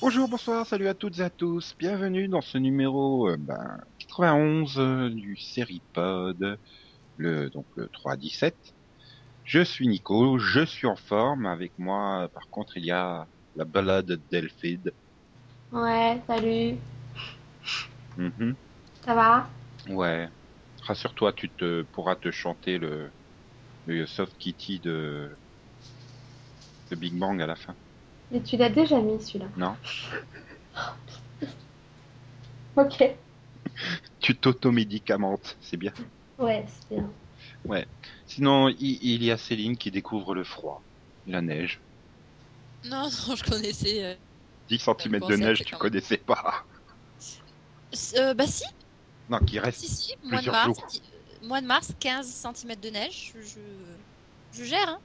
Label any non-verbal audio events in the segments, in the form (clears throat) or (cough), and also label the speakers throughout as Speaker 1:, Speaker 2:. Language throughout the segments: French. Speaker 1: Bonjour, bonsoir, salut à toutes et à tous. Bienvenue dans ce numéro euh, ben, 91 euh, du Seripod, le, donc le 317. Je suis Nico, je suis en forme. Avec moi, euh, par contre, il y a la balade d'Elfid.
Speaker 2: Ouais, salut,
Speaker 1: Mhm.
Speaker 2: ça va
Speaker 1: Ouais. Rassure-toi, tu te pourras te chanter le, le Soft Kitty de, de Big Bang à la fin.
Speaker 2: Mais tu l'as déjà mis celui-là.
Speaker 1: Non.
Speaker 2: (laughs) Ok.
Speaker 1: Tu t'automédicamentes, c'est bien.
Speaker 2: Ouais, c'est bien.
Speaker 1: Sinon, il, il y a Céline qui découvre le froid, la neige.
Speaker 3: Non, (laughs) non, je connaissais. euh,
Speaker 1: 10 cm de
Speaker 3: concept,
Speaker 1: neige,
Speaker 3: c'est
Speaker 1: tu
Speaker 3: quand même-
Speaker 1: connaissais pas. (laughs)
Speaker 3: s- euh, bah si,
Speaker 1: Non, qui reste.
Speaker 3: si, si, mois de
Speaker 1: plusieurs
Speaker 3: mars,
Speaker 1: jours.
Speaker 3: di- euh, mois de mars, 15 cm de neige, je, je, je gère. Hein.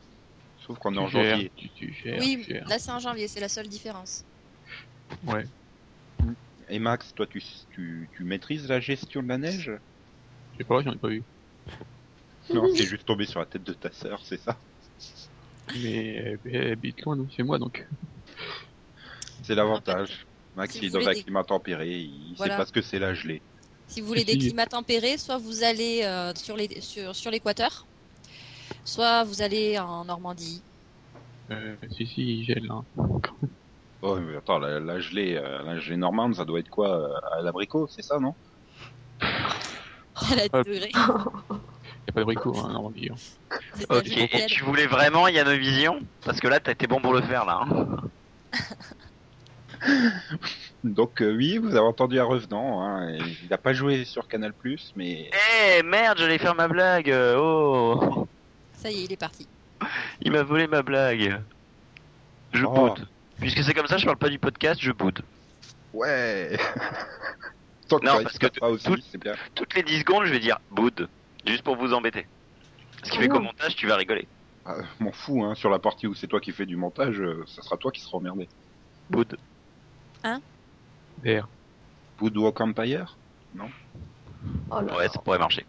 Speaker 1: Sauf qu'on est
Speaker 4: Tu
Speaker 1: en
Speaker 4: gères,
Speaker 1: janvier.
Speaker 4: Tu, tu gères,
Speaker 3: oui,
Speaker 4: tu gères.
Speaker 3: là c'est en janvier, c'est la seule différence.
Speaker 4: Ouais.
Speaker 1: Et Max, toi, tu, tu, tu maîtrises la gestion de la neige
Speaker 4: Je sais pas, j'en ai pas vu.
Speaker 1: (laughs) Non, c'est juste tombé sur la tête de ta sœur, c'est ça
Speaker 4: Mais euh, elle habite loin de chez moi, donc.
Speaker 1: C'est l'avantage. Max,
Speaker 3: si
Speaker 1: il est
Speaker 3: vous
Speaker 1: dans
Speaker 3: voulez
Speaker 1: un
Speaker 3: des-
Speaker 1: climat tempéré, il
Speaker 3: Voilà.
Speaker 1: sait pas ce que c'est la gelée.
Speaker 3: Si vous voulez
Speaker 4: Si,
Speaker 3: des
Speaker 4: si.
Speaker 3: climats tempérés, soit vous allez euh, sur les sur, sur l'équateur, soit vous allez en Normandie. (laughs)
Speaker 4: Euh, si, si, il gèle, hein.
Speaker 1: Oh, mais attends, la, la gelée, euh, la gelée normande, ça doit être quoi euh, À l'abricot, c'est ça, non
Speaker 3: à la
Speaker 4: Hop.
Speaker 3: degré.
Speaker 4: Y a pas de bricot, hein, en Normandie. hein.
Speaker 3: C'est pas
Speaker 5: Ok,
Speaker 3: du
Speaker 5: et
Speaker 3: ciel.
Speaker 5: tu voulais vraiment Yanovision Parce que là, t'as été bon pour le faire, là. hein.
Speaker 1: Donc euh, oui, vous avez entendu un revenant. hein, et il n'a pas joué sur Canal+, mais
Speaker 5: Eh, merde, j'allais faire ma blague euh, Oh
Speaker 3: Ça y est, il est parti.
Speaker 5: Il m'a volé ma blague Je
Speaker 1: Oh.
Speaker 5: boude. Puisque c'est comme ça, je parle pas du podcast, je boude.
Speaker 1: ouais. (laughs) Tant que
Speaker 5: Non,
Speaker 1: ça
Speaker 5: parce
Speaker 1: risque
Speaker 5: que
Speaker 1: pas aussi,
Speaker 5: tout-
Speaker 1: c'est bien.
Speaker 5: Toutes les 10 secondes, je vais dire boude, juste pour vous embêter. Ce qui
Speaker 2: Ah
Speaker 5: fait qu'au
Speaker 2: non.
Speaker 5: montage, tu vas rigoler.
Speaker 1: Ah, M'en fous, hein, sur la partie où c'est toi qui fais du montage, euh, ça sera toi qui seras emmerdé.
Speaker 5: Boude.
Speaker 4: D'air.
Speaker 1: Boudwalk Empire
Speaker 2: Oh là
Speaker 5: Ouais, ça pourrait marcher.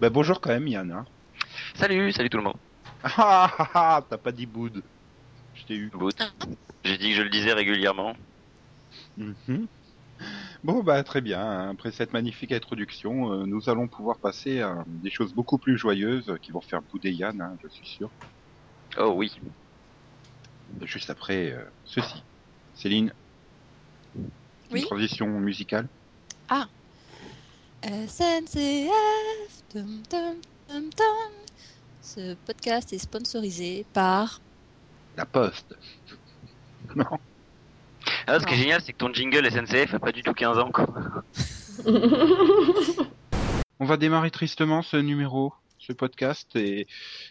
Speaker 1: Bah bonjour quand même Yann. Hein. (laughs)
Speaker 5: Salut, salut tout le monde.
Speaker 1: Ah ah ah, t'as pas dit Boud. Je t'ai eu.
Speaker 5: Boude. J'ai dit que je le disais régulièrement.
Speaker 1: Mhm. Bon bah très bien, hein. après cette magnifique introduction, euh, nous allons pouvoir passer à des choses beaucoup plus joyeuses euh, qui vont faire bouder Yann, hein, je suis sûr.
Speaker 5: Oh oui.
Speaker 1: Juste après euh, ceci. Céline,
Speaker 3: Oui
Speaker 1: une transition musicale
Speaker 3: SNCF. Dum, dum, dum, dum. Ce podcast est sponsorisé par.
Speaker 1: La poste. Non,
Speaker 5: Ah, ce qui est
Speaker 3: Non.
Speaker 5: génial, c'est que ton jingle SNCF a pas du tout 15 ans, quoi.
Speaker 1: On va démarrer tristement ce numéro, ce podcast, et,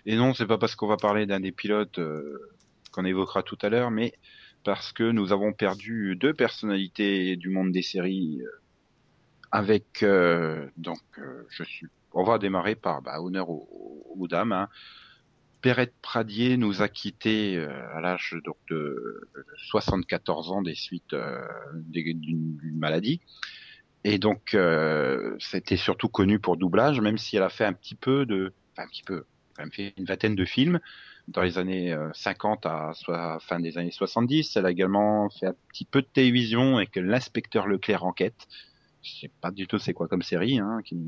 Speaker 1: et non, c'est pas parce qu'on va parler d'un des pilotes euh, qu'on évoquera tout à l'heure, mais parce que nous avons perdu deux personnalités du monde des séries euh, avec euh, donc euh, je suis. On va démarrer par bah, honneur aux, aux dames. Hein. Perrette Pradier nous a quittés euh, à l'âge donc, de 74 ans des suites euh, des- d'une d'une maladie. Et donc, euh, c'était surtout connu pour doublage, même si elle a fait un petit peu de, enfin un petit peu, elle a fait une vingtaine de films dans les années euh, 50 à soit fin des années 70. Elle a également fait un petit peu de télévision et que l'inspecteur Leclerc enquête. Je sais pas du tout c'est quoi comme série, hein, qui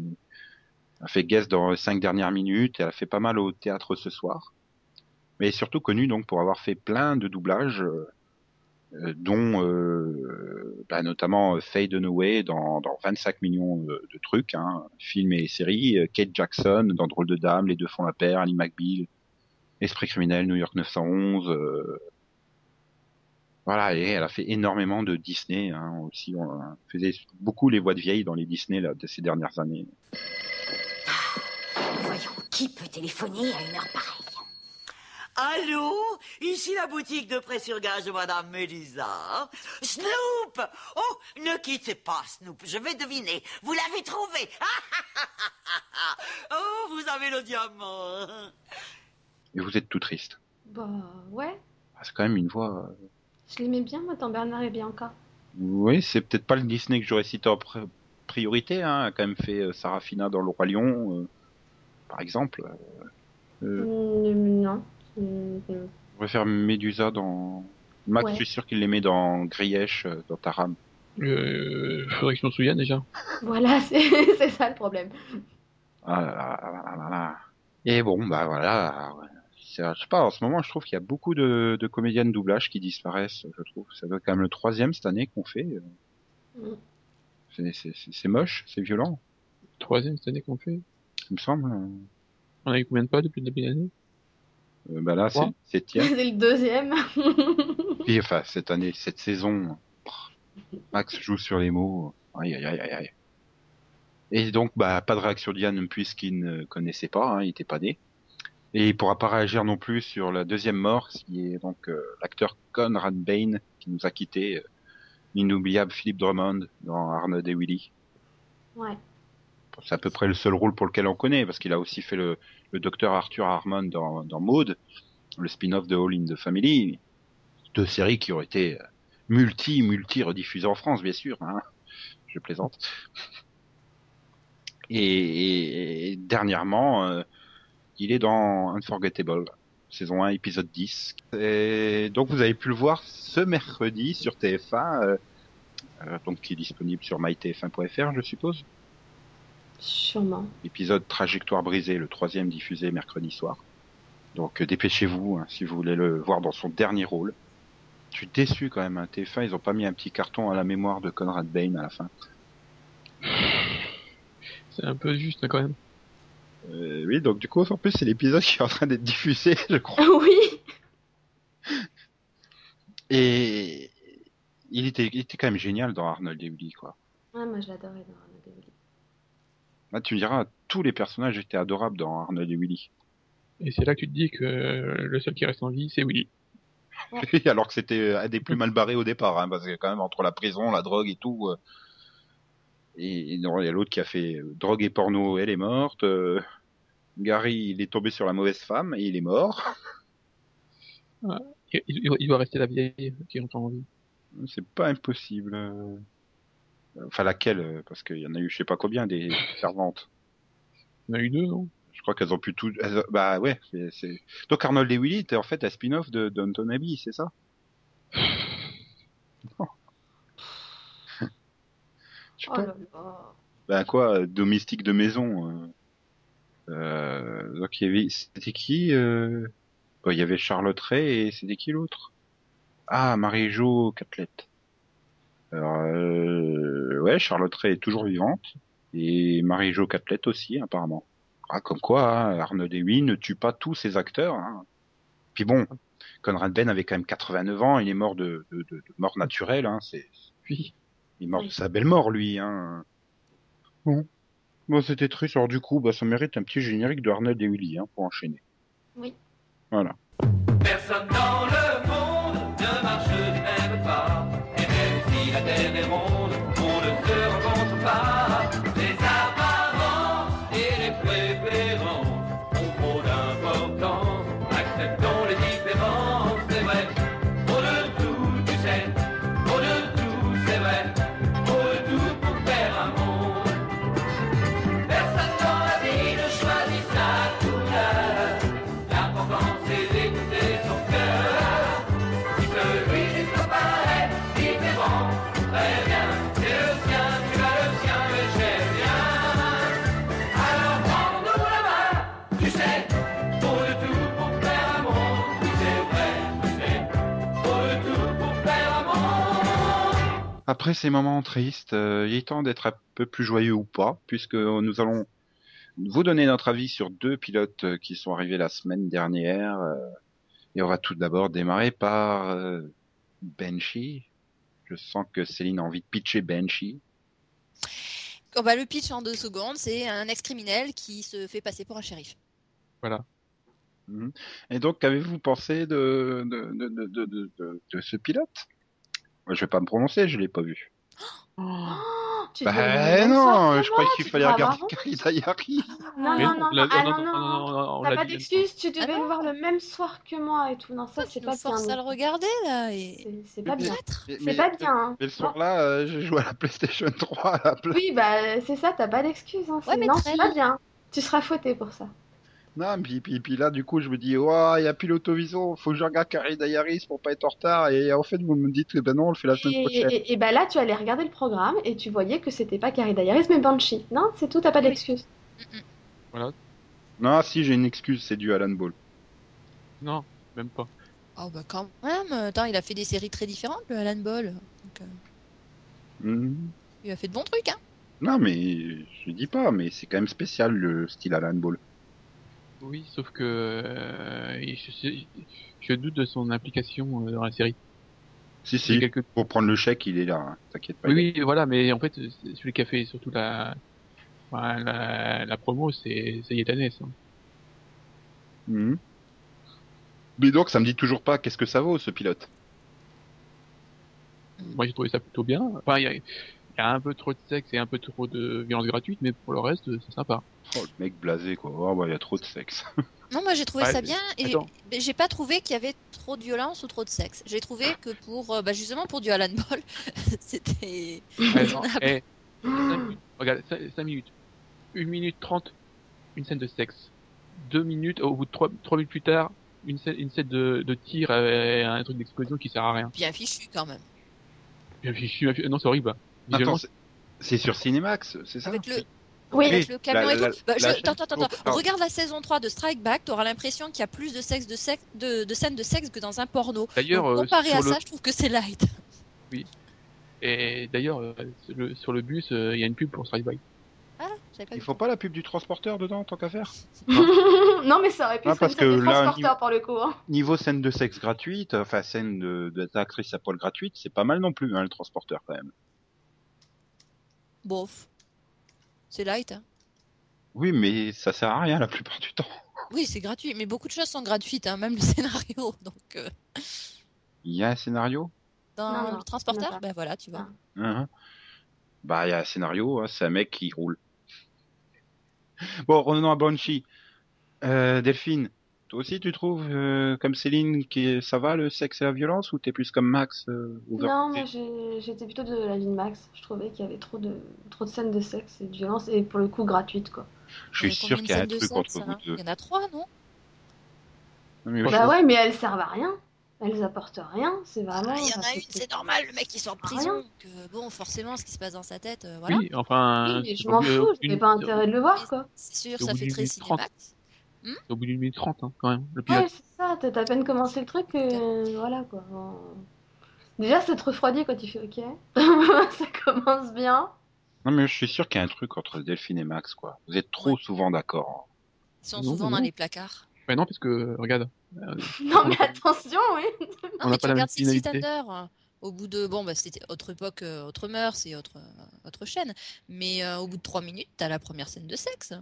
Speaker 1: a fait guest dans les cinq dernières minutes. Elle a fait pas mal au théâtre ce soir, mais est surtout connue donc pour avoir fait plein de doublages. euh, euh, dont euh, bah, notamment euh, Faye Dunaway dans, dans 25 millions euh, de trucs, hein, films et séries, euh, Kate Jackson dans Drôle de Dame, Les Deux font la paire, Ali McBeal, Esprit criminel, New York 911. euh, Voilà, et elle a fait énormément de Disney hein, aussi. On euh, faisait beaucoup les voix de vieilles dans les Disney là, de ces dernières années.
Speaker 6: Voyons, qui peut téléphoner à une heure pareille
Speaker 7: Allô Ici la boutique de pré-surgage de Madame Mélisa. Snoop Oh, ne quittez pas, Snoop. Je vais deviner. Vous l'avez trouvé. (laughs) Ah, ah, ah, ah, ah. oh, vous avez le diamant.
Speaker 1: Et vous êtes tout triste.
Speaker 2: (laughs) Bah ouais,
Speaker 1: Ah, C'est quand même une voix. euh,
Speaker 2: je l'aimais bien moi dans Bernard et Bianca.
Speaker 1: Oui, c'est peut-être pas le Disney que j'aurais cité en pr- priorité. Hein. Elle a quand même fait euh, Sarafina dans Le Roi Lion, euh, par exemple. Euh,
Speaker 2: Mm, non. Mm, mm.
Speaker 1: je préfère Medusa dans Max,
Speaker 2: Ouais.
Speaker 1: je suis sûr qu'il les met dans Grièche, euh, dans ta rame.
Speaker 4: Euh, faudrait que je m'en souvienne déjà.
Speaker 2: Voilà, (laughs) c'est c'est ça le problème.
Speaker 1: Ah là là, ah là là là là. Et bon, bah voilà. ouais. C'est- Je sais pas, en ce moment, je trouve qu'il y a beaucoup de, de comédiennes de doublage qui disparaissent, je trouve. Ça doit être quand même le troisième cette année qu'on fait. euh.
Speaker 2: Mm.
Speaker 1: C'est- C'est c'est- c'est moche, c'est violent,
Speaker 4: Troisième cette année qu'on fait.
Speaker 1: il me semble.
Speaker 4: On a eu combien de pas depuis le début de l'année
Speaker 1: Euh, bah là, c'est
Speaker 4: Trois.
Speaker 1: septième.
Speaker 2: (laughs) C'est le deuxième. (laughs)
Speaker 1: Oui, enfin, cette année, cette saison, Max joue sur les mots. Aïe, aïe, aïe, aïe, aïe. Et donc, bah, pas de réaction de Yann puisqu'il ne connaissait pas, hein, il était pas né. Et il pourra pas réagir non plus sur la deuxième mort, qui est donc euh, l'acteur Conrad Bain qui nous a quitté, euh, l'inoubliable Philip Drummond dans Arnold et Willy.
Speaker 2: ouais.
Speaker 1: C'est à peu près le seul rôle pour lequel on connaît, parce qu'il a aussi fait le, le docteur Arthur Harmon dans, dans Maud, le spin-off de All in the Family, deux séries qui ont été euh, multi, multi rediffusées en France, bien sûr. Hein. Je plaisante. Et, et- et dernièrement, euh, il est dans Unforgettable, saison 1, épisode 10. Et donc vous avez pu le voir ce mercredi sur TF1, euh, euh, donc qui est disponible sur mytf1.fr, je suppose
Speaker 2: Sûrement. (laughs)
Speaker 1: épisode Trajectoire brisée, le troisième diffusé mercredi soir. Donc euh, dépêchez-vous hein, si vous voulez le voir dans son dernier rôle. Je suis déçu quand même, hein. TF1, ils ont pas mis un petit carton à la mémoire de Conrad Bain à la fin.
Speaker 4: C'est un peu juste hein, quand même.
Speaker 1: Euh, oui, donc du coup, en plus, c'est l'épisode qui est en train d'être diffusé, (laughs) je crois.
Speaker 2: oui.
Speaker 1: Et il était, il était quand même génial dans Arnold et Willy, quoi.
Speaker 2: Ouais, Ah, moi je l'adorais dans Arnold et Willy.
Speaker 1: Là, tu me diras, tous les personnages étaient adorables dans Arnold et Willy.
Speaker 4: Et c'est là que tu te dis que euh, le seul qui reste en vie, c'est Willy.
Speaker 1: Oui, (laughs) alors que c'était euh, un des plus mal barrés au départ, hein, parce que quand même entre la prison, la drogue et tout, euh, et et non, il y a l'autre qui a fait euh, drogue et porno, elle est morte. euh, Gary, il est tombé sur la mauvaise femme et il est mort. (laughs)
Speaker 4: Il, il- il doit rester la vieille qui est encore en vie.
Speaker 1: C'est pas impossible. euh. Enfin laquelle, euh, parce qu'il y en a eu je sais pas combien des servantes.
Speaker 4: On a eu deux, non
Speaker 1: Je crois qu'elles ont pu tout. elles ont- Bah ouais. c'est- c'est- Donc Arnold et Willy était en fait un spin-off de Downton Abbey, c'est ça Non. Je sais
Speaker 2: Oh
Speaker 1: pas.
Speaker 2: là là.
Speaker 1: Ben quoi, euh, domestique de maison. euh. Euh, donc il y avait, c'était qui euh, bon, Il y avait Charlotte Ray et c'était qui l'autre Ah, Marie-Jo Catlette. Alors euh, ouais, Charlotte Ray est toujours vivante et Marie-Jo Catlette aussi apparemment. Ah, comme quoi, hein, Arnaud Dewey ne tue pas tous ses acteurs. hein. Puis bon, Conrad Ben avait quand même 89 ans, il est mort de, de, de- de mort naturelle. Hein, c'est
Speaker 4: Oui.
Speaker 1: il est mort de
Speaker 2: Oui.
Speaker 1: sa belle mort, lui. Hein. Bon. Bon, c'était triste. Alors, du coup, bah, ça mérite un petit générique de Arnold et Willy hein, pour enchaîner.
Speaker 2: Oui.
Speaker 1: Voilà.
Speaker 8: Personne dans le monde ne marche du même pas. Et même si la terre est ronde, on ne se rencontre pas. Les apparences et les préférences ont trop d'importance. Acceptons les différences, c'est vrai. Au-delà de tout, tu sais. Au-delà de tout, c'est vrai. Au-delà de tout pour faire un monde. Personne dans la vie ne choisit sa couleur. L'important c'est d'écouter son cœur. Si celui du copain est différent, très bien, c'est le sien, tu as le sien, mais j'aime bien. Alors prends-nous la main, tu sais, pour le tout pour faire un monde. Oui, c'est vrai, tu sais, pour le tout pour faire un monde.
Speaker 1: Après ces moments tristes, euh, il est temps d'être un peu plus joyeux ou pas, puisque euh, nous allons vous donner notre avis sur deux pilotes euh, qui sont arrivés la semaine dernière. euh, et on va tout d'abord démarrer par euh, Banshee. Je sens que Céline a envie de pitcher Banshee.
Speaker 3: Oh bah, le pitch en deux secondes, c'est un ex-criminel qui se fait passer pour un shérif.
Speaker 1: Et donc, qu'avez-vous pensé de, de, de, de, de, de, de- de ce pilote Moi, Je vais pas me prononcer, je l'ai pas vu.
Speaker 2: Oh, tu
Speaker 1: Bah
Speaker 2: devrais même
Speaker 1: non,
Speaker 2: sortir,
Speaker 1: je croyais
Speaker 2: moi,
Speaker 1: qu'il
Speaker 2: tu
Speaker 1: fallait
Speaker 2: devrais
Speaker 1: regarder
Speaker 2: avoir honte. (laughs)
Speaker 1: Karidayari.
Speaker 2: Non,
Speaker 4: Mais
Speaker 2: non, non,
Speaker 4: on l'a-
Speaker 2: non, ah,
Speaker 4: non,
Speaker 2: non,
Speaker 4: non, non,
Speaker 2: non,
Speaker 4: non, non, on
Speaker 2: T'as
Speaker 4: l'a
Speaker 2: pas
Speaker 4: dit.
Speaker 2: d'excuse, tu devais
Speaker 3: Ah non.
Speaker 2: le voir le même soir que moi et tout. Non, ça,
Speaker 3: Toi,
Speaker 2: c'est
Speaker 3: tu
Speaker 2: pas
Speaker 3: nous
Speaker 2: bien.
Speaker 3: forces à le regarder là. Et...
Speaker 2: C'est- C'est pas bien.
Speaker 3: Traître.
Speaker 1: Mais,
Speaker 2: C'est pas bien. hein.
Speaker 1: mais le soir-là, euh, j'ai joué à la PlayStation (laughs) 3 à la place.
Speaker 2: Oui, bah c'est ça, t'as pas d'excuse. Hein.
Speaker 3: Ouais,
Speaker 2: c'est-
Speaker 3: mais
Speaker 2: non,
Speaker 3: très
Speaker 2: c'est pas
Speaker 3: bien.
Speaker 2: bien. Tu seras fouetté pour ça.
Speaker 1: Non, puis, puis, puis là, du coup, je me dis, ouah, il y a pile autovision, faut que je regarde Carrie Diaries pour pas être en retard. Et en fait, vous me dites, eh ben non, on le fait la semaine
Speaker 2: Et,
Speaker 1: prochaine.
Speaker 2: et- et bah là, tu allais regarder le programme et tu voyais que c'était pas Carrie Diaries mais Banshee. Non, c'est tout, t'as
Speaker 3: Ah
Speaker 2: pas
Speaker 3: (laughs)
Speaker 2: d'excuse.
Speaker 1: Non, si, j'ai une excuse, c'est dû à Alan Ball.
Speaker 4: Non, même pas.
Speaker 3: Oh bah quand même. Attends, il a fait des séries très différentes, le Alan Ball. Donc, euh,
Speaker 1: Mhm.
Speaker 3: il a fait de bons trucs, hein.
Speaker 1: Non, mais je dis pas, mais c'est quand même spécial le style Alan Ball.
Speaker 4: Oui, sauf que euh, je, je doute de son implication euh, dans la série.
Speaker 1: Si,
Speaker 4: Il y a
Speaker 1: si,
Speaker 4: quelques-
Speaker 1: pour prendre le chèque, il est là, hein, t'inquiète pas.
Speaker 4: Oui, oui, voilà, mais en fait, c'est- celui qui a fait surtout la, enfin, la, la promo, c'est c'est Yetanes. hein.
Speaker 1: Mhm. Mais donc, ça me dit toujours pas qu'est-ce que ça vaut ce pilote.
Speaker 4: Moi, j'ai trouvé ça plutôt bien. Enfin, il y a, il y a un peu trop de sexe et un peu trop de violence gratuite, mais pour le reste, c'est sympa.
Speaker 1: Oh, le mec blasé, quoi. Oh, bah, il y a trop de sexe.
Speaker 3: Non, moi j'ai trouvé
Speaker 4: Ouais,
Speaker 3: ça
Speaker 4: mais-
Speaker 3: bien et (laughs)
Speaker 4: attends.
Speaker 3: mais j'ai pas trouvé qu'il y avait trop de violence ou trop de sexe. J'ai
Speaker 4: Ah.
Speaker 3: trouvé que pour, euh, bah justement pour du Alan Ball, (laughs) c'était.
Speaker 4: Attends,
Speaker 3: Raisonnable.
Speaker 4: eh, cinq minutes. regarde, 5 minutes. 1 minute 30, une scène de sexe. 2 minutes, au bout de 3, minutes plus tard, une scène, une scène de, de tir et un truc d'explosion qui sert à rien.
Speaker 3: bien fichu quand même.
Speaker 4: Je suis- je suis- Non, c'est
Speaker 1: (laughs)
Speaker 4: horrible. hein.
Speaker 1: Attends,
Speaker 4: Visuellement,
Speaker 1: c'est- c'est sur Cinemax, c'est ça
Speaker 3: Avec le,
Speaker 1: Oui.
Speaker 2: Oui,
Speaker 3: avec le camion
Speaker 1: la-
Speaker 3: et tout.
Speaker 1: la-
Speaker 3: Bah,
Speaker 1: la
Speaker 3: je-
Speaker 1: chaîne-
Speaker 3: attends, attends, attends.
Speaker 1: Oh, pardon.
Speaker 3: Regarde la saison 3 de Strike Back, t'auras l'impression qu'il y a plus de sexe de, sexe, de, de scènes de sexe que dans un porno.
Speaker 4: D'ailleurs,
Speaker 3: Donc,
Speaker 4: euh,
Speaker 3: comparé
Speaker 4: sur
Speaker 3: à
Speaker 4: le-
Speaker 3: ça, je trouve que c'est light.
Speaker 4: Et d'ailleurs, euh, sur le- sur le bus, euh, il y a une pub pour Strike By.
Speaker 3: Ah, j'avais pas
Speaker 1: Il
Speaker 3: vu.
Speaker 1: faut pas la pub du transporteur dedans, tant qu'à faire.
Speaker 2: (laughs) non, mais ça aurait pu
Speaker 1: Ah,
Speaker 2: être
Speaker 1: parce
Speaker 2: une scène
Speaker 1: que
Speaker 2: de
Speaker 1: là,
Speaker 2: transporteur pour le coup. hein.
Speaker 1: Niveau scène de sexe gratuite, enfin scène de de- d'actrice à poil gratuite, c'est pas mal non plus, hein, le transporteur quand même.
Speaker 3: Bof. C'est light. hein.
Speaker 1: Oui, mais ça sert à rien la plupart du temps.
Speaker 3: Oui, c'est gratuit, mais beaucoup de choses sont gratuites, hein, même le (laughs) scénario. Donc, euh,
Speaker 1: Il y a un scénario
Speaker 3: dans
Speaker 2: Non, non,
Speaker 3: le transporteur,
Speaker 2: non, Ah.
Speaker 3: ben voilà, tu vois.
Speaker 1: Hein, hein. Bah, il y a un scénario, hein, c'est un mec qui roule. Bon, revenons à Banshee. Euh, Delphine, toi aussi tu trouves, euh, comme Céline, que ça va le sexe et la violence ou t'es plus comme Max euh, over-
Speaker 2: Non, moi j'ai- j'étais plutôt de la vie de Max. Je trouvais qu'il y avait trop de, trop de scènes de sexe et de violence et pour le coup gratuites quoi.
Speaker 1: Je suis
Speaker 3: Euh,
Speaker 1: sûr
Speaker 3: combien de
Speaker 1: qu'il y a un
Speaker 3: scènes de
Speaker 1: truc
Speaker 3: sexe,
Speaker 1: entre vous
Speaker 3: hein
Speaker 1: deux.
Speaker 3: Il y en a trois, non
Speaker 1: Non, mais
Speaker 2: Bah ouais, mais elles servent à rien. Elles apportent rien. C'est vraiment.
Speaker 3: Bah, Ah, Il y en a
Speaker 2: Ah, parce
Speaker 3: une,
Speaker 2: que
Speaker 3: c'est normal, le mec il sort de
Speaker 2: Ah,
Speaker 3: prison.
Speaker 2: rien.
Speaker 3: donc, euh, bon, forcément, ce qui se passe dans sa tête, euh, voilà.
Speaker 4: Oui, enfin.
Speaker 2: Oui, mais
Speaker 4: c'est
Speaker 2: je
Speaker 4: au
Speaker 2: m'en
Speaker 4: bout, euh,
Speaker 2: fous. J'ai
Speaker 4: d'une-
Speaker 2: pas intérêt de le voir quoi.
Speaker 3: C'est sûr,
Speaker 4: au
Speaker 3: ça
Speaker 4: bout
Speaker 3: fait
Speaker 4: d'une
Speaker 3: très
Speaker 4: minute trente.
Speaker 3: cinémaque.
Speaker 4: c'est Au bout d'une minute trente, hein, quand même, le pilote.
Speaker 2: Ouais, c'est ça, t'as à peine commencé le truc, euh, voilà quoi. Bon. Déjà, ça te refroidit quand tu fais OK. (laughs) ça commence bien.
Speaker 1: Non, mais je suis sûr qu'il y a un truc entre Delphine et Max, quoi. Vous êtes trop souvent d'accord. hein.
Speaker 3: Ils sont
Speaker 4: Non,
Speaker 3: souvent
Speaker 4: non.
Speaker 3: dans les placards.
Speaker 4: Mais non, parce que, regarde,
Speaker 2: Non, mais attention, oui.
Speaker 4: on n'a
Speaker 3: mais
Speaker 4: pas
Speaker 3: tu
Speaker 4: la même
Speaker 3: regardes Six Feet
Speaker 4: finalité.
Speaker 3: Under, hein. Au bout de. Bon, bah, c'était autre époque, euh, autre mœurs c'est autre, euh, autre chaîne. Mais euh, au bout de trois minutes, t'as la première scène de sexe.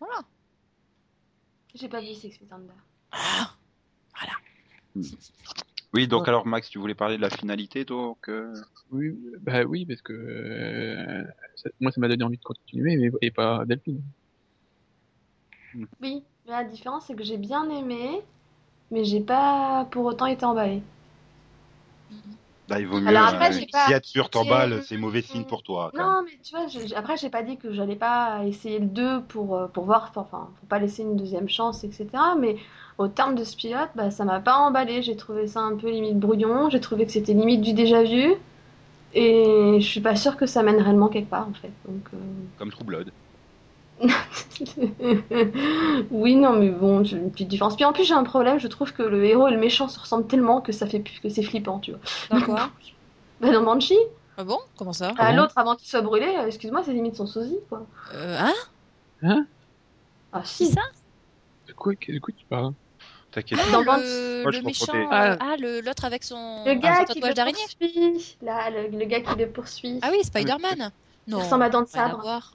Speaker 3: Voilà.
Speaker 2: J'ai pas vu Six Feet Under.
Speaker 3: Ah
Speaker 1: Oui, donc
Speaker 4: Ouais.
Speaker 1: alors, Max, tu voulais parler de la finalité, donc. euh,
Speaker 4: Oui, euh, bah oui, parce que euh, ça- moi, ça m'a donné envie de continuer, mais et pas Delphine.
Speaker 2: Oui, mais la différence, c'est que j'ai bien aimé, mais j'ai pas pour autant été emballée.
Speaker 1: Là, Bah, il vaut mieux.
Speaker 2: Alors après, j'ai pas-
Speaker 1: Si être sur t'emballe,
Speaker 2: j'ai-
Speaker 1: c'est mauvais signe pour toi. quand même.
Speaker 2: Non, mais tu vois, je- je- après, j'ai pas dit que j'allais pas essayer le 2 pour, euh, pour voir, pour- enfin, pour pas laisser une deuxième chance, etc. Mais au terme de ce pilote, bah, ça m'a pas emballé. J'ai trouvé ça un peu limite brouillon, j'ai trouvé que c'était limite du déjà vu, et je suis pas sûre que ça mène réellement quelque part, en fait. Donc,
Speaker 1: Comme True Blood.
Speaker 2: euh, (laughs) oui, non, mais bon, j'ai une petite différence. Puis en plus, j'ai un problème, je trouve que le héros et le méchant se ressemblent tellement que ça fait plus que c'est flippant, tu vois.
Speaker 3: Dans quoi
Speaker 2: Bah, dans Banshee,
Speaker 3: Ah bon Comment ça
Speaker 2: bah,
Speaker 4: bon
Speaker 2: l'autre avant qu'il soit brûlé, euh, excuse-moi, c'est limite son sosie, quoi.
Speaker 3: euh, Hein
Speaker 2: Ah,
Speaker 3: C'est
Speaker 2: si,
Speaker 3: ça
Speaker 4: De quoi, de quoi tu parles
Speaker 1: T'inquiète.
Speaker 2: Dans
Speaker 3: Ah, le,
Speaker 1: Moi, je
Speaker 3: le
Speaker 1: comprends
Speaker 3: méchant.
Speaker 1: tes-
Speaker 3: euh,
Speaker 4: Ah.
Speaker 3: Ah, le- l'autre avec son.
Speaker 2: Le gars
Speaker 3: son
Speaker 2: qui
Speaker 3: tatouage
Speaker 2: le
Speaker 3: d'araignée.
Speaker 2: poursuit, là, le, le gars qui le poursuit.
Speaker 3: Ah oui, Spider-Man.
Speaker 2: il
Speaker 3: Non.
Speaker 2: ressemble à Dent de
Speaker 3: rien à
Speaker 2: Sabre.
Speaker 3: voir.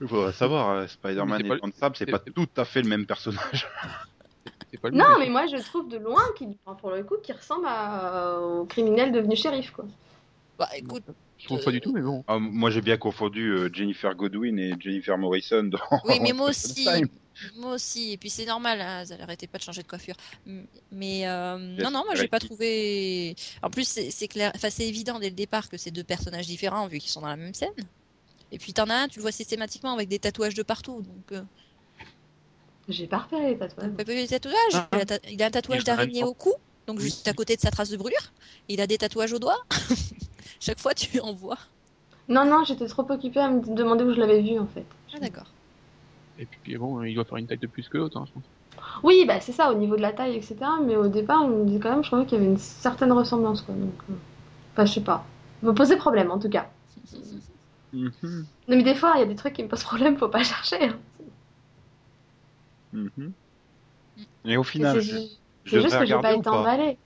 Speaker 1: Il faudrait savoir, euh, Spider-Man
Speaker 4: Mais c'est
Speaker 1: et
Speaker 4: pas-
Speaker 1: Jean de Sable, c'est
Speaker 4: c'est-
Speaker 1: pas tout à fait le même personnage.
Speaker 4: C'est pas lui,
Speaker 2: Non,
Speaker 4: mais-
Speaker 2: mais moi je trouve de loin qu'il, enfin, pour le coup, qu'il ressemble à- euh, au criminel devenu shérif, quoi.
Speaker 3: Bah écoute,
Speaker 4: je trouve pas du tout, mais bon.
Speaker 1: (laughs) Ah, moi, j'ai bien confondu euh, Jennifer Godwin et Jennifer Morrison dans.
Speaker 3: oui,
Speaker 1: (laughs)
Speaker 3: mais moi
Speaker 1: dans
Speaker 3: aussi.
Speaker 1: Time.
Speaker 3: Moi aussi. Et puis c'est normal, hein, elles arrêtaient pas de changer de coiffure. M- Mais euh, non,
Speaker 1: Yes,
Speaker 3: non, moi j'ai
Speaker 1: right.
Speaker 3: pas trouvé. En plus, c'est c'est clair, enfin c'est évident dès le départ que c'est deux personnages différents vu qu'ils sont dans la même scène. Et puis t'en as un, tu le vois systématiquement avec des tatouages de partout. Donc euh,
Speaker 2: J'ai pas repéré les tatouages.
Speaker 3: Il peut faire des tatouages.
Speaker 1: Ah.
Speaker 3: Il a, ta- il a un tatouage
Speaker 1: Il fait un
Speaker 3: d'araignée
Speaker 1: temps.
Speaker 3: au cou, donc juste à côté de sa trace de brûlure. Il a des tatouages au doigt. (laughs) Chaque fois, tu en vois.
Speaker 2: Non, non, j'étais trop occupée à me demander où je l'avais vu en fait.
Speaker 3: Ah, d'accord.
Speaker 4: Et puis, puis bon, il doit faire une taille de plus que l'autre, hein, je pense.
Speaker 2: Oui, bah c'est ça, au niveau de la taille, etc. Mais au départ, je me disais quand même, je trouvais qu'il y avait une certaine ressemblance, quoi. Donc, euh, enfin, je sais pas. Ça me posait problème, en tout cas.
Speaker 1: Mhm,
Speaker 2: Non, mais des fois, il y a des trucs qui me posent problème, faut pas chercher. hein.
Speaker 1: mhm. Et au
Speaker 2: C'est
Speaker 1: final,
Speaker 2: ju-
Speaker 1: je, je
Speaker 2: c'est juste
Speaker 1: devrais
Speaker 2: que j'ai
Speaker 1: regarder
Speaker 2: pas
Speaker 1: ou
Speaker 2: été
Speaker 1: pas
Speaker 2: emballée.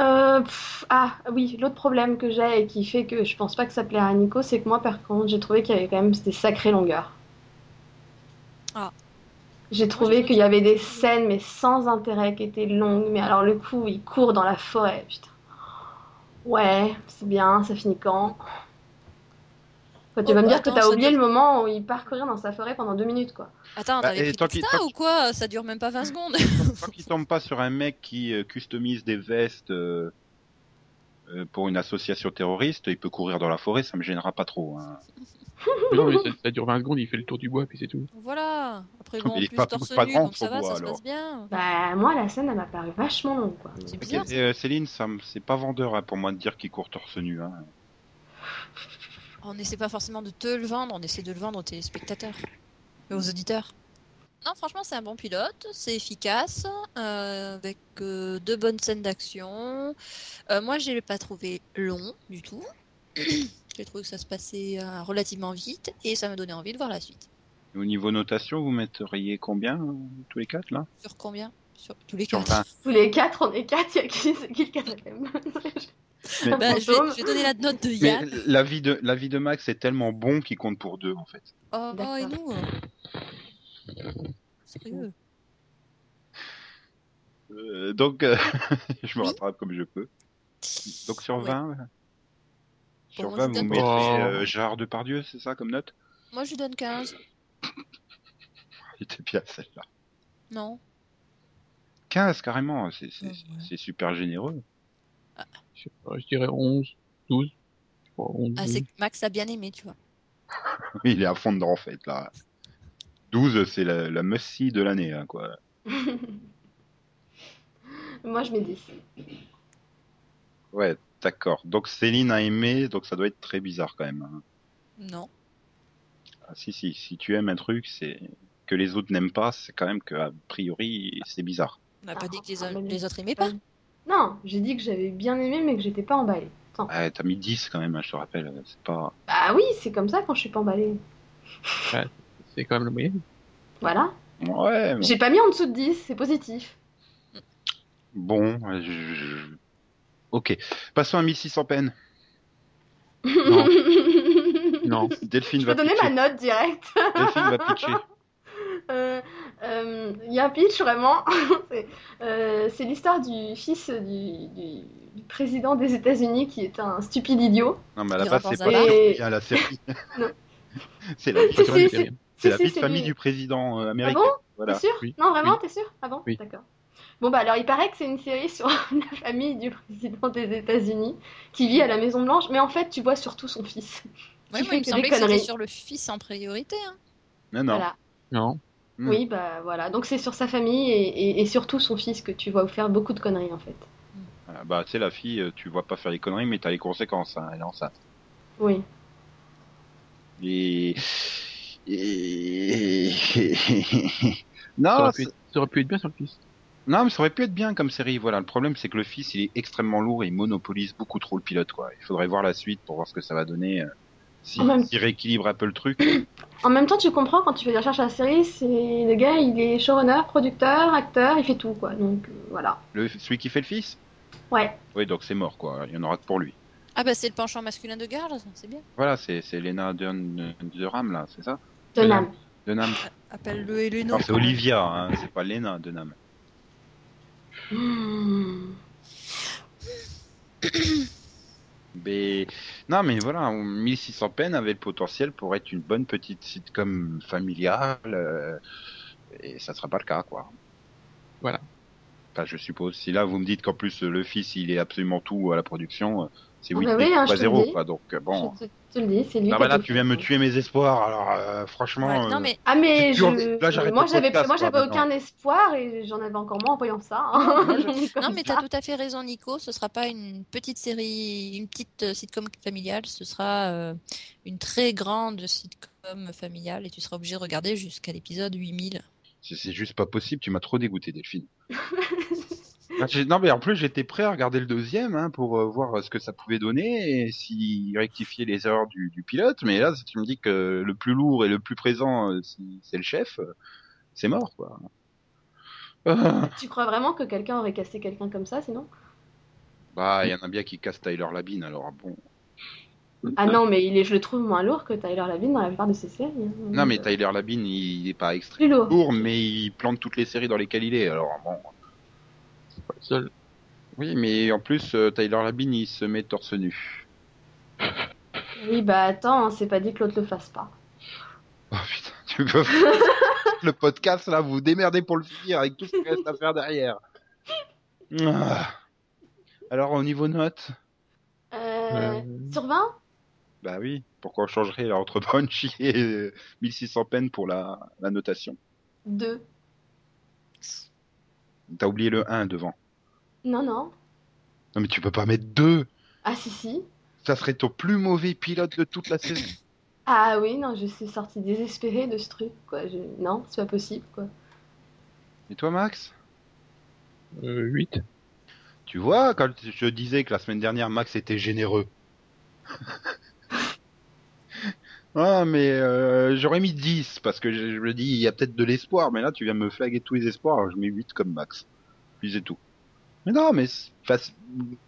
Speaker 2: Euh, pff, ah oui, l'autre problème que j'ai et qui fait que je pense pas que ça plaira à Nico, c'est que moi, par contre, j'ai trouvé qu'il y avait quand même des sacrées longueurs.
Speaker 3: Ah.
Speaker 2: J'ai trouvé
Speaker 3: trouvé
Speaker 2: qu'il y
Speaker 3: que-
Speaker 2: avait des scènes, mais sans intérêt, qui étaient longues. Mais alors, le coup, il court dans la forêt, putain. Ouais, c'est bien, ça finit quand Enfin, Tu
Speaker 3: Oh,
Speaker 2: vas me
Speaker 3: bah,
Speaker 2: dire que
Speaker 3: attends,
Speaker 2: t'as
Speaker 3: ça
Speaker 2: oublié
Speaker 3: dure-
Speaker 2: le moment où il part courir dans sa forêt pendant deux minutes, quoi.
Speaker 3: (laughs) Attends,
Speaker 1: Bah, et
Speaker 3: t'avais
Speaker 1: tant
Speaker 3: pris
Speaker 1: qu'il-
Speaker 3: ça
Speaker 1: tant
Speaker 3: ou quoi Ça dure même
Speaker 1: (laughs)
Speaker 3: pas 20 secondes. (laughs)
Speaker 1: Tant qu'il tombe pas sur un mec qui euh, customise des vestes euh, euh, pour une association terroriste, il peut courir dans la forêt, ça me gênera pas trop. hein.
Speaker 4: Mais non, mais
Speaker 2: (laughs)
Speaker 4: ça, ça dure 20 secondes, il fait le tour du bois, puis c'est tout.
Speaker 3: Voilà. Après, bon, en
Speaker 1: Il est
Speaker 3: plus,
Speaker 1: pas-
Speaker 3: torse
Speaker 1: pas
Speaker 3: nu,
Speaker 1: grand,
Speaker 3: donc ça
Speaker 1: son
Speaker 3: va,
Speaker 1: bois,
Speaker 3: ça se
Speaker 1: alors.
Speaker 3: passe bien.
Speaker 2: Bah, moi, la scène, elle m'a paru vachement longue, quoi.
Speaker 3: C'est
Speaker 1: Ok,
Speaker 3: bizarre. ça.
Speaker 1: et, euh, Céline, ça me- c'est pas vendeur hein, pour moi de dire qu'il court torse nu. Hein.
Speaker 3: On n'essaie pas forcément de te le vendre, on essaie de le vendre aux téléspectateurs et aux auditeurs. Non, franchement, c'est un bon pilote, c'est efficace, euh, avec euh, de bonnes scènes d'action. Euh, moi, je l'ai pas trouvé long du tout. (clears throat) J'ai trouvé que ça se passait euh, relativement vite et ça me donnait envie de voir la suite.
Speaker 1: Et Au niveau notation, vous metteriez combien euh, tous les quatre là
Speaker 3: Sur combien Sur tous les
Speaker 1: Sur
Speaker 3: quatre.
Speaker 1: 20.
Speaker 2: Tous les quatre, on est quatre, il y a qui, c'est qui le quatrième
Speaker 1: Mais-
Speaker 3: Bah, je, vais, je vais donner la note de
Speaker 1: Mais
Speaker 3: Yann.
Speaker 1: la vie de la vie de Max est tellement bon qu'il compte pour deux en fait.
Speaker 3: Oh, oh, et
Speaker 2: D'accord.
Speaker 3: nous hein. Sérieux.
Speaker 1: Euh, donc euh, (laughs) je me
Speaker 3: Oui.
Speaker 1: rattrape comme je peux. Donc sur
Speaker 3: Ouais.
Speaker 1: 20,
Speaker 3: Bon,
Speaker 1: sur
Speaker 3: moi,
Speaker 1: 20
Speaker 3: je
Speaker 1: vous
Speaker 3: donne-
Speaker 1: mettez
Speaker 4: Oh.
Speaker 1: euh, Gérard Depardieu, c'est ça comme note
Speaker 3: Moi, je lui donne 15.
Speaker 1: Il était bien celle-là.
Speaker 3: Non.
Speaker 1: 15 carrément, c'est c'est-
Speaker 3: Ouais.
Speaker 1: c'est super généreux. (laughs)
Speaker 4: Je, sais pas, je dirais 11, 12. Je crois, 11,
Speaker 3: Ah,
Speaker 4: 12.
Speaker 3: c'est que Max a bien aimé, tu vois.
Speaker 1: Il est à fond dedans en fait là. 12, c'est la, la must-see de l'année hein, quoi.
Speaker 2: Moi, je mets 10.
Speaker 1: Ouais, d'accord. Donc Céline a aimé, donc ça doit être très bizarre quand même. hein.
Speaker 3: Non.
Speaker 1: Ah, si si, si tu aimes un truc, c'est que les autres n'aiment pas, c'est quand même que a priori c'est bizarre.
Speaker 3: On n'a pas dit que les,
Speaker 2: Ah, mais-
Speaker 3: les autres aimaient pas.
Speaker 2: Non, j'ai dit que j'avais bien aimé, mais que j'étais pas emballée. Attends.
Speaker 1: Ouais, t'as mis 10 quand même, hein, je te rappelle. C'est pas.
Speaker 2: Bah oui, c'est comme ça quand je suis pas emballée.
Speaker 4: C'est quand même
Speaker 2: (laughs)
Speaker 4: la moyenne.
Speaker 2: Voilà.
Speaker 1: Ouais, mais
Speaker 2: J'ai pas mis en dessous de 10, c'est positif.
Speaker 1: bon. euh, je- je- Ok. Passons à 1600 peines.
Speaker 2: (laughs)
Speaker 4: Non. Non.
Speaker 1: Delphine
Speaker 2: je
Speaker 1: va
Speaker 2: peux donner
Speaker 1: pitcher.
Speaker 2: ma note directe.
Speaker 1: Delphine va pitcher.
Speaker 2: Euh, euh, Il y a un pitch vraiment. (laughs) c'est euh, c'est l'histoire du fils du, du- du président des États-Unis qui est un stupide idiot.
Speaker 1: Non, mais à la
Speaker 3: Il
Speaker 1: base,
Speaker 3: rentre
Speaker 1: c'est
Speaker 3: dans
Speaker 1: pas
Speaker 2: un
Speaker 1: surpris,
Speaker 2: bar.
Speaker 1: hein, la série.
Speaker 2: (laughs) Non.
Speaker 1: c'est la,
Speaker 4: Ça, quand
Speaker 2: si,
Speaker 4: même, c'est
Speaker 2: si. (laughs)
Speaker 4: rien.
Speaker 1: c'est
Speaker 2: Si,
Speaker 1: la
Speaker 2: si,
Speaker 1: petite
Speaker 2: c'est
Speaker 1: famille
Speaker 2: lui. Ah
Speaker 1: du président euh, américain.
Speaker 2: bon Bah,
Speaker 1: voilà.
Speaker 2: T'es sûr
Speaker 4: Oui.
Speaker 2: Non, vraiment, t'es sûr Ah bon
Speaker 4: Oui.
Speaker 2: D'accord. Bon, bah alors il paraît que c'est une série sur (laughs) la famille du président des États-Unis qui vit à la Maison-Blanche, mais en fait, tu vois surtout son fils.
Speaker 3: Ouais,
Speaker 2: Qui fait
Speaker 3: moi, il me
Speaker 2: que des
Speaker 3: semblait que c'était
Speaker 2: conneries.
Speaker 3: sur le fils en priorité. hein.
Speaker 1: Non, non.
Speaker 2: Voilà.
Speaker 4: Non.
Speaker 1: Hmm.
Speaker 2: Oui, bah voilà. Donc c'est sur sa famille et, et- et surtout son fils que tu vois faire beaucoup de conneries en fait.
Speaker 1: Voilà, Bah, tu sais, la fille, euh, tu vois pas faire les conneries, mais t'as les conséquences. hein, elle est enceinte.
Speaker 2: Oui.
Speaker 1: Et. Et.
Speaker 4: Ça,
Speaker 1: non,
Speaker 4: aurait pu être, ça aurait pu être bien sur le fils.
Speaker 1: Non, mais ça aurait pu être bien comme série. Voilà, le problème c'est que le fils il est extrêmement lourd et il monopolise beaucoup trop le pilote. Quoi. Il faudrait voir la suite pour voir ce que ça va donner. euh, Si,
Speaker 2: En même-
Speaker 1: si rééquilibre un peu le
Speaker 2: (coughs)
Speaker 1: truc.
Speaker 2: En même temps, tu comprends quand tu fais des recherches à la série, c'est le gars, il est showrunner, producteur, acteur, il fait tout quoi. Donc euh, voilà.
Speaker 1: Le, celui qui fait le fils
Speaker 2: Ouais.
Speaker 1: Oui, donc c'est mort quoi. Il y en aura que pour lui.
Speaker 3: Ah, bah, c'est le penchant masculin de Garde, c'est bien.
Speaker 1: Voilà, c'est c'est Lena Dunham Dunham, là, c'est ça
Speaker 2: Dunham.
Speaker 1: Dunham.
Speaker 3: Appelle-le et le nom.
Speaker 1: Ah Non, c'est Olivia, hein, c'est pas Lena Dunham.
Speaker 2: Mmh.
Speaker 1: Mais... Non, mais voilà, 1600 peines avait le potentiel pour être une bonne petite sitcom familiale. euh, et ça sera pas le cas, quoi.
Speaker 4: Voilà.
Speaker 1: Enfin, je suppose. Si là, vous me dites qu'en plus, euh, le fils, il est absolument tout à la production, euh, C'est
Speaker 2: Ah
Speaker 1: 8
Speaker 2: bah oui, hein, je
Speaker 1: pas
Speaker 2: te
Speaker 1: 0,
Speaker 2: le dis.
Speaker 1: quoi. Donc, euh, bon.
Speaker 2: Je te, te le dis, c'est lui.
Speaker 1: Non,
Speaker 2: qui a
Speaker 1: bah là,
Speaker 2: tout
Speaker 1: tu viens me
Speaker 2: fait.
Speaker 1: tuer mes espoirs. Alors, euh, franchement.
Speaker 3: Ouais, non,
Speaker 1: euh,
Speaker 2: (laughs)
Speaker 3: mais
Speaker 2: Ah mais
Speaker 1: J'ai plus
Speaker 2: je...
Speaker 1: envie- là, j'arrête
Speaker 2: moi
Speaker 1: le
Speaker 2: j'avais
Speaker 1: podcast,
Speaker 2: moi
Speaker 1: quoi,
Speaker 2: j'avais
Speaker 1: maintenant.
Speaker 2: aucun espoir et j'en avais encore moins en voyant ça. hein. (laughs)
Speaker 3: Non,
Speaker 2: Comme
Speaker 3: mais
Speaker 2: ça.
Speaker 3: t'as tout à fait raison, Nico. Ce sera pas une petite série, une petite euh, sitcom familiale. Ce sera euh, une très grande sitcom familiale et tu seras obligé de regarder jusqu'à l'épisode 8000.
Speaker 1: C'est c'est juste pas possible, tu m'as trop dégoûté, (laughs) Delphine. Ah, j'ai- non, mais en plus, j'étais prêt à regarder le deuxième hein, pour euh, voir ce que ça pouvait donner et si rectifier les erreurs du, du pilote. Mais là, si tu me dis que le plus lourd et le plus présent, euh, si c'est le chef, euh, c'est mort, quoi. Ah.
Speaker 2: Tu crois vraiment que quelqu'un aurait cassé quelqu'un comme ça sinon
Speaker 1: bah, il y en a bien qui casse Tyler Labine, alors bon.
Speaker 2: Ah non mais il est je le trouve moins lourd que Tyler Labine dans la plupart de ses séries. hein.
Speaker 1: Non, mais Tyler Labine, il est pas extrêmement
Speaker 2: plus lourd.
Speaker 1: lourd, mais il plante toutes les séries dans lesquelles il est, alors bon.
Speaker 4: C'est pas le seul.
Speaker 1: Oui, mais en plus, euh, Tyler Labine, il se met torse nu.
Speaker 2: Oui bah attends, on s'est pas dit que l'autre le fasse pas.
Speaker 1: Oh putain, tu peux le podcast là, vous vous démerdez pour le finir avec tout ce qu'il reste à faire derrière. Ah. Alors au niveau notes,
Speaker 2: Euh,
Speaker 4: Euh.
Speaker 2: Sur 20
Speaker 1: bah oui, pourquoi on changerait là, entre Punchy et euh, 1600 peines pour la, la notation
Speaker 2: 2.
Speaker 1: T'as oublié le 1 devant.
Speaker 2: Non non.
Speaker 1: Non mais tu peux pas mettre 2
Speaker 2: Ah si si.
Speaker 1: Ça serait ton plus mauvais pilote de toute la saison.
Speaker 2: Ah oui non je suis sortie désespérée de ce truc quoi. Je... Non c'est pas possible quoi.
Speaker 1: Et toi Max
Speaker 4: Euh, 8.
Speaker 1: Tu vois, quand je disais que la semaine dernière, Max était (laughs) généreux. ah, mais euh, j'aurais mis 10, parce que je, je me dis, il y a peut-être de l'espoir, mais là, tu viens me flaguer tous les espoirs, alors je mets 8 comme Max. Puis c'est tout. Mais non, mais c'est- enfin, c'est-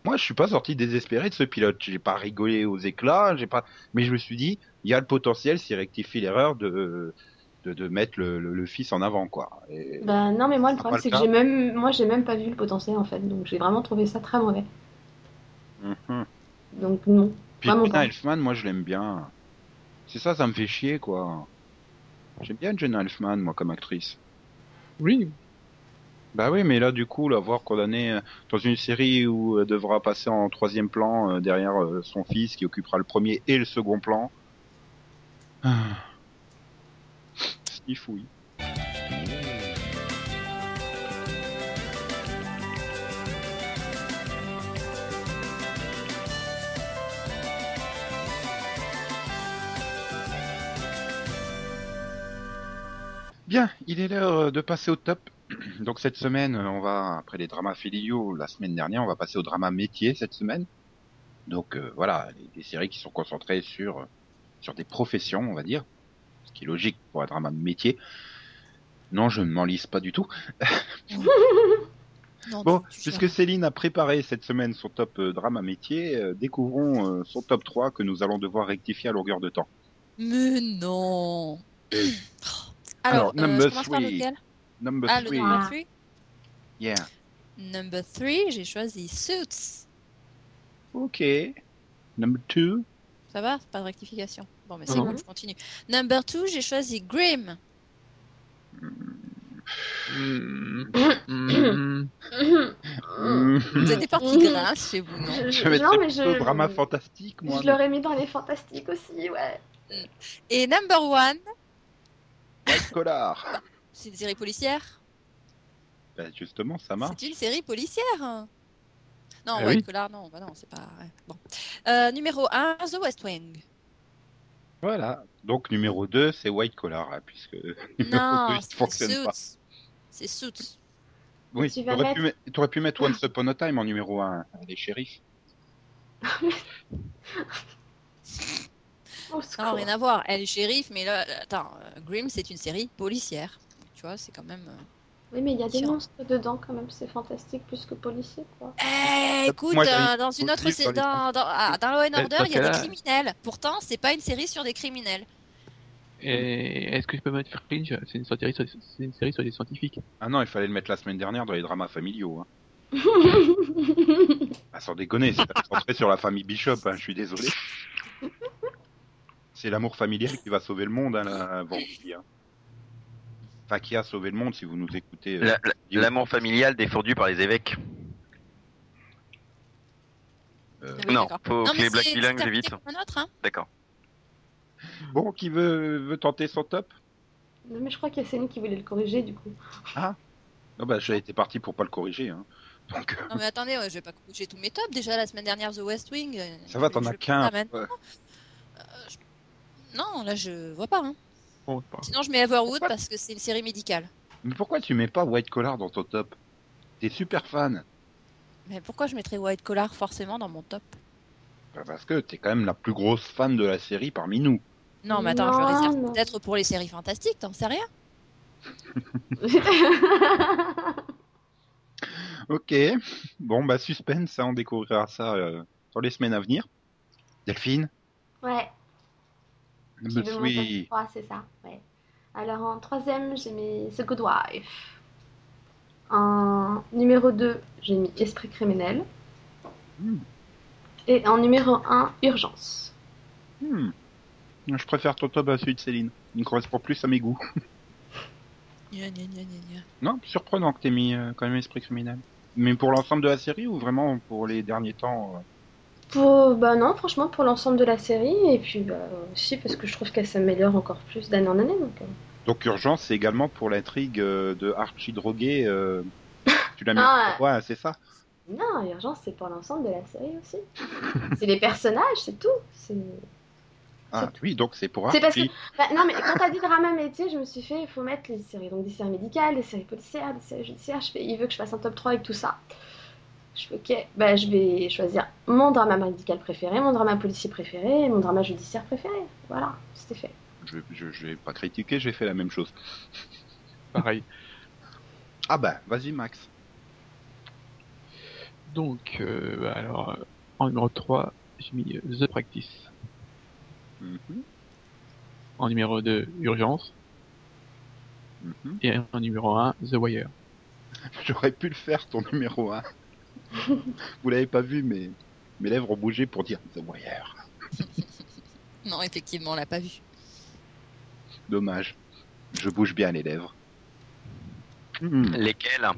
Speaker 1: moi, je suis pas sorti désespéré de ce pilote. J'ai pas rigolé aux éclats, j'ai pas. Mais je me suis dit, il y a le potentiel, s'il rectifie l'erreur, de, de, de mettre le, le- le fils en avant, quoi. Et-
Speaker 2: Bah non mais moi le
Speaker 1: Ah,
Speaker 2: problème
Speaker 1: pas
Speaker 2: c'est
Speaker 1: le cas.
Speaker 2: que j'ai même moi j'ai même pas vu le potentiel en fait donc j'ai vraiment trouvé ça très mauvais.
Speaker 1: Mhm.
Speaker 2: Donc non.
Speaker 1: Puis
Speaker 2: Vraiment
Speaker 1: Jonah
Speaker 2: pas.
Speaker 1: Elfman, moi je l'aime bien. C'est ça, ça me fait chier quoi. J'aime bien Jenna Elfman, moi, comme actrice.
Speaker 4: Oui.
Speaker 1: Bah oui, mais là, du coup, la voir condamnée euh, dans une série où elle devra passer en troisième plan euh, derrière euh, son fils qui occupera le premier et le second plan. Ah. Sniff, oui. Bien, il est l'heure euh, de passer au top. Donc cette semaine, on va après les dramas filiaux la semaine dernière, on va passer au drama métier cette semaine. Donc euh, voilà, les- des séries qui sont concentrées sur sur des professions, on va dire, ce qui est logique pour un drama métier. Non, je ne m'enlise pas du tout.
Speaker 2: Ah,
Speaker 3: Non,
Speaker 1: Bon,
Speaker 3: tu- tu
Speaker 1: puisque Céline a préparé cette semaine son top euh, drama métier, euh, découvrons euh, son top 3 que nous allons devoir rectifier à longueur de temps.
Speaker 3: Mais non.
Speaker 1: Alors,
Speaker 3: Alors, euh,
Speaker 1: number
Speaker 3: je commence par
Speaker 1: three.
Speaker 3: lequel
Speaker 1: Number
Speaker 3: Ah, le
Speaker 1: 3.
Speaker 3: number 3
Speaker 1: Yeah.
Speaker 3: Number 3, j'ai choisi Suits.
Speaker 1: OK. Number 2.
Speaker 3: Ça va Pas de rectification. Bon, mais c'est
Speaker 2: Non.
Speaker 3: bon, je continue. Number 2, j'ai choisi Grimm.
Speaker 4: Hmm. Hmm.
Speaker 3: C'était parti
Speaker 2: Mmh.
Speaker 3: grince chez vous, non
Speaker 2: Mm. Je-
Speaker 1: Hmm. (laughs) Je mettrais
Speaker 2: Oh. non, mais
Speaker 1: plutôt
Speaker 2: je-
Speaker 1: drama fantastique, moi.
Speaker 2: Je l'aurais mis dans les fantastiques aussi, ouais.
Speaker 3: Et number 1,
Speaker 1: White Collar.
Speaker 3: c'est une série policière.
Speaker 1: Bah, justement, ça marche.
Speaker 3: C'est une série policière. Non,
Speaker 4: Ah
Speaker 3: White
Speaker 4: oui.
Speaker 3: Collar, non, bah non, c'est pas. ouais, Bon. Euh, numéro 1, The West Wing.
Speaker 1: Voilà. Donc, numéro 2, c'est White Collar, hein, puisque ça
Speaker 3: Non, c'est
Speaker 1: fonctionne pas.
Speaker 3: Suits. C'est Suits.
Speaker 1: Oui,
Speaker 2: Tu vas
Speaker 1: t'aurais pu, met- t'aurais pu mettre Once Upon a Time en numéro 1, les shérifs.
Speaker 2: Au
Speaker 3: Non,
Speaker 2: secours.
Speaker 3: rien à voir. Elle est shérif, mais là, là, attends, euh, Grimm, c'est une série policière. Tu vois, c'est quand même. euh,
Speaker 2: Oui, mais il y a des
Speaker 3: Différent.
Speaker 2: monstres dedans quand même, c'est fantastique plus que policier, quoi.
Speaker 3: Eh, écoute,
Speaker 1: Moi, j'ai
Speaker 3: euh, dans une
Speaker 1: aussi
Speaker 3: autre, sé-
Speaker 1: dans les
Speaker 3: dans, dans, ah, dans Law and
Speaker 4: Mais
Speaker 3: Order,
Speaker 4: parce
Speaker 3: il y a
Speaker 4: que
Speaker 3: des
Speaker 4: là-
Speaker 3: criminels. Pourtant, c'est pas une série sur des criminels.
Speaker 4: Et est-ce que je peux mettre Fringe C'est une série sur, c'est une série sur des scientifiques.
Speaker 1: Ah non, il fallait le mettre la semaine dernière dans les dramas familiaux.
Speaker 2: (laughs)
Speaker 1: Hein. Ah, sans déconner, c'est pas centré sur la famille Bishop, hein, je suis désolé. C'est l'amour familial qui va sauver le monde, hein, là, vendredi. Hein. Enfin, qui a sauvé le monde, si vous nous écoutez. euh,
Speaker 5: La- la- L'amour familial défendu par les évêques.
Speaker 1: Euh,
Speaker 3: Ah oui,
Speaker 5: non,
Speaker 3: d'accord.
Speaker 5: faut
Speaker 3: Non,
Speaker 5: que
Speaker 3: mais
Speaker 5: les Black
Speaker 3: c'est-
Speaker 5: Bilingues
Speaker 3: c'est
Speaker 5: l'évitent.
Speaker 3: un autre, hein.
Speaker 5: D'accord.
Speaker 1: Bon, qui veut, veut tenter son top
Speaker 2: Non, mais je crois qu'il y a Céline qui voulait le corriger du
Speaker 1: (laughs)
Speaker 2: coup. (laughs)
Speaker 1: Non, bah, j'ai été parti pour pas le corriger. Hein. Donc, euh,
Speaker 3: Non mais attendez, ouais, je vais pas coucher tous mes tops. Déjà la semaine dernière The West Wing. euh,
Speaker 1: ça va,
Speaker 3: je-
Speaker 1: t'en
Speaker 3: je
Speaker 1: as
Speaker 3: le prends
Speaker 1: qu'un.
Speaker 3: là maintenant.
Speaker 1: Ouais.
Speaker 3: Euh, je- Non, là je vois pas. hein.
Speaker 4: Bon, c'est pas grave.
Speaker 3: Sinon je mets Everwood
Speaker 1: Pourquoi
Speaker 3: parce que c'est une série médicale.
Speaker 1: Mais pourquoi tu mets pas White Collar dans ton top T'es super fan.
Speaker 3: Mais pourquoi je mettrais White Collar forcément dans mon top
Speaker 1: Bah, parce que t'es quand même la plus grosse fan de la série parmi nous.
Speaker 3: Non, mais attends, je le
Speaker 2: Non,
Speaker 3: réserve
Speaker 2: non.
Speaker 3: peut-être pour les séries fantastiques, t'en sais rien
Speaker 1: Ok. Bon, bah, suspense, ça, on découvrira ça euh, dans les semaines à venir. Delphine
Speaker 2: ouais.
Speaker 1: Je
Speaker 2: Qui veut mon top
Speaker 1: suis.
Speaker 2: trois, c'est ça. Ouais. Alors en troisième, j'ai mis The Good Wife. En numéro 2, j'ai mis Esprit criminel.
Speaker 1: Hmm.
Speaker 2: Et en numéro 1, Urgence.
Speaker 1: Hmm. Je préfère ton top à celui de Céline. Il correspond plus à mes goûts.
Speaker 3: Gna, gna, gna, gna, gna.
Speaker 1: Non, surprenant que t'aies mis euh, quand même Esprit Criminel. Mais pour l'ensemble de la série ou vraiment pour les derniers temps euh,
Speaker 2: Pour, bah non, franchement, pour l'ensemble de la série. Et puis bah, aussi parce que je trouve qu'elle s'améliore encore plus d'année en année. Donc, euh.
Speaker 1: Donc Urgence, c'est également pour l'intrigue euh, de Archie drogué.
Speaker 2: (laughs)
Speaker 1: euh, Tu l'as mis
Speaker 2: Ah
Speaker 1: ouais, c'est ça.
Speaker 2: Non, Urgence, c'est pour l'ensemble de la série aussi. c'est les personnages, c'est tout. C'est...
Speaker 1: Ah oui, donc c'est pour
Speaker 2: C'est
Speaker 1: Archie.
Speaker 2: parce que- Bah, non, mais quand t'as dit drama métier, je me suis fait, il faut mettre les séries. Donc des séries médicales, des séries policières, des séries judiciaires. Je fais, il veut que je fasse un top 3 avec tout ça. Je fais, ok, bah, je vais choisir mon drama médical préféré, mon drama policier préféré, et mon drama judiciaire préféré. Voilà, c'était fait.
Speaker 1: Je, je, je vais pas critiquer, j'ai fait la même chose.
Speaker 4: pareil.
Speaker 1: Ah bah, vas-y Max.
Speaker 4: Donc, euh, bah, alors, euh, en numéro 3, j'ai mis euh, The Practice.
Speaker 1: Mhm,
Speaker 4: En numéro 2, Urgence.
Speaker 1: mhm. (laughs)
Speaker 4: Et en numéro 1, The Wire.
Speaker 1: J'aurais pu le faire ton numéro
Speaker 2: (laughs)
Speaker 1: 1. Vous l'avez pas vu, mais mes lèvres ont bougé pour dire The Wire.
Speaker 3: Non, effectivement, on l'a pas vu.
Speaker 1: Dommage. Je bouge bien les lèvres. Hmm.
Speaker 5: Lesquels hein.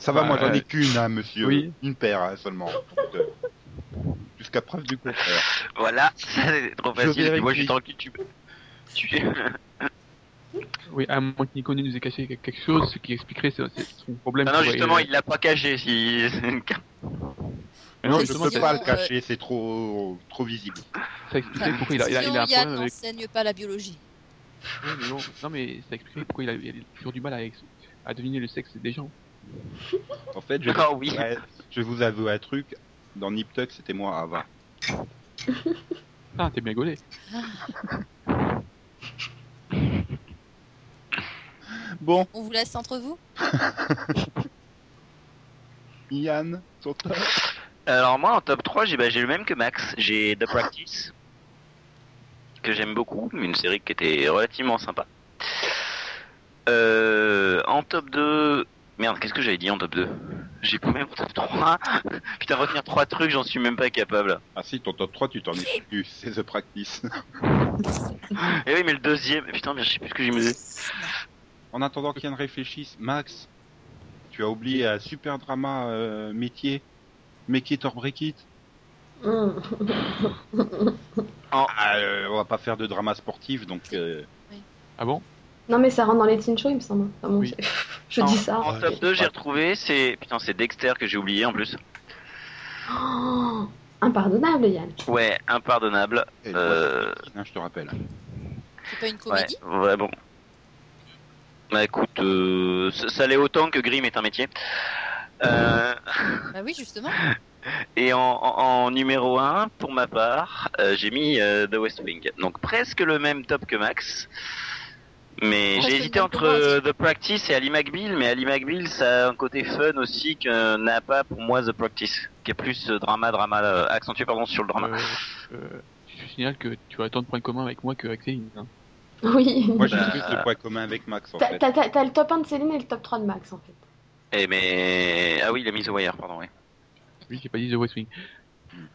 Speaker 1: Ça va,
Speaker 4: Bah,
Speaker 1: moi j'en ai
Speaker 4: euh,
Speaker 1: qu'une, hein, monsieur.
Speaker 4: oui.
Speaker 1: Une paire hein, seulement. Donc, euh, Jusqu'à preuve du contraire.
Speaker 5: Voilà, (laughs) c'est trop
Speaker 1: Je
Speaker 5: facile.
Speaker 1: vérifie.
Speaker 5: Moi, je suis dans le cul, tu peux. Tu...
Speaker 1: (laughs)
Speaker 4: Oui, à moins que Nico nous ait caché quelque chose, ce qui expliquerait ce- ce- son problème.
Speaker 5: Non, non,
Speaker 4: sur-
Speaker 5: justement,
Speaker 4: euh,
Speaker 5: il l'a pas caché. Si... c'est une carte.
Speaker 4: mais
Speaker 1: Non,
Speaker 4: non,
Speaker 1: je
Speaker 4: justement,
Speaker 1: peux
Speaker 3: sinon,
Speaker 4: ça,
Speaker 1: pas le
Speaker 3: euh,
Speaker 1: cacher, c'est trop, trop visible.
Speaker 4: ça
Speaker 5: Ah,
Speaker 4: expliquerait pourquoi il a, il a- il a un
Speaker 3: Sinon, Yann
Speaker 4: problème avec.
Speaker 3: n'enseigne pas la biologie.
Speaker 4: Oui, mais bon, non, mais ça expliquerait pourquoi il a, il a toujours du mal à, ex- à deviner le sexe des gens.
Speaker 1: En fait, je,
Speaker 5: Ah oui.
Speaker 1: Ouais, je vous avoue un truc. Dans Nip Tuck, c'était moi avant.
Speaker 4: Ah, t'es bien gaulé.
Speaker 1: Bon,
Speaker 3: On vous laisse
Speaker 2: (laughs)
Speaker 3: entre vous
Speaker 1: Yann, ton top.
Speaker 5: Alors, moi, en top 3, j'ai bah, j'ai le même que Max. J'ai The Practice, que j'aime beaucoup, une série qui était relativement sympa. Euh, en top 2. Merde, qu'est-ce que j'avais dit en top 2 J'ai quand même en top 3. (laughs) Putain, retenir 3 trucs, j'en suis même pas capable.
Speaker 1: Ah si, ton top 3, tu t'en es plus. (laughs) C'est The Practice.
Speaker 5: Et Eh oui, mais le deuxième. Putain, merde, je sais plus ce que j'ai mis.
Speaker 1: En attendant qu'Yann réfléchisse, Max, tu as oublié un super drama euh, métier. Make it or break it.
Speaker 2: Hum. Mm. (laughs)
Speaker 1: Ah, euh, on va pas faire de drama sportif, donc... euh,
Speaker 4: Ah bon
Speaker 2: Non, mais ça rentre dans les teen shows, il me semble. Enfin, bon,
Speaker 4: Oui.
Speaker 2: c'est- (laughs) je dis ça.
Speaker 5: En top 2, j'ai retrouvé, c'est. Putain, c'est Dexter que j'ai oublié en plus.
Speaker 2: Oh, impardonnable, Yann. (laughs)
Speaker 5: Ouais, impardonnable.
Speaker 1: et le
Speaker 5: Euh,
Speaker 1: Washington, hein, je te rappelle.
Speaker 3: C'est pas une
Speaker 5: Ouais,
Speaker 3: comédie
Speaker 5: ouais, bon. Bah écoute, euh, ça, ça l'est autant que Grimm est un métier. Euh,
Speaker 3: Bah oui, justement.
Speaker 5: et en, en- en numéro 1, pour ma part, euh, j'ai mis euh, The West Wing. Donc presque le même top que Max. Mais
Speaker 3: Presque
Speaker 5: j'ai
Speaker 3: le
Speaker 5: hésité
Speaker 3: même
Speaker 5: entre
Speaker 3: que moi aussi.
Speaker 5: euh, The Practice et Ali McBeal, mais Ali McBeal, ça a un côté fun aussi que n'a pas pour moi The Practice, qui est plus euh, drama, drama, euh, accentué pardon sur le
Speaker 3: Ah
Speaker 5: drama.
Speaker 3: bah.
Speaker 4: Euh, euh, Je te signale que tu as tant de points communs avec moi qu'avec Céline. hein.
Speaker 2: Oui.
Speaker 1: Moi, j'ai
Speaker 5: Bah,
Speaker 1: plus de points communs avec Max, en
Speaker 2: T'as,
Speaker 1: fait.
Speaker 2: t'as- t'as- t'as le top 1 de Céline et le top 3 de Max, en fait.
Speaker 5: Eh mais ah oui, il a mis The Wire, pardon. Oui.
Speaker 4: Oui, j'ai pas dit The West Wing.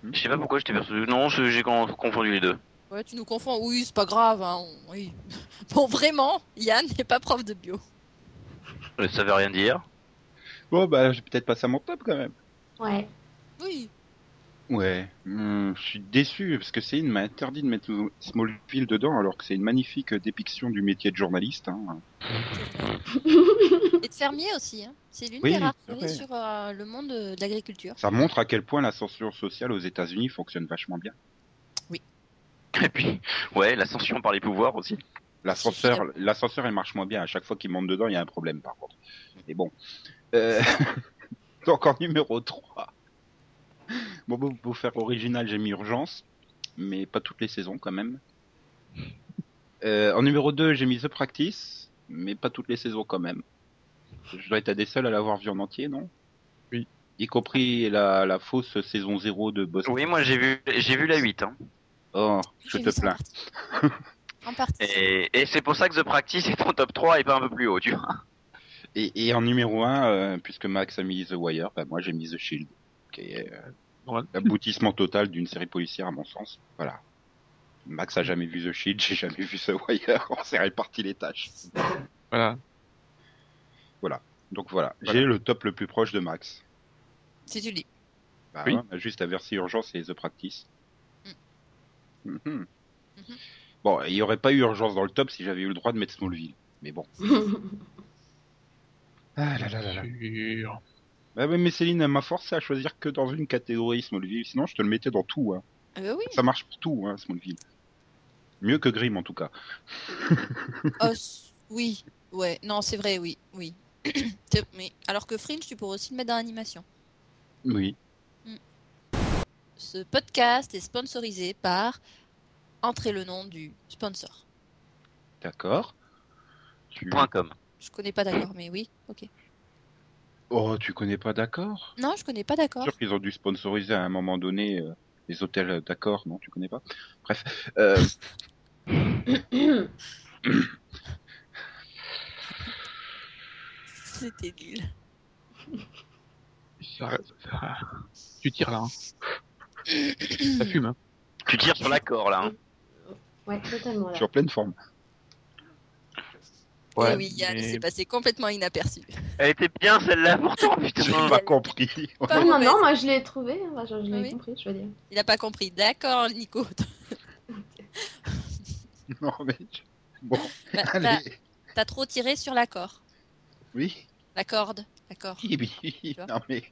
Speaker 1: Mhm.
Speaker 5: Je sais pas pourquoi je t'ai perçu. Non, je- j'ai con- confondu les deux.
Speaker 3: Ouais, tu nous confonds. Oui, c'est pas grave. Hein. on- Oui. (laughs) Bon, vraiment, Yann n'est pas prof de bio.
Speaker 5: Euh, Ça veut rien dire.
Speaker 1: (laughs) Bon, bah, j'ai peut-être passé à mon top, quand même.
Speaker 2: Ouais.
Speaker 3: Oui,
Speaker 1: Ouais, Hum, je suis déçu parce que Céline m'a interdit de mettre Smallville dedans alors que c'est une magnifique euh, dépiction du métier de journaliste. hein.
Speaker 3: Et de fermier aussi. hein. C'est l'une
Speaker 1: Oui,
Speaker 3: des rares
Speaker 1: c'est
Speaker 3: séries
Speaker 1: vrai.
Speaker 3: sur euh, le monde euh, de l'agriculture.
Speaker 1: Ça montre à quel point l'ascension sociale aux États-Unis fonctionne vachement bien.
Speaker 5: Et puis, ouais, l'ascension par les pouvoirs aussi.
Speaker 1: L'ascenseur, l'ascenseur, il marche moins bien. À chaque fois qu'il monte dedans, il y a un problème par contre. Mais bon. Euh, (laughs) Donc en numéro 3. Bon, pour- pour faire original, j'ai mis Urgence, mais pas toutes les saisons quand même. Euh, en numéro 2, j'ai mis The Practice, mais pas toutes les saisons quand même. Je dois être un des seuls à l'avoir vu en entier, non
Speaker 4: Oui.
Speaker 1: Y compris la, la fausse saison 0 de Boston.
Speaker 5: Oui, moi j'ai vu, j'ai vu la 8. Hein.
Speaker 1: Oh, je
Speaker 3: J'ai
Speaker 1: te
Speaker 3: vu ça en
Speaker 1: plains.
Speaker 3: partie.
Speaker 1: (laughs)
Speaker 3: En partie.
Speaker 5: Et, et c'est pour ça que The Practice est en top 3 et pas un peu plus haut, tu vois.
Speaker 1: Et, et en numéro 1, puisque Max a mis The Wire, bah moi j'ai mis The Shield, qui est euh,
Speaker 4: Normal.
Speaker 1: l'aboutissement total d'une série policière à mon sens. Voilà. Max a jamais vu The Shield, j'ai jamais vu The Wire, on s'est réparti les tâches.
Speaker 4: Voilà.
Speaker 1: Donc voilà,
Speaker 4: Voilà.
Speaker 1: j'ai le top le plus proche de Max.
Speaker 3: Si tu lis.
Speaker 1: Bah,
Speaker 4: Oui.
Speaker 1: hein, on a juste la version urgence et The Practice. Mhm.
Speaker 3: Mhm.
Speaker 1: Bon, il n'y aurait pas eu urgence dans le top si j'avais eu le droit de mettre Smallville. Mais bon. Ah là là là là.
Speaker 4: Sûr.
Speaker 1: Bah, ouais, mais Céline, elle m'a forcé à choisir que dans une catégorie Smallville, sinon je te le mettais dans tout. Hein.
Speaker 3: Ah bah oui.
Speaker 1: Ça marche pour tout, hein, Smallville. Mieux que Grimm, en tout cas.
Speaker 3: Oh, s- oui. Ouais. Non, c'est vrai, oui. Oui. (clears throat) C'est- oui. Alors que Fringe, tu pourrais aussi le mettre dans l'animation.
Speaker 1: Oui.
Speaker 3: Ce podcast est sponsorisé par. Entrez le nom du sponsor.
Speaker 1: D'accord. Tu...
Speaker 5: Point com.
Speaker 3: Je connais pas d'accord, mais oui. Ok.
Speaker 1: Oh, tu connais pas D'accord
Speaker 3: Non, je connais pas
Speaker 1: Je
Speaker 3: d'accord.
Speaker 1: suis sûr qu'ils ont dû sponsoriser à un moment donné euh, les hôtels D'accord, non, tu connais pas Bref. Euh,
Speaker 3: C'était nul.
Speaker 4: Ça- ça- Tu tires là. Hein. ça fume. Hein.
Speaker 5: Tu tires sur l'accord là. hein.
Speaker 2: ouais, totalement.
Speaker 1: je
Speaker 2: là.
Speaker 1: suis en pleine forme.
Speaker 3: Et Eh oui, Yann,
Speaker 4: mais-
Speaker 3: c'est passé complètement inaperçu.
Speaker 5: Elle était bien celle-là (laughs) pourtant,
Speaker 1: J'ai
Speaker 5: putain.
Speaker 1: pas compris. (laughs)
Speaker 3: Pas
Speaker 2: Non, non,
Speaker 3: mauvaise.
Speaker 2: non, moi je l'ai trouvé, hein, moi, je, je l'ai
Speaker 3: Oui.
Speaker 2: compris, je veux dire.
Speaker 3: Il n'a pas compris. D'accord, Nico.
Speaker 1: non, mais... je- Bon,
Speaker 3: Bah, T'as
Speaker 1: allez.
Speaker 3: t'as trop tiré sur la corde.
Speaker 1: Oui,
Speaker 3: La corde. La (laughs) corde.
Speaker 1: oui, oui.
Speaker 3: vois
Speaker 1: Non, mais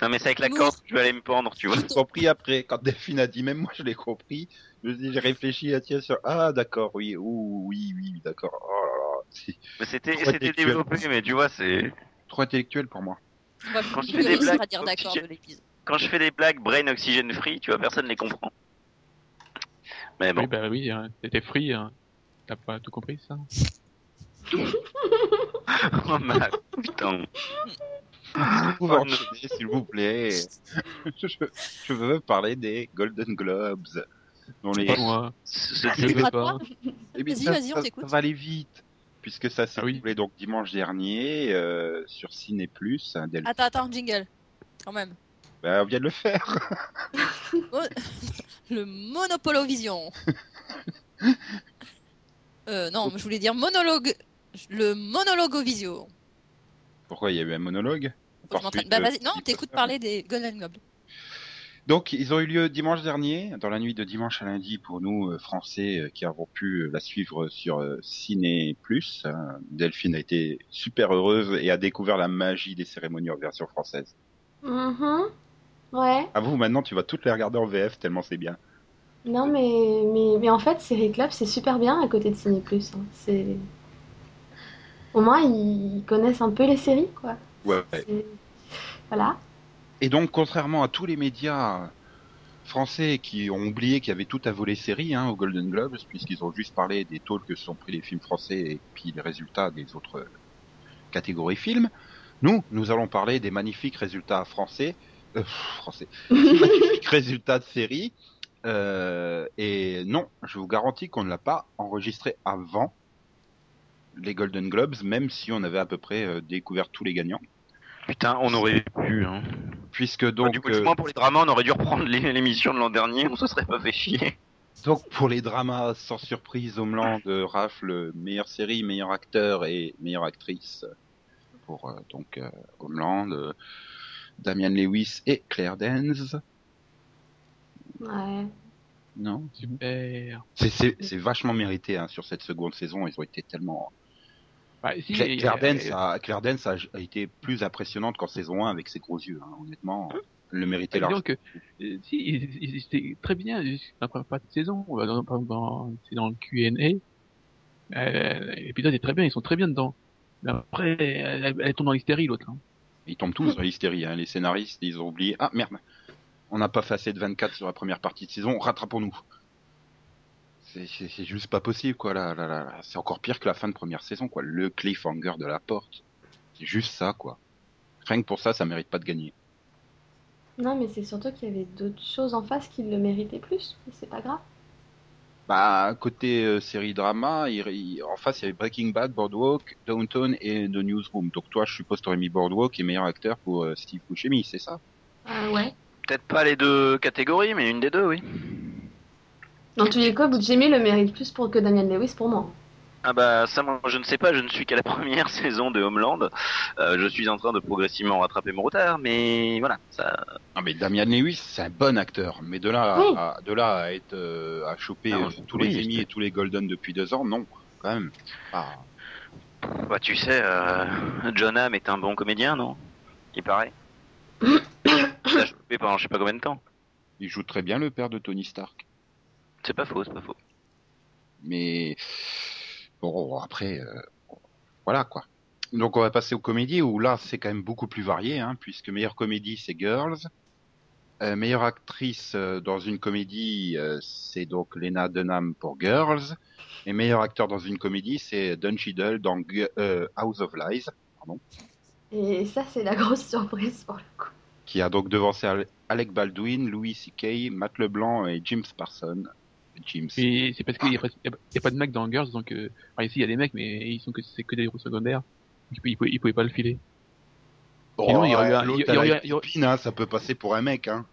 Speaker 5: Non mais c'est avec la
Speaker 3: Nous.
Speaker 5: corde, je vais aller me pendre, tu vois.
Speaker 1: j'ai compris après. Quand Delphine a dit, même moi, je l'ai compris. Je dis, J'ai réfléchi à tiens sur... Ah, d'accord, oui, ouh, oui, oui, d'accord. Oh là là. Si.
Speaker 5: Mais c'était,
Speaker 1: Trop
Speaker 5: c'était
Speaker 1: intellectuel.
Speaker 5: développé, mais tu vois, c'est.
Speaker 1: Trop intellectuel pour moi.
Speaker 3: On va
Speaker 5: Quand je
Speaker 3: plus
Speaker 5: fais des
Speaker 3: réussir à
Speaker 5: blagues,
Speaker 3: dire
Speaker 5: faut
Speaker 3: d'accord de
Speaker 5: obliger.
Speaker 3: l'épisode.
Speaker 5: Quand je fais des blagues brain oxygène free, tu vois, personne les comprend. Mais
Speaker 4: Oui,
Speaker 5: bon,
Speaker 4: bah oui, hein, t'étais free. hein. T'as pas tout compris ça
Speaker 5: (laughs) oh, ma- putain.
Speaker 1: Vous
Speaker 5: Oh,
Speaker 1: enchaînez, s'il vous plaît.
Speaker 4: (laughs)
Speaker 1: je, je veux parler des Golden Globes. Dont les...
Speaker 4: Pas moi.
Speaker 5: Ce, ce
Speaker 4: Je
Speaker 5: type-
Speaker 4: veux
Speaker 3: à
Speaker 4: pas.
Speaker 3: toi
Speaker 1: Eh bien,
Speaker 3: Vas-y,
Speaker 1: ça-
Speaker 3: vas-y, on
Speaker 1: ça-
Speaker 3: t'écoute.
Speaker 1: Ça va aller vite, puisque ça s'est
Speaker 4: Ah oui.
Speaker 1: déroulé donc dimanche dernier euh, sur Ciné Plus. Ben,
Speaker 3: Attends, attends, jingle. Quand même. Oh,
Speaker 1: on vient de le faire. (laughs)
Speaker 3: (laughs)
Speaker 1: (laughs)
Speaker 3: Le Monopolovision. euh, non, je voulais dire monologue. Le monologovision.
Speaker 1: Pourquoi il y a eu un monologue
Speaker 3: Faut que je
Speaker 1: Parce
Speaker 3: m'entraîne.
Speaker 1: que,
Speaker 3: Bah,
Speaker 1: euh,
Speaker 3: vas-y. Non,
Speaker 1: il
Speaker 3: t'écoutes
Speaker 1: faut-
Speaker 3: parler des Golden Globes.
Speaker 1: Donc, ils ont eu lieu dimanche dernier, dans la nuit de dimanche à lundi, pour nous euh, Français euh, qui avons pu euh, la suivre sur euh, Ciné Plus. hein. Delphine a été super heureuse et a découvert la magie des cérémonies en version française.
Speaker 2: Mhm. Ouais.
Speaker 1: Ah vous, maintenant, tu vas toutes les regarder en VF tellement c'est bien.
Speaker 2: Non, mais, mais, mais en fait, Série Club, c'est super bien à côté de Ciné Plus. hein. C'est... Au moins, ils ils connaissent un peu les séries, quoi.
Speaker 1: Ouais.
Speaker 2: C'est- Voilà. (laughs)
Speaker 1: Et donc, contrairement à tous les médias français qui ont oublié qu'il y avait tout à voler série hein, aux Golden Globes, puisqu'ils ont juste parlé des taux que se sont pris les films français et puis les résultats des autres euh, catégories films, nous, nous allons parler des magnifiques résultats français, euh, français, des (laughs) magnifiques résultats de série. Euh, et non, je vous garantis qu'on ne l'a pas enregistré avant les Golden Globes, même si on avait à peu près euh, découvert tous les gagnants.
Speaker 5: Putain, on aurait pu. Hein.
Speaker 1: Puisque
Speaker 5: Donc,
Speaker 1: donc,
Speaker 5: du coup,
Speaker 1: euh,
Speaker 5: moins pour les dramas, on aurait dû reprendre l'é- l'émission de l'an dernier, on se serait pas fait chier.
Speaker 1: donc pour les dramas, sans surprise, Homeland euh, rafle meilleure série, meilleur acteur et meilleure actrice pour euh, donc euh, Homeland, euh, Damian Lewis et Claire Danes.
Speaker 2: Ouais.
Speaker 1: Non.
Speaker 4: Super.
Speaker 1: C'est- C'est c'est vachement mérité hein, sur cette seconde saison. Ils ont été tellement.
Speaker 4: Bah, si,
Speaker 1: Cla-
Speaker 4: et-
Speaker 1: Claire
Speaker 4: et-
Speaker 1: Danes, a, Claire Danes a, a été plus impressionnante qu'en saison 1 avec ses gros yeux. hein. Honnêtement, elle le méritait
Speaker 4: Et
Speaker 1: largement.
Speaker 4: donc, euh, si, il- il- c'était très bien jusqu'à la première partie de saison. Bah, Dans, par exemple, dans, c'est dans le Q&A. Euh, L'épisode est très bien, ils sont très bien dedans. Mais Après, elle, elle- elle tombe dans l'hystérie, l'autre. hein.
Speaker 1: Ils tombent tous dans l'hystérie. hein. Les scénaristes, ils ont oublié. Ah merde, on n'a pas fait assez de 24 sur la première partie de saison. Rattrapons-nous. C'est- C'est c'est juste pas possible, quoi. Là, là, là, là. C'est encore pire que la fin de première saison, quoi. Le cliffhanger de la porte. C'est juste ça, quoi. Rien que pour ça, ça mérite pas de gagner.
Speaker 2: Non, mais c'est surtout qu'il y avait d'autres choses en face qui le méritaient plus. Mais c'est pas grave.
Speaker 1: Bah, côté euh, série drama, il- il- en face, il y avait Breaking Bad, Boardwalk, Downton et The Newsroom. Donc, toi, je suppose, t'aurais mis Boardwalk et meilleur acteur pour euh, Steve Buscemi, c'est ça
Speaker 2: ouais.
Speaker 5: Peut-être pas les deux catégories, mais une des deux, oui.
Speaker 2: Dans tous les cas, Buscemi le mérite plus pour que Daniel Lewis pour moi.
Speaker 5: Ah bah ça, moi, je ne sais pas, je ne suis qu'à la (laughs) première saison de Homeland. Euh, je suis en train de progressivement rattraper mon retard, mais voilà, ça...
Speaker 1: Non mais Damian Lewis, c'est un bon acteur, mais de là à,
Speaker 2: Oui.
Speaker 1: à- de là à être euh, à choper
Speaker 5: Ah,
Speaker 1: euh,
Speaker 5: oui,
Speaker 1: tous
Speaker 5: oui,
Speaker 1: les Emmy
Speaker 5: je-
Speaker 1: et tous les Golden depuis deux ans, non, quand même. Ah,
Speaker 5: Bah tu sais, euh, John Hamm est un bon comédien, non Il paraît. Il a joué pendant je sais pas combien de temps.
Speaker 1: il joue très bien le père de Tony Stark,
Speaker 5: C'est pas faux, c'est pas faux.
Speaker 1: mais bon après, euh, voilà quoi. Donc on va passer aux comédies où là c'est quand même beaucoup plus varié, hein, puisque meilleure comédie c'est Girls, Euh, meilleure actrice euh, dans une comédie euh, c'est donc Lena Dunham pour Girls, et meilleur acteur dans une comédie c'est Don Cheadle dans Gu- euh, House of Lies.
Speaker 2: Et ça, c'est la (laughs) grosse surprise pour le coup.
Speaker 1: qui a donc devancé Ale- Alec Baldwin, Louis C.K., Matt LeBlanc et James Parson. James.
Speaker 4: Et c'est parce qu'il n'y a, pas- il y a- il y a pas de mecs dans Girls, donc... Euh, enfin, ici, il y a des mecs, mais ils sont que, c'est que des héros secondaires. Donc, Ils, pouvaient- ils pouvaient pas le filer.
Speaker 1: Oh,
Speaker 4: sinon, il y aurait eu un-
Speaker 1: l'autre,
Speaker 4: il y aurait eu
Speaker 1: elle a
Speaker 4: un-
Speaker 1: une copine, hein, ça peut passer pour un mec. Hein.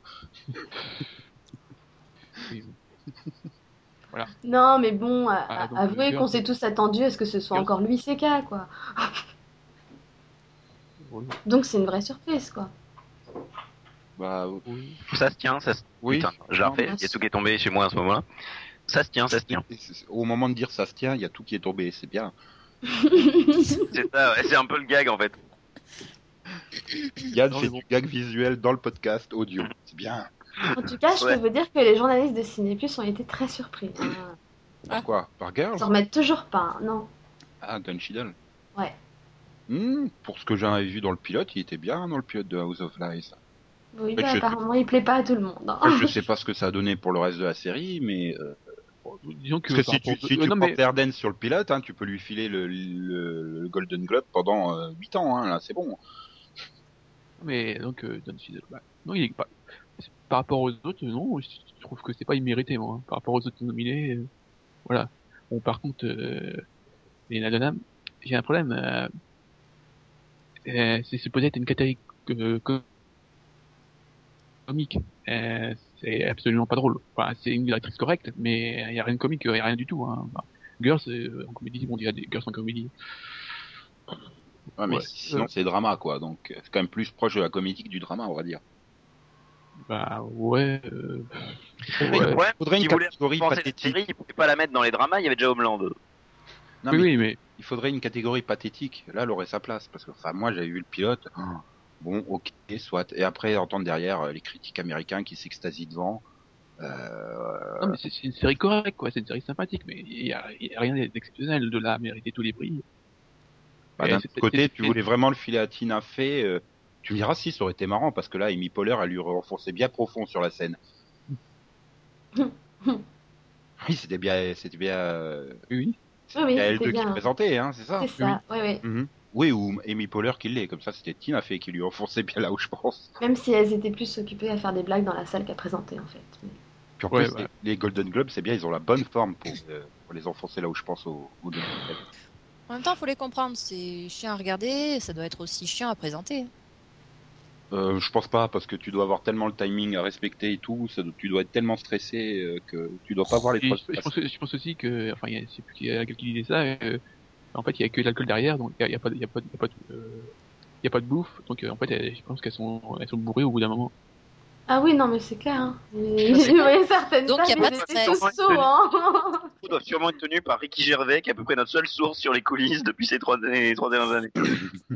Speaker 2: Non, mais bon, à-
Speaker 4: Ah,
Speaker 2: à-
Speaker 4: donc,
Speaker 2: avouez
Speaker 4: Girls-
Speaker 2: qu'on s'est tous attendus à ce que ce soit
Speaker 4: Girls-
Speaker 2: encore lui, CK, quoi. Donc c'est une vraie surprise, quoi.
Speaker 1: Bah,
Speaker 5: Ça se tient, ça se...
Speaker 1: oui.
Speaker 5: Putain, je la refais,
Speaker 1: Non,
Speaker 5: il y a tout qui est tombé chez moi à ce moment-là. Ça se tient, ça
Speaker 1: (laughs)
Speaker 5: se tient.
Speaker 1: mais c'est- c'est- Au moment de dire ça se tient, il y a tout qui est tombé, c'est bien.
Speaker 5: C'est ça, ouais, c'est un peu le gag en fait.
Speaker 1: Yann
Speaker 4: Non,
Speaker 1: fait
Speaker 4: mais bon.
Speaker 1: du gag visuel dans le podcast audio, c'est bien.
Speaker 2: En tout cas, je
Speaker 5: Ouais.
Speaker 2: peux vous dire que les journalistes de Cinéplus ont été très surpris. hein.
Speaker 1: Pourquoi Par
Speaker 2: Ils
Speaker 1: Girls
Speaker 2: s'en remettent toujours pas, hein, non.
Speaker 1: Ah, Don Cheadle.
Speaker 2: Ouais.
Speaker 1: Hmm, pour ce que j'avais vu dans le pilote, il était bien dans le pilote de House of Lies.
Speaker 2: Oui,
Speaker 1: Mais
Speaker 2: bah,
Speaker 1: je-
Speaker 2: apparemment, il plaît pas à tout le monde. hein.
Speaker 1: Après, je sais pas ce que ça a donné pour le reste de la série, mais euh,
Speaker 4: Disons que...
Speaker 1: Parce que
Speaker 4: par
Speaker 1: si tu,
Speaker 4: rapport-
Speaker 1: si
Speaker 4: Euh,
Speaker 1: tu
Speaker 4: non,
Speaker 1: prends
Speaker 4: mais-
Speaker 1: Claire Danes sur le pilote, hein, tu peux lui filer le, le- le Golden Globe pendant 8 ans, hein, là c'est bon.
Speaker 4: Mais donc, euh, Don Cheadle, bah, non, il est pas. Par rapport aux autres, non, je je trouve que c'est pas immérité, moi. hein. Par rapport aux autres nominés, euh, voilà. Bon, par contre, euh, Lena Dunham, j'ai un problème. euh, euh, c'est supposé être une catégorie euh, co- comique. Euh, c'est absolument pas drôle. Enfin, c'est une actrice correcte, mais il y a rien de comique, il y a rien du tout. Hein. Enfin, Girls euh, en comédie, bon, il y a des Girls en comédie.
Speaker 1: Ouais, mais
Speaker 4: Ouais.
Speaker 1: sinon
Speaker 4: Euh.
Speaker 1: c'est drama quoi, donc euh, c'est quand même plus proche de la comédie que du drama, on va dire.
Speaker 4: Bah ouais. euh,
Speaker 5: Mais le
Speaker 4: ouais.
Speaker 5: problème,
Speaker 1: faudrait
Speaker 5: une
Speaker 1: une
Speaker 5: Ils voulaient
Speaker 1: catégorie
Speaker 5: c'est que cette
Speaker 1: pathétique.
Speaker 5: série, ils pouvaient pas la mettre dans les dramas, il y avait déjà Homeland.
Speaker 1: Non, mais
Speaker 4: Oui, oui, mais
Speaker 1: Il faudrait une catégorie pathétique. Là, elle aurait sa place parce que enfin moi j'avais vu le pilote. Ah, Bon, ok, soit. Et après entendre derrière euh, les critiques américains qui s'extasient devant. Euh,
Speaker 4: Non, Ah, mais c'est c'est une série correcte, quoi. C'est une série sympathique, mais il y a, il y a rien d'exceptionnel de là à mériter tous les prix.
Speaker 1: bah,
Speaker 4: Et
Speaker 1: D'un
Speaker 4: c'est-
Speaker 1: autre côté,
Speaker 4: c'est-
Speaker 1: tu voulais vraiment le filer à Tina Fey. euh, tu me diras si ça aurait été marrant parce que là, Amy Poehler, elle lui renfonçait bien profond sur la
Speaker 2: (laughs)
Speaker 1: scène. Oui, c'était bien, c'était bien, euh,
Speaker 4: Oui, oui.
Speaker 2: Oui, Ah oui,
Speaker 1: bien elle
Speaker 2: c'était
Speaker 1: deux qui
Speaker 2: bien.
Speaker 1: présentait, hein, c'est ça
Speaker 2: C'est ça, oui, oui.
Speaker 1: Mhm. Oui, ou Amy Poehler qui l'est, comme ça c'était Tina Fey qui lui enfonçait bien là où je pense.
Speaker 2: Même si elles étaient plus occupées à faire des blagues dans la salle qu'à présenter, en fait. Mais-
Speaker 1: Puis en
Speaker 4: Ouais,
Speaker 1: plus,
Speaker 4: ouais.
Speaker 1: les, les Golden Globes, c'est bien, ils ont la bonne forme pour, euh, pour les enfoncer là où je pense au, au Golden Globes.
Speaker 3: En même temps, faut les comprendre. C'est chiant à regarder, ça doit être aussi chiant à présenter.
Speaker 1: Euh, je pense pas, parce que tu dois avoir tellement le timing à respecter et tout, ça, doit- tu dois être tellement stressé euh, que tu dois pas voir les
Speaker 4: Et
Speaker 1: trois
Speaker 4: je, je pense, je pense aussi que, enfin, il y a- je sais plus qui a qui disait ça. euh, en fait, il y a que de l'alcool derrière, donc il y a, il y a pas, de- il y a pas, de- il y a pas de, euh, il y a pas de bouffe. Donc euh, en fait, elles- je pense qu'elles sont, elles sont bourrées au bout d'un moment.
Speaker 2: Ah oui, non, mais c'est clair.
Speaker 3: (laughs)
Speaker 2: Hein.
Speaker 3: Je sais
Speaker 2: Vous voyez certaines
Speaker 3: Donc,
Speaker 2: pages,
Speaker 3: y a pas de
Speaker 2: ils étaient
Speaker 3: stress.
Speaker 2: tous sots, hein.
Speaker 4: (laughs)
Speaker 5: Ils doivent sûrement être tenus par Ricky Gervais, qui est à peu près notre seule source sur les coulisses depuis ces trois, les trois dernières années.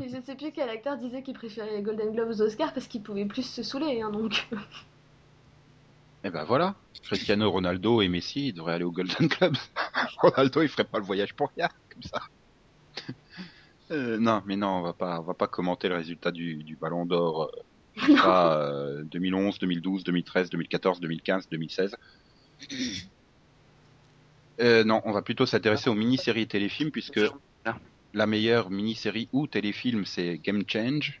Speaker 2: Et je sais plus quel acteur disait qu'il préférait les Golden Globes aux Oscars parce qu'il pouvait plus se saouler. Hein, donc. (laughs)
Speaker 1: Et ben voilà, Cristiano Ronaldo et Messi ils devraient aller au Golden Club. (laughs) Ronaldo il ferait pas le voyage pour rien comme ça. Euh, non, mais non, on va pas, on va pas commenter le résultat du, du Ballon d'Or euh, je sais pas, euh, 2011, 2012, 2013, 2014, 2015, 2016. Euh, non, on va plutôt s'intéresser aux mini-séries et téléfilms puisque la meilleure mini-série ou téléfilm, c'est Game Change.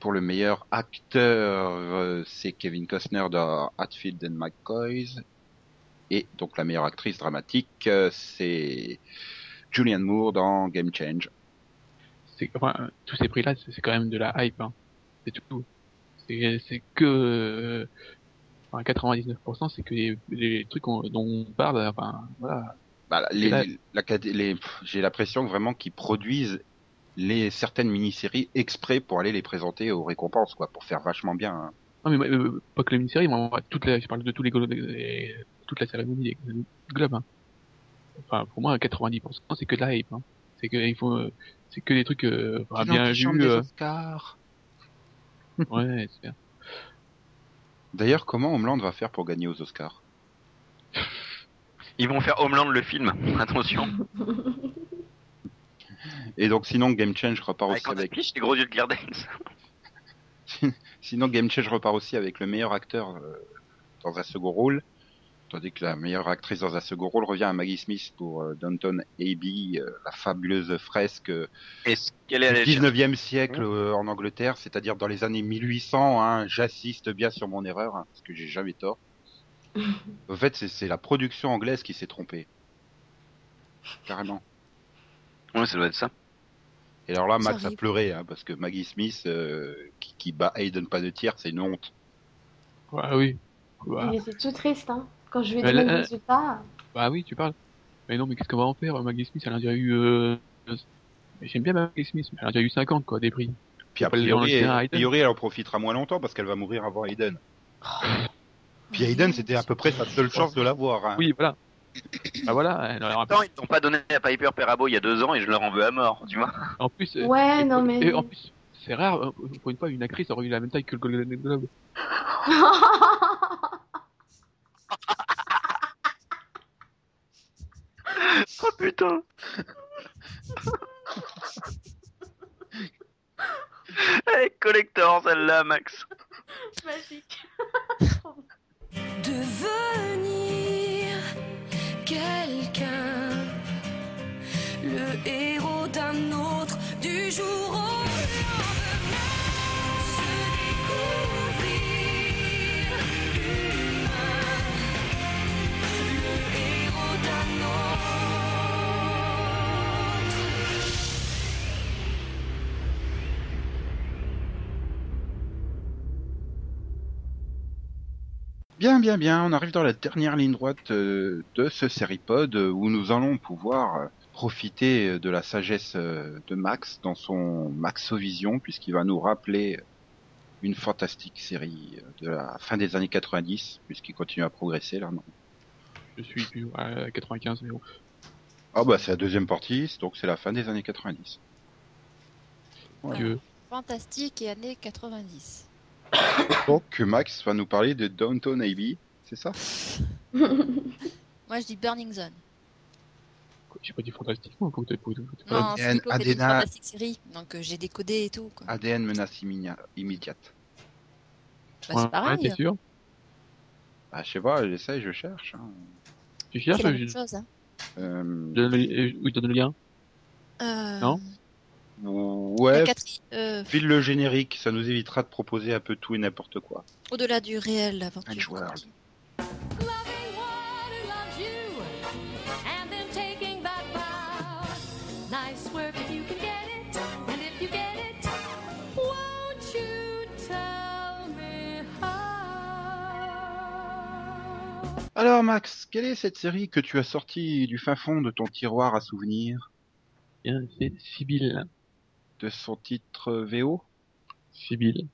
Speaker 1: Pour le meilleur acteur, euh, c'est Kevin Costner dans Hatfield and McCoys. Et donc la meilleure actrice dramatique, euh, c'est Julianne Moore dans Game Change.
Speaker 4: C'est- enfin, euh, tous ces prix-là, c'est c'est quand même de la hype. Hein. C'est tout. C'est c'est que euh, enfin, 99%, c'est que les, les trucs qu'on- dont on parle. Enfin, voilà.
Speaker 1: Bah, les,
Speaker 4: Ouais.
Speaker 1: les- la cat- les- pff, J'ai l'impression que vraiment qu'ils produisent les certaines mini-séries exprès pour aller les présenter aux récompenses, quoi, pour faire vachement bien. hein.
Speaker 4: Non mais moi, euh, pas que les mini-séries, moi, moi, toute la, je parle de tous les, glo- les- toute la cérémonie des globes. hein. Enfin, pour moi, 90%, c'est que de la hype. Hein. C'est que il faut, euh, c'est que des trucs euh, enfin,
Speaker 1: Ils
Speaker 4: bien
Speaker 1: l'antichambre
Speaker 4: vus.
Speaker 1: des
Speaker 4: euh,
Speaker 1: Oscars.
Speaker 4: ouais, c'est bien.
Speaker 1: D'ailleurs, comment Homeland va faire pour gagner aux Oscars
Speaker 5: Ils vont faire Homeland le film, (laughs) attention.
Speaker 1: Et donc, sinon, Game Change repart
Speaker 5: Avec
Speaker 1: aussi avec
Speaker 5: affiche, les gros yeux de Gardens.
Speaker 1: Sinon, Game Change repart aussi avec le meilleur acteur euh, dans un second rôle, tandis que la meilleure actrice dans un second rôle revient à Maggie Smith pour euh, Downton Abbey, euh, la fabuleuse fresque euh,
Speaker 5: Est-ce qu'elle est
Speaker 1: du
Speaker 5: allée chercher
Speaker 1: 19e siècle euh, en Angleterre, c'est-à-dire dans les années 1800. Hein, J'assiste bien sur mon erreur, hein, parce que j'ai jamais tort. en fait, c'est- c'est la production anglaise qui s'est trompée. Carrément.
Speaker 5: Ouais, ça doit être ça.
Speaker 1: Et alors là,
Speaker 3: Ça
Speaker 1: Max a
Speaker 3: arrive.
Speaker 1: pleuré, hein, parce que Maggie Smith, euh, qui, qui bat Hayden Panettiere, c'est une honte.
Speaker 4: Ouais, oui. Bah,
Speaker 2: Il était tout triste. Hein. Quand je lui ai
Speaker 4: Mais
Speaker 2: donné
Speaker 4: là,
Speaker 2: le
Speaker 4: euh,
Speaker 2: résultat,
Speaker 4: bah oui, tu parles. Mais non, mais qu'est-ce qu'on va en faire Euh, Maggie Smith, elle a déjà eu... Euh... mais J'aime bien Maggie Smith, mais elle a déjà eu 50, quoi, des prix.
Speaker 1: Puis a
Speaker 4: Faut pas le
Speaker 1: priori,
Speaker 4: dire, on le tient à
Speaker 1: a
Speaker 4: Hayden.
Speaker 1: priori, elle en profitera moins longtemps parce qu'elle va mourir avant Hayden. Puis Hayden, c'était à peu près sa seule chance de l'avoir. Hein.
Speaker 4: Oui, voilà. bah voilà, elle aura-
Speaker 5: Attends, ils t'ont pas donné à Piper Perabo il y a deux ans et je leur en veux à mort, tu vois.
Speaker 4: En plus... euh,
Speaker 2: ouais,
Speaker 4: et
Speaker 2: non
Speaker 4: pour-
Speaker 2: mais.
Speaker 4: et en plus, c'est rare, euh, pour une fois, une actrice aurait eu la même taille que le Golden Globe.
Speaker 5: Oh putain Elle est collector celle-là, Max.
Speaker 2: (laughs) Magique.
Speaker 9: Devenir quelqu'un, le héros d'un autre, du jour au lendemain, se découvrir humain, le héros d'un autre.
Speaker 1: Bien, bien, bien. On arrive dans la dernière ligne droite euh, de ce Seripod euh, où nous allons pouvoir euh, profiter euh, de la sagesse euh, de Max dans son Maxovision puisqu'il va nous rappeler euh, une fantastique série euh, de la fin des années 90 puisqu'il continue à progresser là. non
Speaker 4: Je suis plus à 95, mais bon.
Speaker 1: Ah bah c'est la deuxième partie, donc c'est la fin des années
Speaker 4: (coughs)
Speaker 1: 90.
Speaker 4: Dieu.
Speaker 3: Fantastique et années 90.
Speaker 1: Donc Max va nous parler de Downton Abbey, c'est ça
Speaker 3: Moi, je dis Burning Zone.
Speaker 4: Quoi, J'ai pas dit fantastiquement, faut peut-être... faut- faut- faut-
Speaker 3: Non, bah,
Speaker 1: Adrien,
Speaker 3: Foucault fait des
Speaker 1: Adéna.
Speaker 3: fantastiques séries, donc euh, j'ai décodé et tout. Quoi.
Speaker 1: ADN menace imminia- immédiate.
Speaker 3: Bah,
Speaker 4: Ouais,
Speaker 3: c'est pareil.
Speaker 4: Ouais, t'es sûr
Speaker 1: Ah, je sais pas, j'essaie, je cherche. hein.
Speaker 4: Tu cherches
Speaker 3: c'est la
Speaker 4: je,
Speaker 3: même chose. Hein.
Speaker 1: Euh,
Speaker 4: je donne le, euh, oui, je donne le lien.
Speaker 3: Euh,
Speaker 4: Non
Speaker 1: ouais,
Speaker 3: la quatri- euh,
Speaker 1: file le générique, ça nous évitera de proposer un peu tout et n'importe quoi.
Speaker 3: Au-delà du réel, l'aventure.
Speaker 1: Edge World.
Speaker 3: continue.
Speaker 9: Loving one who loves you, and then taking that vow. Nice work if you can get it, and if you get it, won't you tell me how?
Speaker 1: Alors Max, quelle est cette série que tu as sortie du fin fond de ton tiroir à souvenirs
Speaker 4: Bien, hein. c'est Sibyl.
Speaker 1: de son titre VO
Speaker 4: Sibyl.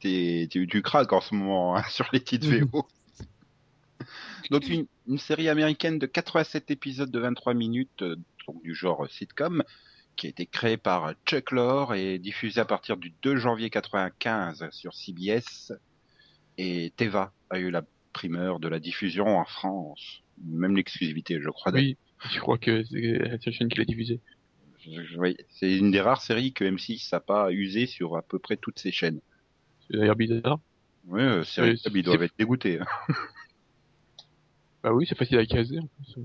Speaker 1: t'es, t'es- tu craques en ce moment hein, (laughs) sur les titres
Speaker 4: Mhm.
Speaker 1: VO. donc une, une série américaine de 87 épisodes de 23 minutes, euh, donc du genre sitcom, qui a été créée par euh, Chuck Lorre et diffusée à partir du 2 janvier 95 sur CBS. Et Teva a eu la primeur de la diffusion en France, même l'exclusivité, je crois.
Speaker 4: Oui, je crois que c'est la chaîne qui l'a diffusée.
Speaker 1: Je- oui, c'est une des rares séries que M6 n'a pas usée sur à peu près toutes ses chaînes.
Speaker 4: C'est d'ailleurs bizarre.
Speaker 1: Oui, euh, série
Speaker 4: Oui,
Speaker 1: Club, ils doivent
Speaker 4: c'est-
Speaker 1: être dégoûtés. hein.
Speaker 4: Bah oui, c'est facile à caser. En plus.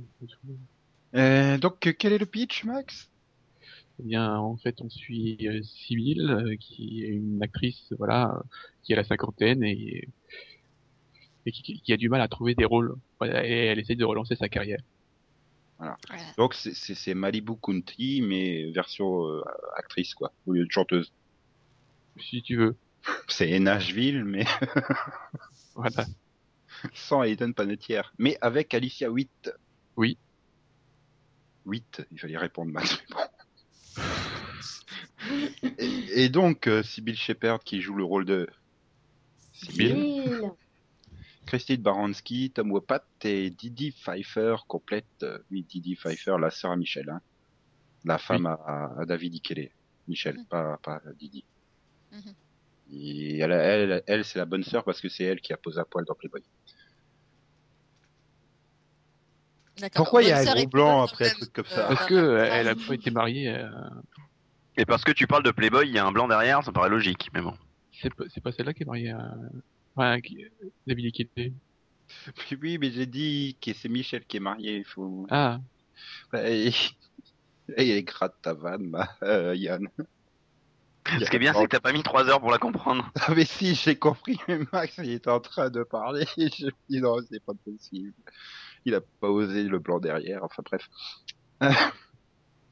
Speaker 4: euh,
Speaker 1: Euh, donc, quel est le pitch, Max
Speaker 4: Eh bien, en fait, on suit euh, Sibyl, euh, qui est une actrice, voilà, euh, qui a la cinquantaine et, et qui, qui- qui a du mal à trouver des rôles. Voilà, et elle essaie de relancer sa carrière.
Speaker 3: Voilà.
Speaker 1: Donc, c'est- c'est c'est Malibu County, mais version euh, actrice, quoi, au lieu de chanteuse.
Speaker 4: Si tu veux.
Speaker 1: C'est Nashville, mais (laughs)
Speaker 4: Voilà.
Speaker 1: sans Hayden Panettiere, mais avec Alicia Witt.
Speaker 4: Oui.
Speaker 1: Witt, il fallait répondre, Max. mais bon. (laughs) et, et donc, euh, Sybil Shepherd qui joue le rôle de Sybil.
Speaker 2: Bill.
Speaker 1: Christine Baranski, Tom Wopat et Didi Pfeiffer complète. euh, oui, Didi Pfeiffer, la sœur à Michel. hein. La femme à, à David Ikele. Michel,
Speaker 5: Mm.
Speaker 3: Mhm.
Speaker 1: pas, pas Didi.
Speaker 5: Mm-hmm.
Speaker 3: Mhm.
Speaker 1: Et elle, elle, elle, c'est la bonne sœur parce que c'est elle qui a posé à poil dans Playboy.
Speaker 3: D'accord.
Speaker 1: Pourquoi il y a
Speaker 3: Bonne
Speaker 1: un
Speaker 3: sœur
Speaker 1: gros
Speaker 3: et
Speaker 5: hein,
Speaker 1: blanc
Speaker 3: bonne
Speaker 1: après un
Speaker 3: sœur
Speaker 1: truc
Speaker 3: même,
Speaker 1: comme ça
Speaker 3: euh,
Speaker 4: Parce que euh, elle a pas été mariée. euh,
Speaker 5: Et parce que tu parles de Playboy, il y a un blanc derrière, ça paraît logique, mais bon.
Speaker 4: c'est pas, c'est pas celle-là qui est mariée à. Enfin, qui... David Ikete.
Speaker 1: Puis Euh, (laughs) oui, mais j'ai dit que c'est Michel qui est marié. il Faut...
Speaker 4: Ah,
Speaker 1: Et... et gratte ta vanne, ma- euh, Yann.
Speaker 5: Ce qui est bien, c'est que t'as pas mis trois heures pour la comprendre.
Speaker 1: Ah mais si, j'ai compris, mais Max, il était en train de parler. (laughs) Je dit non, c'est pas possible. Il a pas osé le plan derrière, enfin bref. (laughs)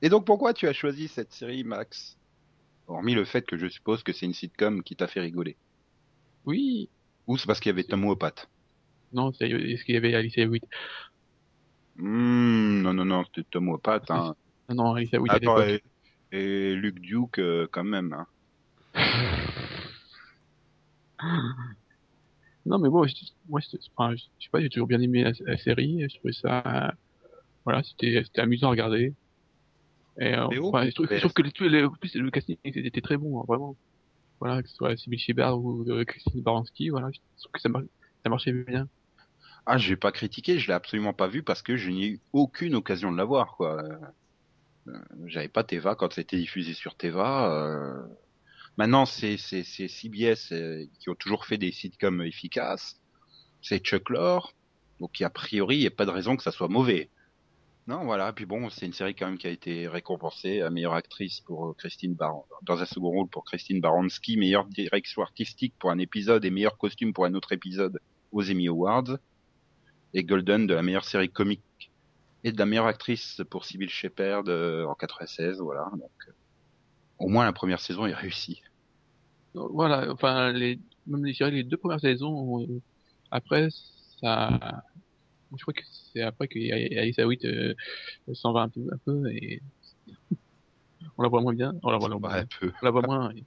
Speaker 1: Et donc pourquoi tu as choisi cette série, Max Hormis le fait que je suppose que c'est une sitcom qui t'a fait rigoler.
Speaker 4: oui.
Speaker 1: Ou c'est parce qu'il y avait Tom Wopat
Speaker 4: Non, c'est- est-ce qu'il y avait Alicia Witt
Speaker 1: Hmm, non, non, non, c'était Tom Wopat. Hein.
Speaker 4: Non, non, Alicia Witt à
Speaker 1: Attends,
Speaker 4: l'époque.
Speaker 1: et, et Luke Duke euh, quand même. Hein.
Speaker 4: Non, mais bon, je, moi, je, enfin, je, je sais pas, j'ai toujours bien aimé la, la série. Je trouvais ça, euh, voilà, c'était, c'était amusant à regarder. Et euh,
Speaker 1: Mais oh,
Speaker 4: enfin, je trouve, je
Speaker 1: mais-
Speaker 4: trouve que les- tous les- en plus, le casting était était très bon, hein, vraiment. Voilà, que ce soit Sybille Shebard ou euh, Christine Baranski, voilà, je trouve que ça, mar- ça marchait bien.
Speaker 1: Ah, je vais pas critiquer, je l'ai absolument pas vu parce que je n'ai eu aucune occasion de la voir, quoi. Euh, euh, J'avais pas Teva quand c'était diffusé sur Teva. euh. Maintenant, c'est c'est c'est CBS euh, qui ont toujours fait des sitcoms efficaces. C'est Chuck Lorre, donc a priori, il n'y a pas de raison que ça soit mauvais. Non, voilà. Puis bon, c'est une série quand même qui a été récompensée à meilleure actrice pour euh, Christine Baran, dans un second rôle pour Christine Baranski, meilleure direction artistique pour un épisode et meilleur costume pour un autre épisode aux Emmy Awards et Golden de la meilleure série comique et de la meilleure actrice pour Sybil Shepherd euh, en 96, voilà. Donc, euh, au moins la première saison est réussie.
Speaker 4: Donc, Voilà, enfin, les, même les, je dirais les deux premières saisons, euh, après, ça, je crois que c'est après que Alicia Witt euh, s'en va un peu, un peu et (laughs) on la voit moins bien, on la voit,
Speaker 1: Bah, un peu.
Speaker 4: on la voit moins. et-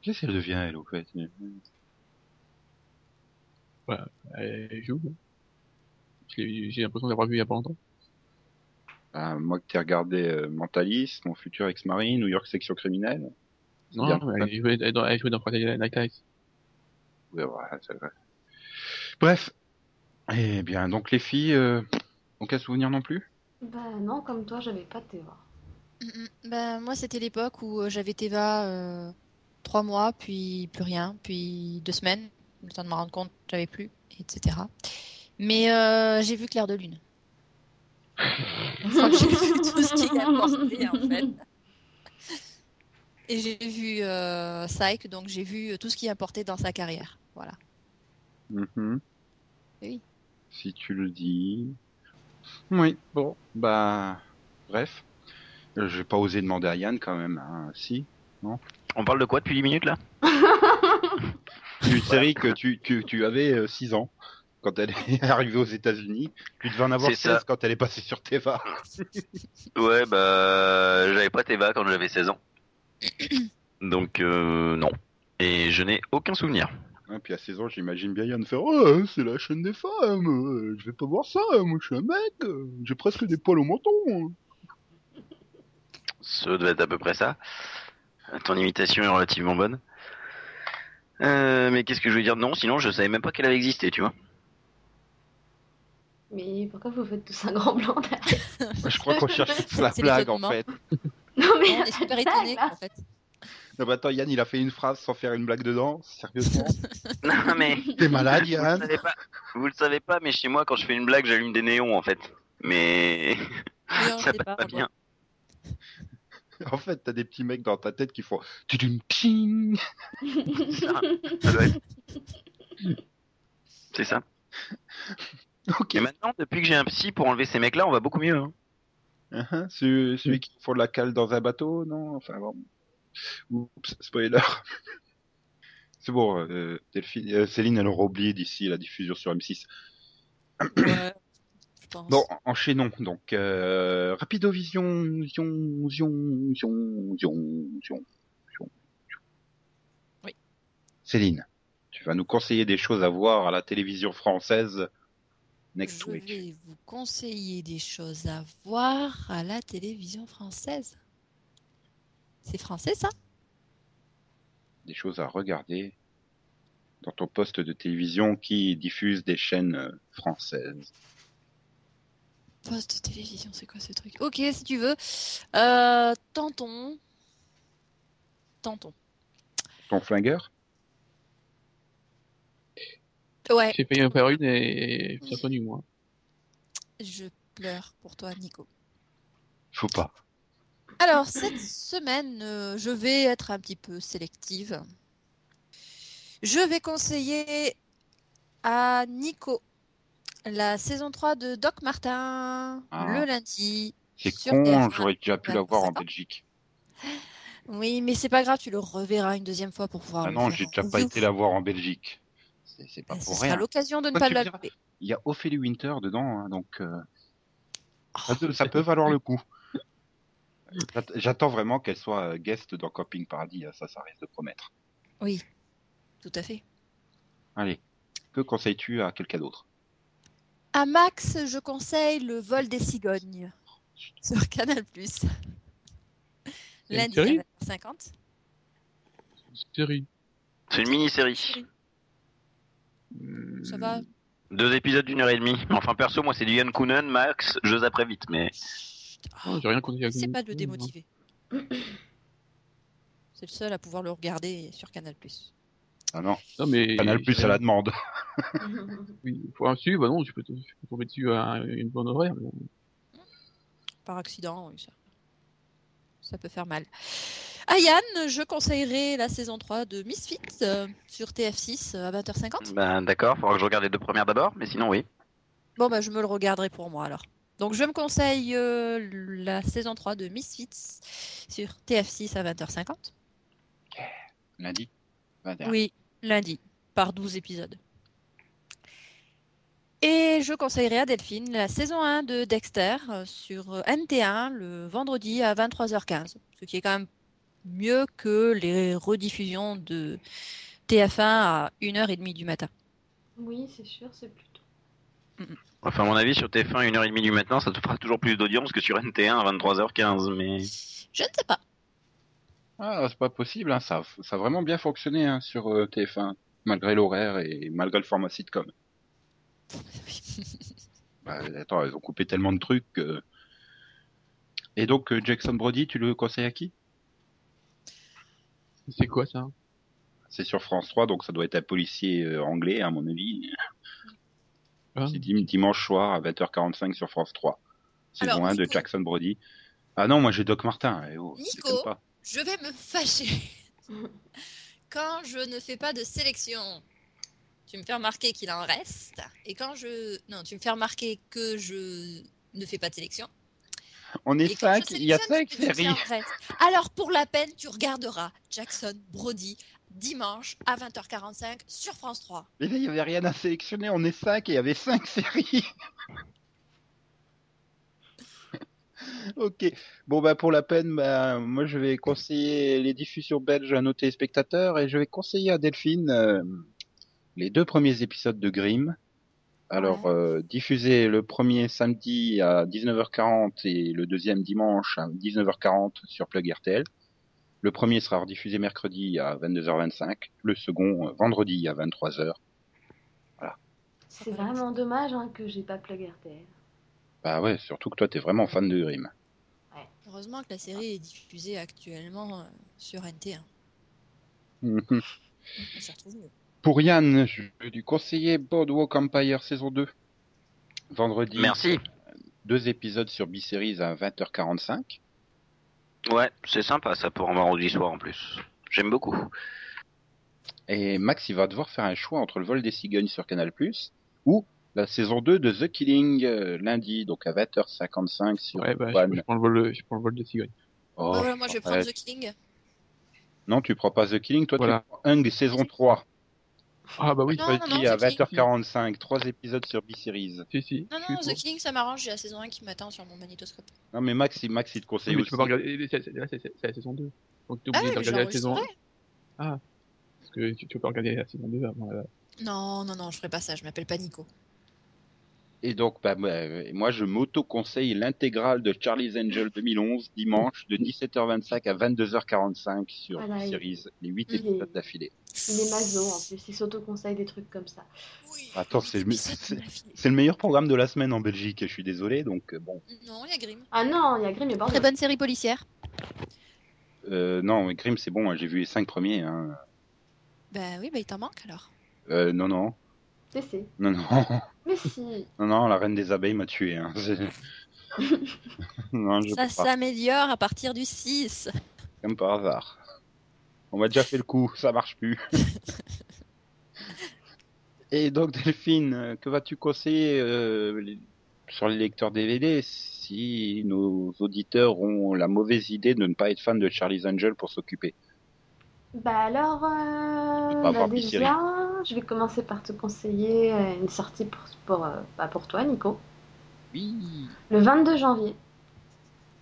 Speaker 1: Qu'est-ce qu'elle devient elle au fait euh? mais-
Speaker 4: Elle joue. hein. Je l'ai- J'ai l'impression d'avoir vu il y a pas longtemps.
Speaker 1: Ah, Moi que t'ai regardé euh, Mentalist, mon futur ex-mari, New York section criminelle. C'est
Speaker 4: Non,
Speaker 1: bien.
Speaker 4: non, mais elle jouait elle- dans, elle jouait dans Friday Night Lights.
Speaker 1: Ouais, ouais, c'est vrai. Bref, eh bien donc les filles, euh, aucun souvenir non plus.
Speaker 2: Bah non, comme toi, j'avais pas de Théva.
Speaker 3: Mm, mm. Ben, moi, c'était l'époque où euh, j'avais Teva euh, trois mois, puis plus rien, puis deux semaines. Le temps de me rendre compte, j'avais plus, etc. Mais euh, j'ai vu Claire de Lune. Je crois que j'ai vu tout ce qu'il a porté, en fait. Et j'ai vu euh, Psych, donc j'ai vu euh, tout ce qu'il a porté dans sa carrière. Voilà.
Speaker 1: Mhm.
Speaker 3: Oui.
Speaker 1: Si tu le dis. Oui, bon, bah, bref. Euh, J'ai pas osé demander à Yann quand même, hein, si.
Speaker 5: On parle de quoi depuis 10 minutes là
Speaker 1: (laughs) Une série que tu, tu, tu avais 6 ans quand elle est (laughs) arrivée aux États-Unis. Tu devais en avoir
Speaker 5: C'est ça.
Speaker 1: 16 quand elle est passée sur Teva.
Speaker 5: Ouais, (coughs) bah, j'avais pas Teva quand j'avais 16 ans. Donc, euh, non. Et je n'ai aucun souvenir.
Speaker 1: Hein, puis à 16 ans, j'imagine bien Yann faire Oh, c'est la chaîne des femmes, euh, je vais pas voir ça, moi je suis un mec, euh, j'ai presque des poils au menton. hein.
Speaker 5: Ce doit être à peu près ça. Ton imitation est relativement bonne. Euh, mais qu'est-ce que je voulais dire Non, sinon je savais même pas qu'elle avait existé, tu vois.
Speaker 2: Mais pourquoi vous faites tous un grand blanc derrière
Speaker 1: Je crois
Speaker 3: (laughs)
Speaker 1: qu'on cherche
Speaker 3: C'est
Speaker 1: la blague en
Speaker 3: l'étonnement.
Speaker 1: fait.
Speaker 2: (laughs) Non, mais
Speaker 3: On est super étonnés,
Speaker 5: Ah,
Speaker 3: quoi, en fait.
Speaker 1: Non, mais attends, Yann, il a fait une phrase sans faire une blague dedans, sérieusement.
Speaker 5: (laughs) Non, (laughs) mais
Speaker 1: T'es malade,
Speaker 5: vous le
Speaker 1: Yann
Speaker 5: savez pas. Vous le savez pas, mais chez moi, quand je fais une blague, j'allume des néons en fait. Mais (laughs)
Speaker 3: Mais on
Speaker 5: ça
Speaker 3: sait
Speaker 5: passe pas
Speaker 3: pardon.
Speaker 5: bien.
Speaker 1: En fait, t'as des petits mecs dans ta tête qui font tudum ping.
Speaker 5: Ça doit (laughs) être. C'est ça.
Speaker 1: Ok.
Speaker 5: Et maintenant, depuis que j'ai un psy pour enlever ces mecs-là, on va beaucoup mieux. hein.
Speaker 1: Hein, celui, celui qui font de la cale dans un bateau, non Enfin bon. Oups, spoiler. (laughs) C'est bon, euh, Delphine, euh, Céline, elle aura oublié d'ici la diffusion sur M6.
Speaker 3: Ouais, je pense.
Speaker 1: Bon, enchaînons donc. Euh, rapido vision, vision, vision, vision, vision, vision, vision.
Speaker 3: Oui.
Speaker 1: Céline, tu vas nous conseiller des choses à voir à la télévision française next
Speaker 3: je
Speaker 1: week.
Speaker 3: vais vous conseiller des choses à voir à la télévision française. C'est français, ça
Speaker 1: des choses à regarder dans ton poste de télévision qui diffuse des chaînes euh, françaises.
Speaker 3: Poste de télévision, c'est quoi ce truc Ok, si tu veux. Euh, tentons. Tentons.
Speaker 1: Ton flingueur
Speaker 3: Ouais,
Speaker 4: J'ai payé un par une et j'ai entendu moi.
Speaker 3: je pleure pour toi, Nico.
Speaker 1: Faut pas.
Speaker 3: Alors, cette semaine, euh, je vais être un petit peu sélective. Je vais conseiller à Nico la saison 3 de Doc Martin
Speaker 1: Ah.
Speaker 3: le lundi.
Speaker 1: C'est
Speaker 3: sur
Speaker 1: con,
Speaker 3: TF1.
Speaker 1: j'aurais déjà pu
Speaker 3: Ouais,
Speaker 1: l'avoir
Speaker 3: c'est
Speaker 1: en
Speaker 3: pas-
Speaker 1: Belgique.
Speaker 3: Oui, mais c'est pas grave, tu le reverras une deuxième fois pour pouvoir.
Speaker 1: Ah
Speaker 3: lui
Speaker 1: non,
Speaker 3: faire
Speaker 1: j'ai
Speaker 3: un
Speaker 1: déjà pas
Speaker 3: review.
Speaker 1: été l'avoir en Belgique. C'est c'est pas
Speaker 3: Bah, Ce
Speaker 1: pour
Speaker 3: sera
Speaker 1: rien.
Speaker 3: l'occasion de ne
Speaker 1: Toi,
Speaker 3: pas
Speaker 1: tu
Speaker 3: la
Speaker 1: verras.
Speaker 3: louper.
Speaker 1: Il y a Ophélie Winter dedans, hein, donc euh,
Speaker 3: Oh,
Speaker 1: ça, peut- ça peut valoir le
Speaker 3: (laughs)
Speaker 1: coup. J'att- J'attends vraiment qu'elle soit euh, guest dans Camping Paradis, hein, ça, ça risque de promettre.
Speaker 3: oui, tout à fait.
Speaker 1: Allez, que conseilles-tu à quelqu'un d'autre
Speaker 3: À Max, je conseille le vol des cigognes sur Canal+.
Speaker 4: une
Speaker 3: Lundi à
Speaker 4: série
Speaker 3: 20h50.
Speaker 4: Série.
Speaker 5: C'est une mini-série.
Speaker 3: Ça
Speaker 1: Hmm.
Speaker 3: va
Speaker 5: Deux épisodes d'une heure et demie. Enfin, perso, moi, c'est du Yann Koonen, Max, je zappe très vite, mais
Speaker 3: Chut.
Speaker 4: Oh, J'ai rien compris. avec
Speaker 3: C'est
Speaker 4: nous.
Speaker 3: pas de le démotiver. C'est le seul à pouvoir le regarder sur Canal+.
Speaker 1: Ah non,
Speaker 4: Non mais.
Speaker 1: Canal Plus à la demande.
Speaker 4: Oui, faut un suivre, bah non, je peux, t- je peux tomber dessus à une bonne horaire. mais bon.
Speaker 3: Par accident, oui, ça. ça peut faire mal. À Yann, je conseillerais la saison 3 de Misfits euh, sur TF6 euh, à 20h50.
Speaker 5: ben, d'accord, faudra que je regarde les deux premières d'abord, mais sinon, oui.
Speaker 3: Bon, bah, je me le regarderai pour moi alors. Donc, je me conseille euh, la saison 3 de Misfits sur TF6 à 20h50.
Speaker 1: Lundi vingt-et-un.
Speaker 3: Oui, lundi, par 12 épisodes. Et je conseillerais à Delphine la saison 1 de Dexter euh, sur euh, MT1 le vendredi à 23h15, ce qui est quand même mieux que les rediffusions de TF1 à 1h30 du matin.
Speaker 2: (laughs) Oui, c'est sûr, c'est plutôt.
Speaker 5: Enfin, à mon avis, sur TF1, une heure et demie du matin, ça te fera toujours plus d'audience que sur NT1 à 23h15, mais...
Speaker 3: Je ne sais pas. (laughs)
Speaker 1: Ah, c'est pas possible, hein. ça, ça a vraiment bien fonctionné hein, sur euh, TF1, malgré l'horaire et malgré le format sitcom. Bah, attends, ils ont coupé tellement de trucs. que- Et donc, euh, Jackson Brody, tu le conseilles à qui
Speaker 4: C'est quoi ça
Speaker 1: C'est sur France 3, donc ça doit être un policier euh, anglais, à mon avis.
Speaker 4: Hein
Speaker 1: C'est dim- dimanche soir à 20h45 sur France 3. C'est
Speaker 3: Alors,
Speaker 1: loin de
Speaker 3: Nico.
Speaker 1: Jackson Brody. Ah non, moi j'ai Doc Martin. eh oh,
Speaker 3: Nico.
Speaker 1: déconne pas.
Speaker 3: Je vais me fâcher (laughs) quand je ne fais pas de sélection. Tu me fais remarquer qu'il en reste. Et quand je... Non, tu me fais remarquer que je ne fais pas de sélection.
Speaker 1: On est
Speaker 3: Et quand je
Speaker 1: 5, il y a
Speaker 3: sélectionne,
Speaker 1: 5
Speaker 3: tu me dis qu'il
Speaker 1: séries.
Speaker 3: en reste. Alors, pour la peine, tu regarderas Jackson Brody dimanche à 20h45 sur France 3.
Speaker 1: Mais là, il n'y avait rien à sélectionner, on est 5 et il y avait 5 séries. (laughs) Ok. Bon, bah, pour la peine, bah, moi, je vais conseiller les diffusions belges à nos téléspectateurs et je vais conseiller à Delphine euh, les deux premiers épisodes de Grimm. Alors, euh, diffusé le premier samedi à 19h40 et le deuxième dimanche à 19h40 sur Plug RTL. Le premier sera rediffusé mercredi à 22h25, le second euh, vendredi à 23h.
Speaker 2: C'est vraiment dommage hein, que j'ai pas plug
Speaker 3: (laughs)
Speaker 2: RTL.
Speaker 1: Bah ouais, surtout que toi, t'es vraiment fan de Grimm.
Speaker 3: Heureusement que la série est diffusée actuellement euh, sur NT1.
Speaker 1: Mhm.
Speaker 3: On s'y retrouve mieux.
Speaker 1: (laughs) Pour Yann, je vais lui conseiller Boardwalk Empire saison 2. Vendredi,
Speaker 5: Merci.
Speaker 1: deux épisodes sur B-Series à 20h45.
Speaker 5: Ouais, c'est sympa ça pour un vendredi soir en plus. J'aime beaucoup.
Speaker 1: Et Max, il va devoir faire un choix entre le vol des cigognes sur Canal+, ou la saison 2 de The Killing, euh, lundi, donc à 20h55 sur
Speaker 4: Ouais, bah,
Speaker 1: One.
Speaker 4: je, je prends le vol, je prends le vol des cigognes.
Speaker 1: Oh,
Speaker 3: Ouais, voilà, moi, je vais prendre
Speaker 1: ouais.
Speaker 3: The Killing.
Speaker 1: Non, tu prends pas The Killing, toi
Speaker 4: Voilà.
Speaker 1: tu prends Hung, saison 3,
Speaker 4: Ah, bah oui,
Speaker 3: Non,
Speaker 1: vendredi
Speaker 3: non, non,
Speaker 1: à
Speaker 3: The Killing.
Speaker 1: 20h45, trois épisodes sur B-Series.
Speaker 4: si, si.
Speaker 3: Non,
Speaker 4: je suis
Speaker 3: non, The
Speaker 4: pour.
Speaker 3: Killing, ça m'arrange. J'ai la saison 1 qui m'attend sur mon magnétoscope.
Speaker 1: Non mais Max, il, Max, il te conseille
Speaker 4: Oui, mais
Speaker 1: aussi.
Speaker 4: tu peux pas regarder. C'est c'est- là, c'est- c'est la saison 2. Donc t'es
Speaker 3: Ah oui,
Speaker 4: obligé de
Speaker 3: mais
Speaker 4: regarder la saison 1.
Speaker 3: j'enregistrerai.
Speaker 4: Parce que tu, tu peux pas regarder la saison 2 avant la-
Speaker 3: Non, non, non, je ferai pas ça. Je m'appelle pas Nico.
Speaker 1: Et donc, bah, bah, euh, moi, je m'auto-conseille l'intégrale de Charlie's Angel 2011, dimanche, de 17h25 à 22h45 sur
Speaker 2: Voilà, il-
Speaker 1: Series, les 8
Speaker 3: il
Speaker 2: est-
Speaker 1: épisodes d'affilée.
Speaker 2: Il est maso en plus, il s'auto-conseille des trucs comme ça.
Speaker 3: Oui,
Speaker 1: Attends,
Speaker 3: huit
Speaker 1: c'est le-
Speaker 3: épisodes,
Speaker 1: c'est-
Speaker 3: on a fini.
Speaker 1: C'est le meilleur programme de la semaine en Belgique, et je suis désolé, donc euh, bon.
Speaker 3: Non, il y a Grimm.
Speaker 2: Ah non, il y a Grimm et Bordeaux.
Speaker 3: Très bonne série policière.
Speaker 1: Euh, non, Grimm, c'est bon, hein, j'ai vu les 5 premiers. Hein.
Speaker 3: Bah oui, bah il t'en manque alors.
Speaker 1: Euh, non, non,
Speaker 2: Si, si.
Speaker 1: non, non, (laughs)
Speaker 2: Mais si,
Speaker 1: non, non, la reine des abeilles m'a tué. Hein. (laughs) c'est- non, je
Speaker 3: ça
Speaker 1: peux pas,
Speaker 3: s'améliore à partir du 6.
Speaker 1: comme par hasard. On m'a déjà fait le coup, ça marche
Speaker 2: (laughs)
Speaker 1: plus. Et donc Delphine, euh, que vas-tu conseiller euh, les- sur les lecteurs DVD si nos auditeurs ont la mauvaise idée de ne pas être fan de Charlie's Angel pour s'occuper
Speaker 2: Bah alors, euh,
Speaker 1: Pas
Speaker 2: bah
Speaker 1: voir
Speaker 2: déjà, je vais commencer par te conseiller euh, une sortie pour, pour, euh, bah, pour toi, Nico.
Speaker 1: Oui.
Speaker 2: Le 22 janvier,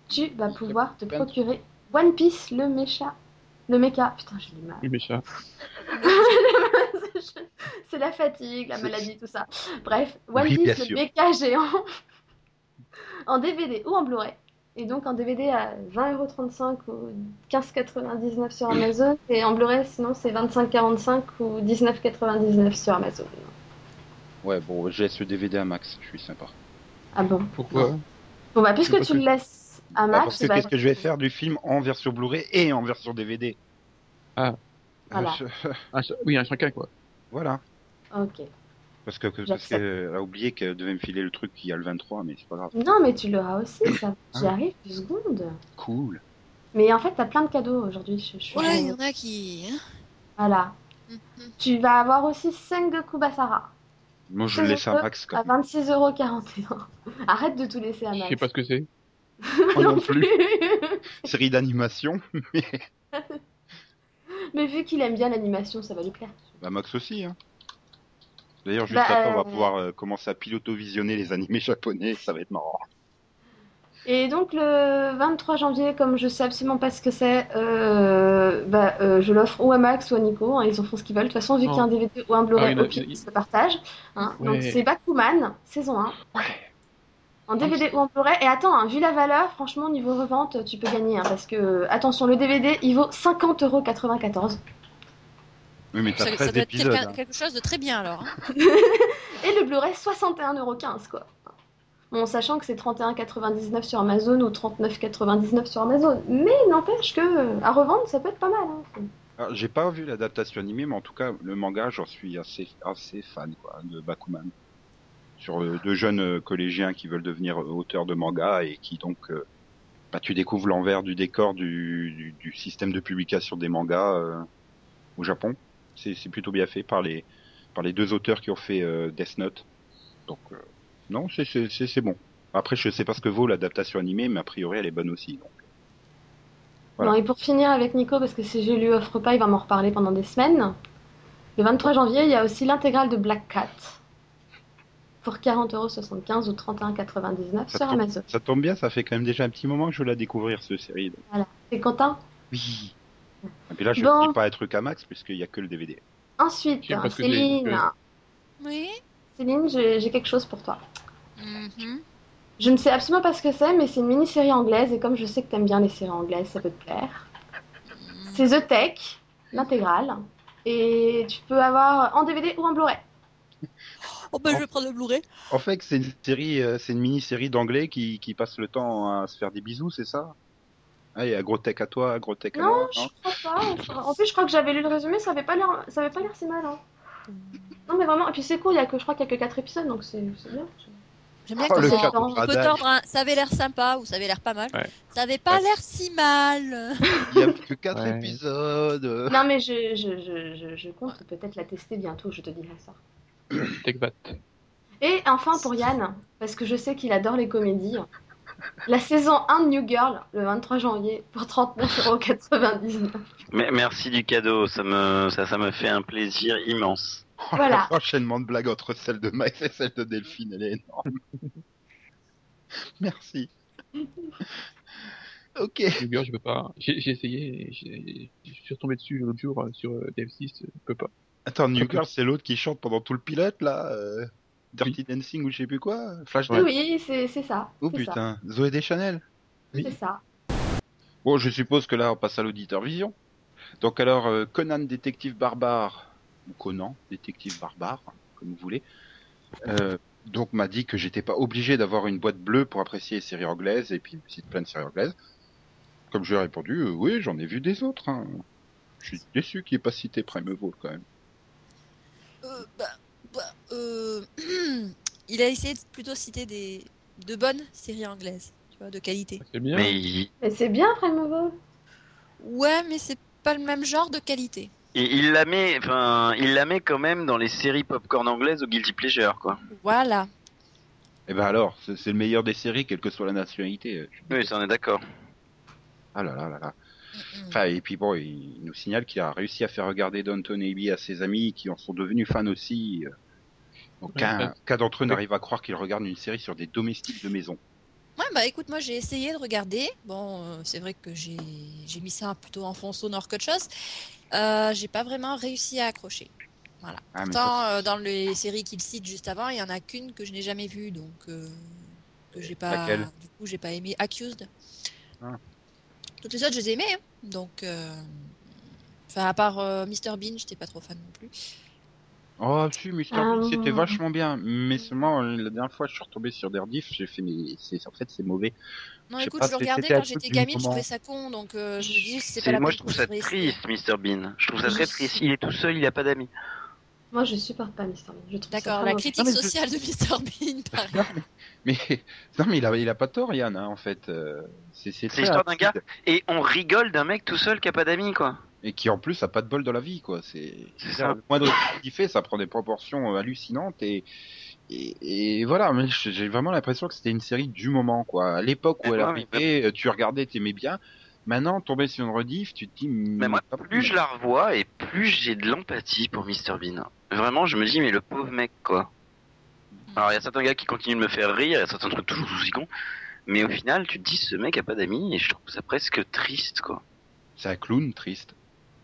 Speaker 2: tu vas
Speaker 1: Le
Speaker 2: pouvoir te
Speaker 1: 22.
Speaker 2: procurer One Piece, le mécha. Le méca, putain, j'ai du mal.
Speaker 4: Oui, mais ça.
Speaker 2: (laughs) C'est la fatigue, la
Speaker 1: C'est-
Speaker 2: maladie, tout ça. Bref, One
Speaker 1: Oui, bien
Speaker 2: Piece,
Speaker 1: sûr.
Speaker 2: le méca géant, (laughs) en DVD ou en Blu-ray. Et donc en DVD à 20,35€ ou 15,99€ sur Amazon. Et en Blu-ray, sinon, c'est 25,45€ ou 19,99€ sur Amazon.
Speaker 1: Ouais, bon, j'ai ce DVD à Max, je suis sympa.
Speaker 2: Ah bon
Speaker 4: Pourquoi
Speaker 2: Bon, bah, puisque
Speaker 4: Parce
Speaker 2: tu le
Speaker 4: que-
Speaker 2: laisses à
Speaker 1: Bah,
Speaker 2: Max,
Speaker 1: parce que
Speaker 2: bah,
Speaker 1: qu'est-ce que je vais faire du film en version Blu-ray et en version DVD
Speaker 4: Ah.
Speaker 2: Voilà.
Speaker 1: Euh, je-
Speaker 4: un, ch- Oui, un chacun, quoi.
Speaker 1: voilà.
Speaker 2: ok.
Speaker 1: Parce que, que- parce
Speaker 2: J'accepte.
Speaker 1: qu'elle a oublié qu'elle devait me filer le truc qui a le 23, mais c'est pas grave.
Speaker 2: Non, mais tu l'auras aussi, ça.
Speaker 1: (coughs)
Speaker 2: J'y
Speaker 1: Ah.
Speaker 2: arrive deux secondes.
Speaker 1: Cool.
Speaker 2: Mais en fait, t'as plein de cadeaux aujourd'hui. Je, je suis
Speaker 3: Voilà, il y
Speaker 2: heureuse.
Speaker 3: en a qui. hein.
Speaker 2: Voilà.
Speaker 3: Mhm.
Speaker 2: Tu vas avoir aussi Sengoku Basara
Speaker 1: Moi, je
Speaker 2: Ça,
Speaker 1: le
Speaker 2: je
Speaker 1: laisse à
Speaker 2: peux-
Speaker 1: Max quand
Speaker 2: à 26,41€. (laughs) Arrête de tout laisser à
Speaker 4: Je
Speaker 2: Max.
Speaker 4: sais pas ce que c'est.
Speaker 1: Moi non plus. Série d'animation.
Speaker 2: (laughs) mais vu qu'il aime bien l'animation, ça va lui plaire.
Speaker 1: Bah, Max aussi, hein. D'ailleurs, juste
Speaker 2: Bah,
Speaker 1: après, on
Speaker 2: euh,
Speaker 1: va pouvoir euh, commencer à piloto-visionner les animés japonais, ça va être marrant.
Speaker 2: Et donc le 23 janvier, comme je sais absolument pas ce que c'est, euh, bah, euh, je l'offre ou à Max ou à Nico. hein, ils en font ce qu'ils veulent. De toute façon, vu
Speaker 4: Oh.
Speaker 2: qu'il y a un DVD ou un Blu-ray,
Speaker 4: Ah oui,
Speaker 2: au pire,
Speaker 4: il-
Speaker 2: ils se partagent. hein. Donc
Speaker 4: Ouais.
Speaker 2: c'est Bakuman, saison 1. En DVD ou en Blu-ray. Et attends, hein, vu la valeur, franchement, niveau revente, tu peux gagner. hein, parce que, euh, attention, le DVD, il vaut 50,94€.
Speaker 1: Oui, mais t'as
Speaker 3: Ça, ça
Speaker 1: 13
Speaker 3: doit être
Speaker 1: épisodes.
Speaker 3: quelqu'un-
Speaker 1: hein.
Speaker 3: quelque chose de très bien alors. hein.
Speaker 2: (laughs) Et le Blu-ray, 61,15€, quoi. Bon, sachant que c'est 31,99€ sur Amazon ou 39,99€ sur Amazon. Mais n'empêche que, euh, à revendre, ça peut être pas mal. hein.
Speaker 1: Alors, J'ai pas vu l'adaptation animée, mais en tout cas, le manga, j'en suis assez, assez fan quoi, de Bakuman. Sur euh, deux jeunes euh, collégiens qui veulent devenir euh, auteurs de manga et qui donc. euh, bah, tu découvres l'envers du décor du, du, du système de publication des mangas euh, au Japon. C'est c'est plutôt bien fait par les, par les deux auteurs qui ont fait euh, Death Note. Donc, euh, non, c'est- c'est c'est- c'est bon. Après, je sais pas ce que vaut l'adaptation animée, mais a priori, elle est bonne aussi. donc. Voilà.
Speaker 2: Bon, et pour finir avec Nico, parce que si je lui offre pas, il va m'en reparler pendant des semaines. Le 23 janvier, il y a aussi l'intégrale de Black Cat. pour 40,75€ ou 31,99€
Speaker 1: Ça
Speaker 2: sur
Speaker 1: tombe.
Speaker 2: Amazon.
Speaker 1: Ça tombe bien, ça fait quand même déjà un petit moment que je veux la découvrir, ce série. donc.
Speaker 2: T'es content
Speaker 1: Oui. Et puis là, je ne
Speaker 2: Bon.
Speaker 1: dis pas un truc à Max, puisqu'il n'y a que le DVD.
Speaker 2: Ensuite,
Speaker 4: J'aime pas ce que
Speaker 2: Céline,
Speaker 4: j'ai- que-
Speaker 3: Oui.
Speaker 2: Céline, j'ai j'ai quelque chose pour toi.
Speaker 3: Mhm.
Speaker 2: Je ne sais absolument pas ce que c'est, mais c'est une mini-série anglaise, et comme je sais que t'aimes bien les séries anglaises, ça peut te plaire. C'est The Tech, l'intégrale, et tu peux avoir en DVD ou en Blu-ray.
Speaker 3: Oh ben je vais prendre le Blu-ray.
Speaker 1: En fait, c'est une série, euh, c'est une mini-série d'anglais qui, qui passe le temps à se faire des bisous, c'est ça Ah, Allez, à gros tech à toi, à gros tech à
Speaker 2: Non,
Speaker 1: moi.
Speaker 2: je
Speaker 1: non
Speaker 2: crois pas. En plus, je crois que j'avais lu le résumé, ça avait pas l'air, ça avait pas l'air si mal. hein. Non, mais vraiment, et puis c'est cool, il y a que, je crois qu'il y a que 4 épisodes, donc c'est c'est bien.
Speaker 3: J'aime bien
Speaker 1: Oh,
Speaker 3: quand
Speaker 1: le
Speaker 3: on-
Speaker 1: cadre
Speaker 2: on peut
Speaker 3: on peut
Speaker 1: radage.
Speaker 3: tordre un- Ça avait l'air sympa ou ça avait l'air pas mal.
Speaker 4: Ouais.
Speaker 3: Ça avait pas
Speaker 1: Ouais.
Speaker 3: l'air si mal.
Speaker 1: Il n'y a que 4
Speaker 4: Ouais.
Speaker 1: épisodes.
Speaker 2: Non, mais je, je, je, je, je compte peut-être la tester bientôt, je te dirai ça.
Speaker 4: Tech Bat.
Speaker 2: Et enfin pour Yann, parce que je sais qu'il adore les comédies, la saison 1 de New Girl, le 23 janvier, pour 39,99€.
Speaker 5: Mais merci du cadeau, ça me, ça, ça me fait un plaisir immense.
Speaker 1: Oh, (laughs)
Speaker 2: Voilà.
Speaker 1: L'enchaînement de blagues entre celle de Max et celle de Delphine, elle est énorme. (laughs)
Speaker 2: (laughs)
Speaker 1: Merci. Ok.
Speaker 4: New Girl, je peux pas. J'ai j'ai essayé, et j'ai- je suis retombé dessus l'autre jour euh, sur euh, DF6, euh, je peux pas.
Speaker 1: Attends, New Girl, c'est l'autre qui chante pendant tout le pilote, là euh, Dirty Dancing ou je sais plus quoi Flashdance
Speaker 2: Oui, c'est c'est ça.
Speaker 1: Oh
Speaker 2: c'est ça.
Speaker 1: putain, Zoé Deschanel
Speaker 2: C'est ça.
Speaker 1: Bon, je suppose que là, on passe à l'auditeur vision. Donc alors, euh, Conan, détective barbare, ou Conan, détective barbare, comme vous voulez, euh, donc m'a dit que j'étais pas obligé d'avoir une boîte bleue pour apprécier les séries anglaises, et puis il me cite plein de séries anglaises. Comme je lui ai répondu, euh, oui, j'en ai vu des autres. hein. Je suis déçu qu'il n'ait pas cité Primeval, quand même.
Speaker 3: Euh, bah, bah, euh, (clears throat) Il a essayé de plutôt citer des de bonnes séries anglaises, tu vois, de qualité.
Speaker 4: C'est bien.
Speaker 5: Mais il,
Speaker 2: Mais c'est bien, Primeval.
Speaker 3: Ouais, mais c'est pas le même genre de qualité.
Speaker 5: il- il la met, enfin, il la met quand même dans les séries popcorn anglaises au guilty pleasure, quoi.
Speaker 3: Voilà.
Speaker 1: Et ben alors, c'est c'est le meilleur des séries, quelle que soit la nationalité. euh, je-
Speaker 5: Oui, ça on est d'accord.
Speaker 1: Ah là là là là.
Speaker 3: Mhm.
Speaker 1: Enfin, et puis bon, il nous signale qu'il a réussi à faire regarder Downton Abbey à ses amis qui en sont devenus fans aussi. Aucun
Speaker 4: Ouais,
Speaker 1: cas d'entre eux n'arrive à croire qu'il regarde une série sur des domestiques de maison.
Speaker 3: Ouais, bah écoute, moi j'ai essayé de regarder. Bon, euh, c'est vrai que j'ai j'ai mis ça plutôt en fond sonore qu'autre chose. Euh, j'ai pas vraiment réussi à accrocher.
Speaker 1: Ah, mais
Speaker 3: Pourtant,
Speaker 1: ça,
Speaker 3: euh, dans les séries qu'il cite juste avant, il y en a qu'une que je n'ai jamais vue, donc euh, que j'ai pas.
Speaker 1: Laquelle
Speaker 3: Du coup, j'ai pas aimé Accused.
Speaker 1: Ah.
Speaker 3: Toutes les autres, je les ai aimées, hein. donc. euh, Enfin, à part euh, Mr Bean, j'étais pas trop fan non plus.
Speaker 1: Oh, si, Mr.
Speaker 2: Ah,
Speaker 1: Bean, c'était
Speaker 2: bon.
Speaker 1: vachement bien. Mais seulement, euh, la dernière fois, je suis retombé sur des rediffs, j'ai fait, mais c'est, en fait, c'est mauvais. (laughs)
Speaker 3: Non,
Speaker 1: Je sais
Speaker 3: écoute,
Speaker 1: pas
Speaker 3: je le
Speaker 1: si
Speaker 3: regardais
Speaker 1: c'était un
Speaker 3: quand
Speaker 1: truc
Speaker 3: j'étais
Speaker 1: du
Speaker 3: gamine, je
Speaker 1: moment.
Speaker 3: trouvais ça con, donc euh, je me dis, c'est pas
Speaker 5: C'est-
Speaker 3: la
Speaker 5: moi,
Speaker 3: peine
Speaker 5: je trouve
Speaker 3: que
Speaker 5: ça
Speaker 3: réessaye.
Speaker 5: triste, Mr Bean. Je trouve ça très triste. Il est tout seul, il a pas d'amis.
Speaker 2: Moi, je supporte pas Mister Bean. Je trouve ça
Speaker 3: D'accord,
Speaker 2: très
Speaker 3: la
Speaker 2: mauvais.
Speaker 3: critique
Speaker 1: Non, mais je- (laughs)
Speaker 3: sociale de Mr Bean, pareil.
Speaker 1: Mais, non, mais il a, il a pas tort, Yann, hein, en fait. euh, C'est, c'est, très
Speaker 5: l'histoire d'un
Speaker 1: rapide.
Speaker 5: gars. Et on rigole d'un mec tout seul qui a pas d'amis, quoi.
Speaker 1: Et qui, en plus, a pas de bol dans la vie, quoi. C'est,
Speaker 5: C'est ça.
Speaker 1: Le moindre truc qu'il fait, ça prend des proportions euh, hallucinantes et, et, et voilà. Mais je- j'ai vraiment l'impression que c'était une série du moment, quoi. À l'époque où
Speaker 5: Eh
Speaker 1: elle
Speaker 5: ben,
Speaker 1: arrivait, euh, tu regardais, t'aimais bien. Maintenant, tomber sur une rediff, tu te dis. hmm,
Speaker 5: Mais moi, plus je la revois et plus j'ai de l'empathie pour Mr Bean. Vraiment, je me dis, mais le pauvre mec, quoi. Alors, il y a certains gars qui continuent de me faire rire, il y a certains trucs toujours aussi cons. Mais au final, tu te dis, ce mec a pas d'amis et je trouve ça presque triste, quoi.
Speaker 1: C'est un clown triste.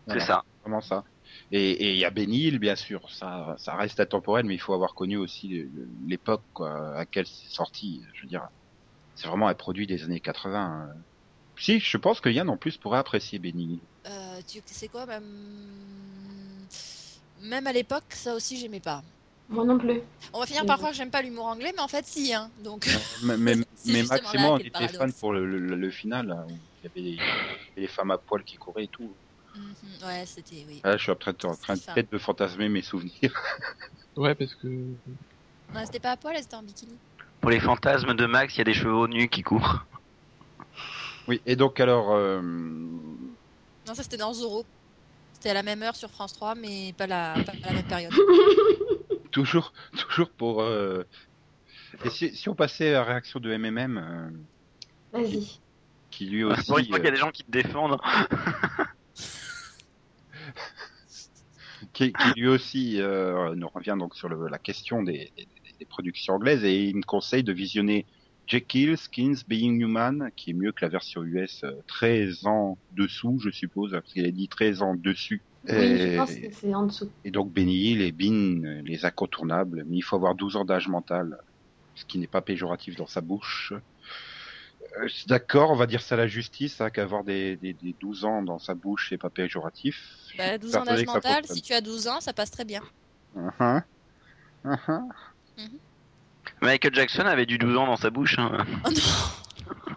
Speaker 5: C'est
Speaker 1: Voilà,
Speaker 5: ça.
Speaker 1: Vraiment ça. Et et il y a Benil, bien sûr. Ça, ça reste intemporel, mais il faut avoir connu aussi le- le- l'époque, quoi, à laquelle c'est sorti. Je veux dire, c'est vraiment un produit des années 80. hein. Si, je pense que Yann en plus pourrait apprécier Ben Benil.
Speaker 3: Euh, tu sais quoi, même, même à l'époque, ça aussi, j'aimais pas.
Speaker 2: Moi non plus.
Speaker 3: On va finir par croire que j'aime pas l'humour anglais, mais en fait, si, hein. Donc,
Speaker 1: Mais, mais,
Speaker 3: C'est
Speaker 1: mais
Speaker 3: justement
Speaker 1: Max et moi,
Speaker 3: là
Speaker 1: on
Speaker 3: qu'est le
Speaker 1: était fans
Speaker 3: paradoxe.
Speaker 1: pour le, le- le final. hein, où Il y avait les, les femmes à poil qui couraient et tout.
Speaker 3: Mhm, ouais, c'était, oui.
Speaker 1: Ah, je suis en train de, en train de-
Speaker 3: C'est
Speaker 1: peut-être de fantasmer mes souvenirs. (laughs)
Speaker 4: Ouais, parce que.
Speaker 3: Non, c'était pas à poil, c'était en bikini.
Speaker 5: Pour les fantasmes de Max, il y a des chevaux nus qui courent.
Speaker 1: Oui, et donc alors, euh,
Speaker 3: Non, ça, c'était dans Zorro. C'était à la même heure sur France 3, mais pas la, pas à la même
Speaker 1: (laughs)
Speaker 3: période.
Speaker 1: toujours, (laughs) toujours pour. euh, Et si, si on passait à la réaction de MMM, euh,
Speaker 2: Vas-y.
Speaker 1: qui lui
Speaker 5: (laughs) Pour une
Speaker 1: aussi.
Speaker 5: fois qu'il y a
Speaker 1: euh,
Speaker 5: des gens qui te défendent.
Speaker 1: qui, qui lui aussi euh, nous revient donc sur le- la question des, des- des productions anglaises et il me conseille de visionner Jekyll, Skins, Being Human, qui est mieux que la version US euh, 13 ans dessous, je suppose, hein, parce qu'il a dit 13 ans dessus.
Speaker 2: Oui, je pense que c'est en dessous.
Speaker 1: Et donc Benny Hill et Bean, euh, les incontournables, mais il faut avoir 12 ans d'âge mental, ce qui n'est pas péjoratif dans sa bouche. Euh, c'est D'accord, on va dire ça à la justice, hein, qu'avoir des, des, des 12 ans dans sa bouche, c'est pas péjoratif.
Speaker 3: Bah, 12 ans d'âge
Speaker 1: Persuadé que ça
Speaker 3: mental,
Speaker 1: fonctionne.
Speaker 3: si tu as 12 ans, ça passe très bien. (laughs)
Speaker 1: Uhum. Uhum.
Speaker 5: Michael Jackson avait du 12 ans dans sa bouche. hein.
Speaker 3: Oh non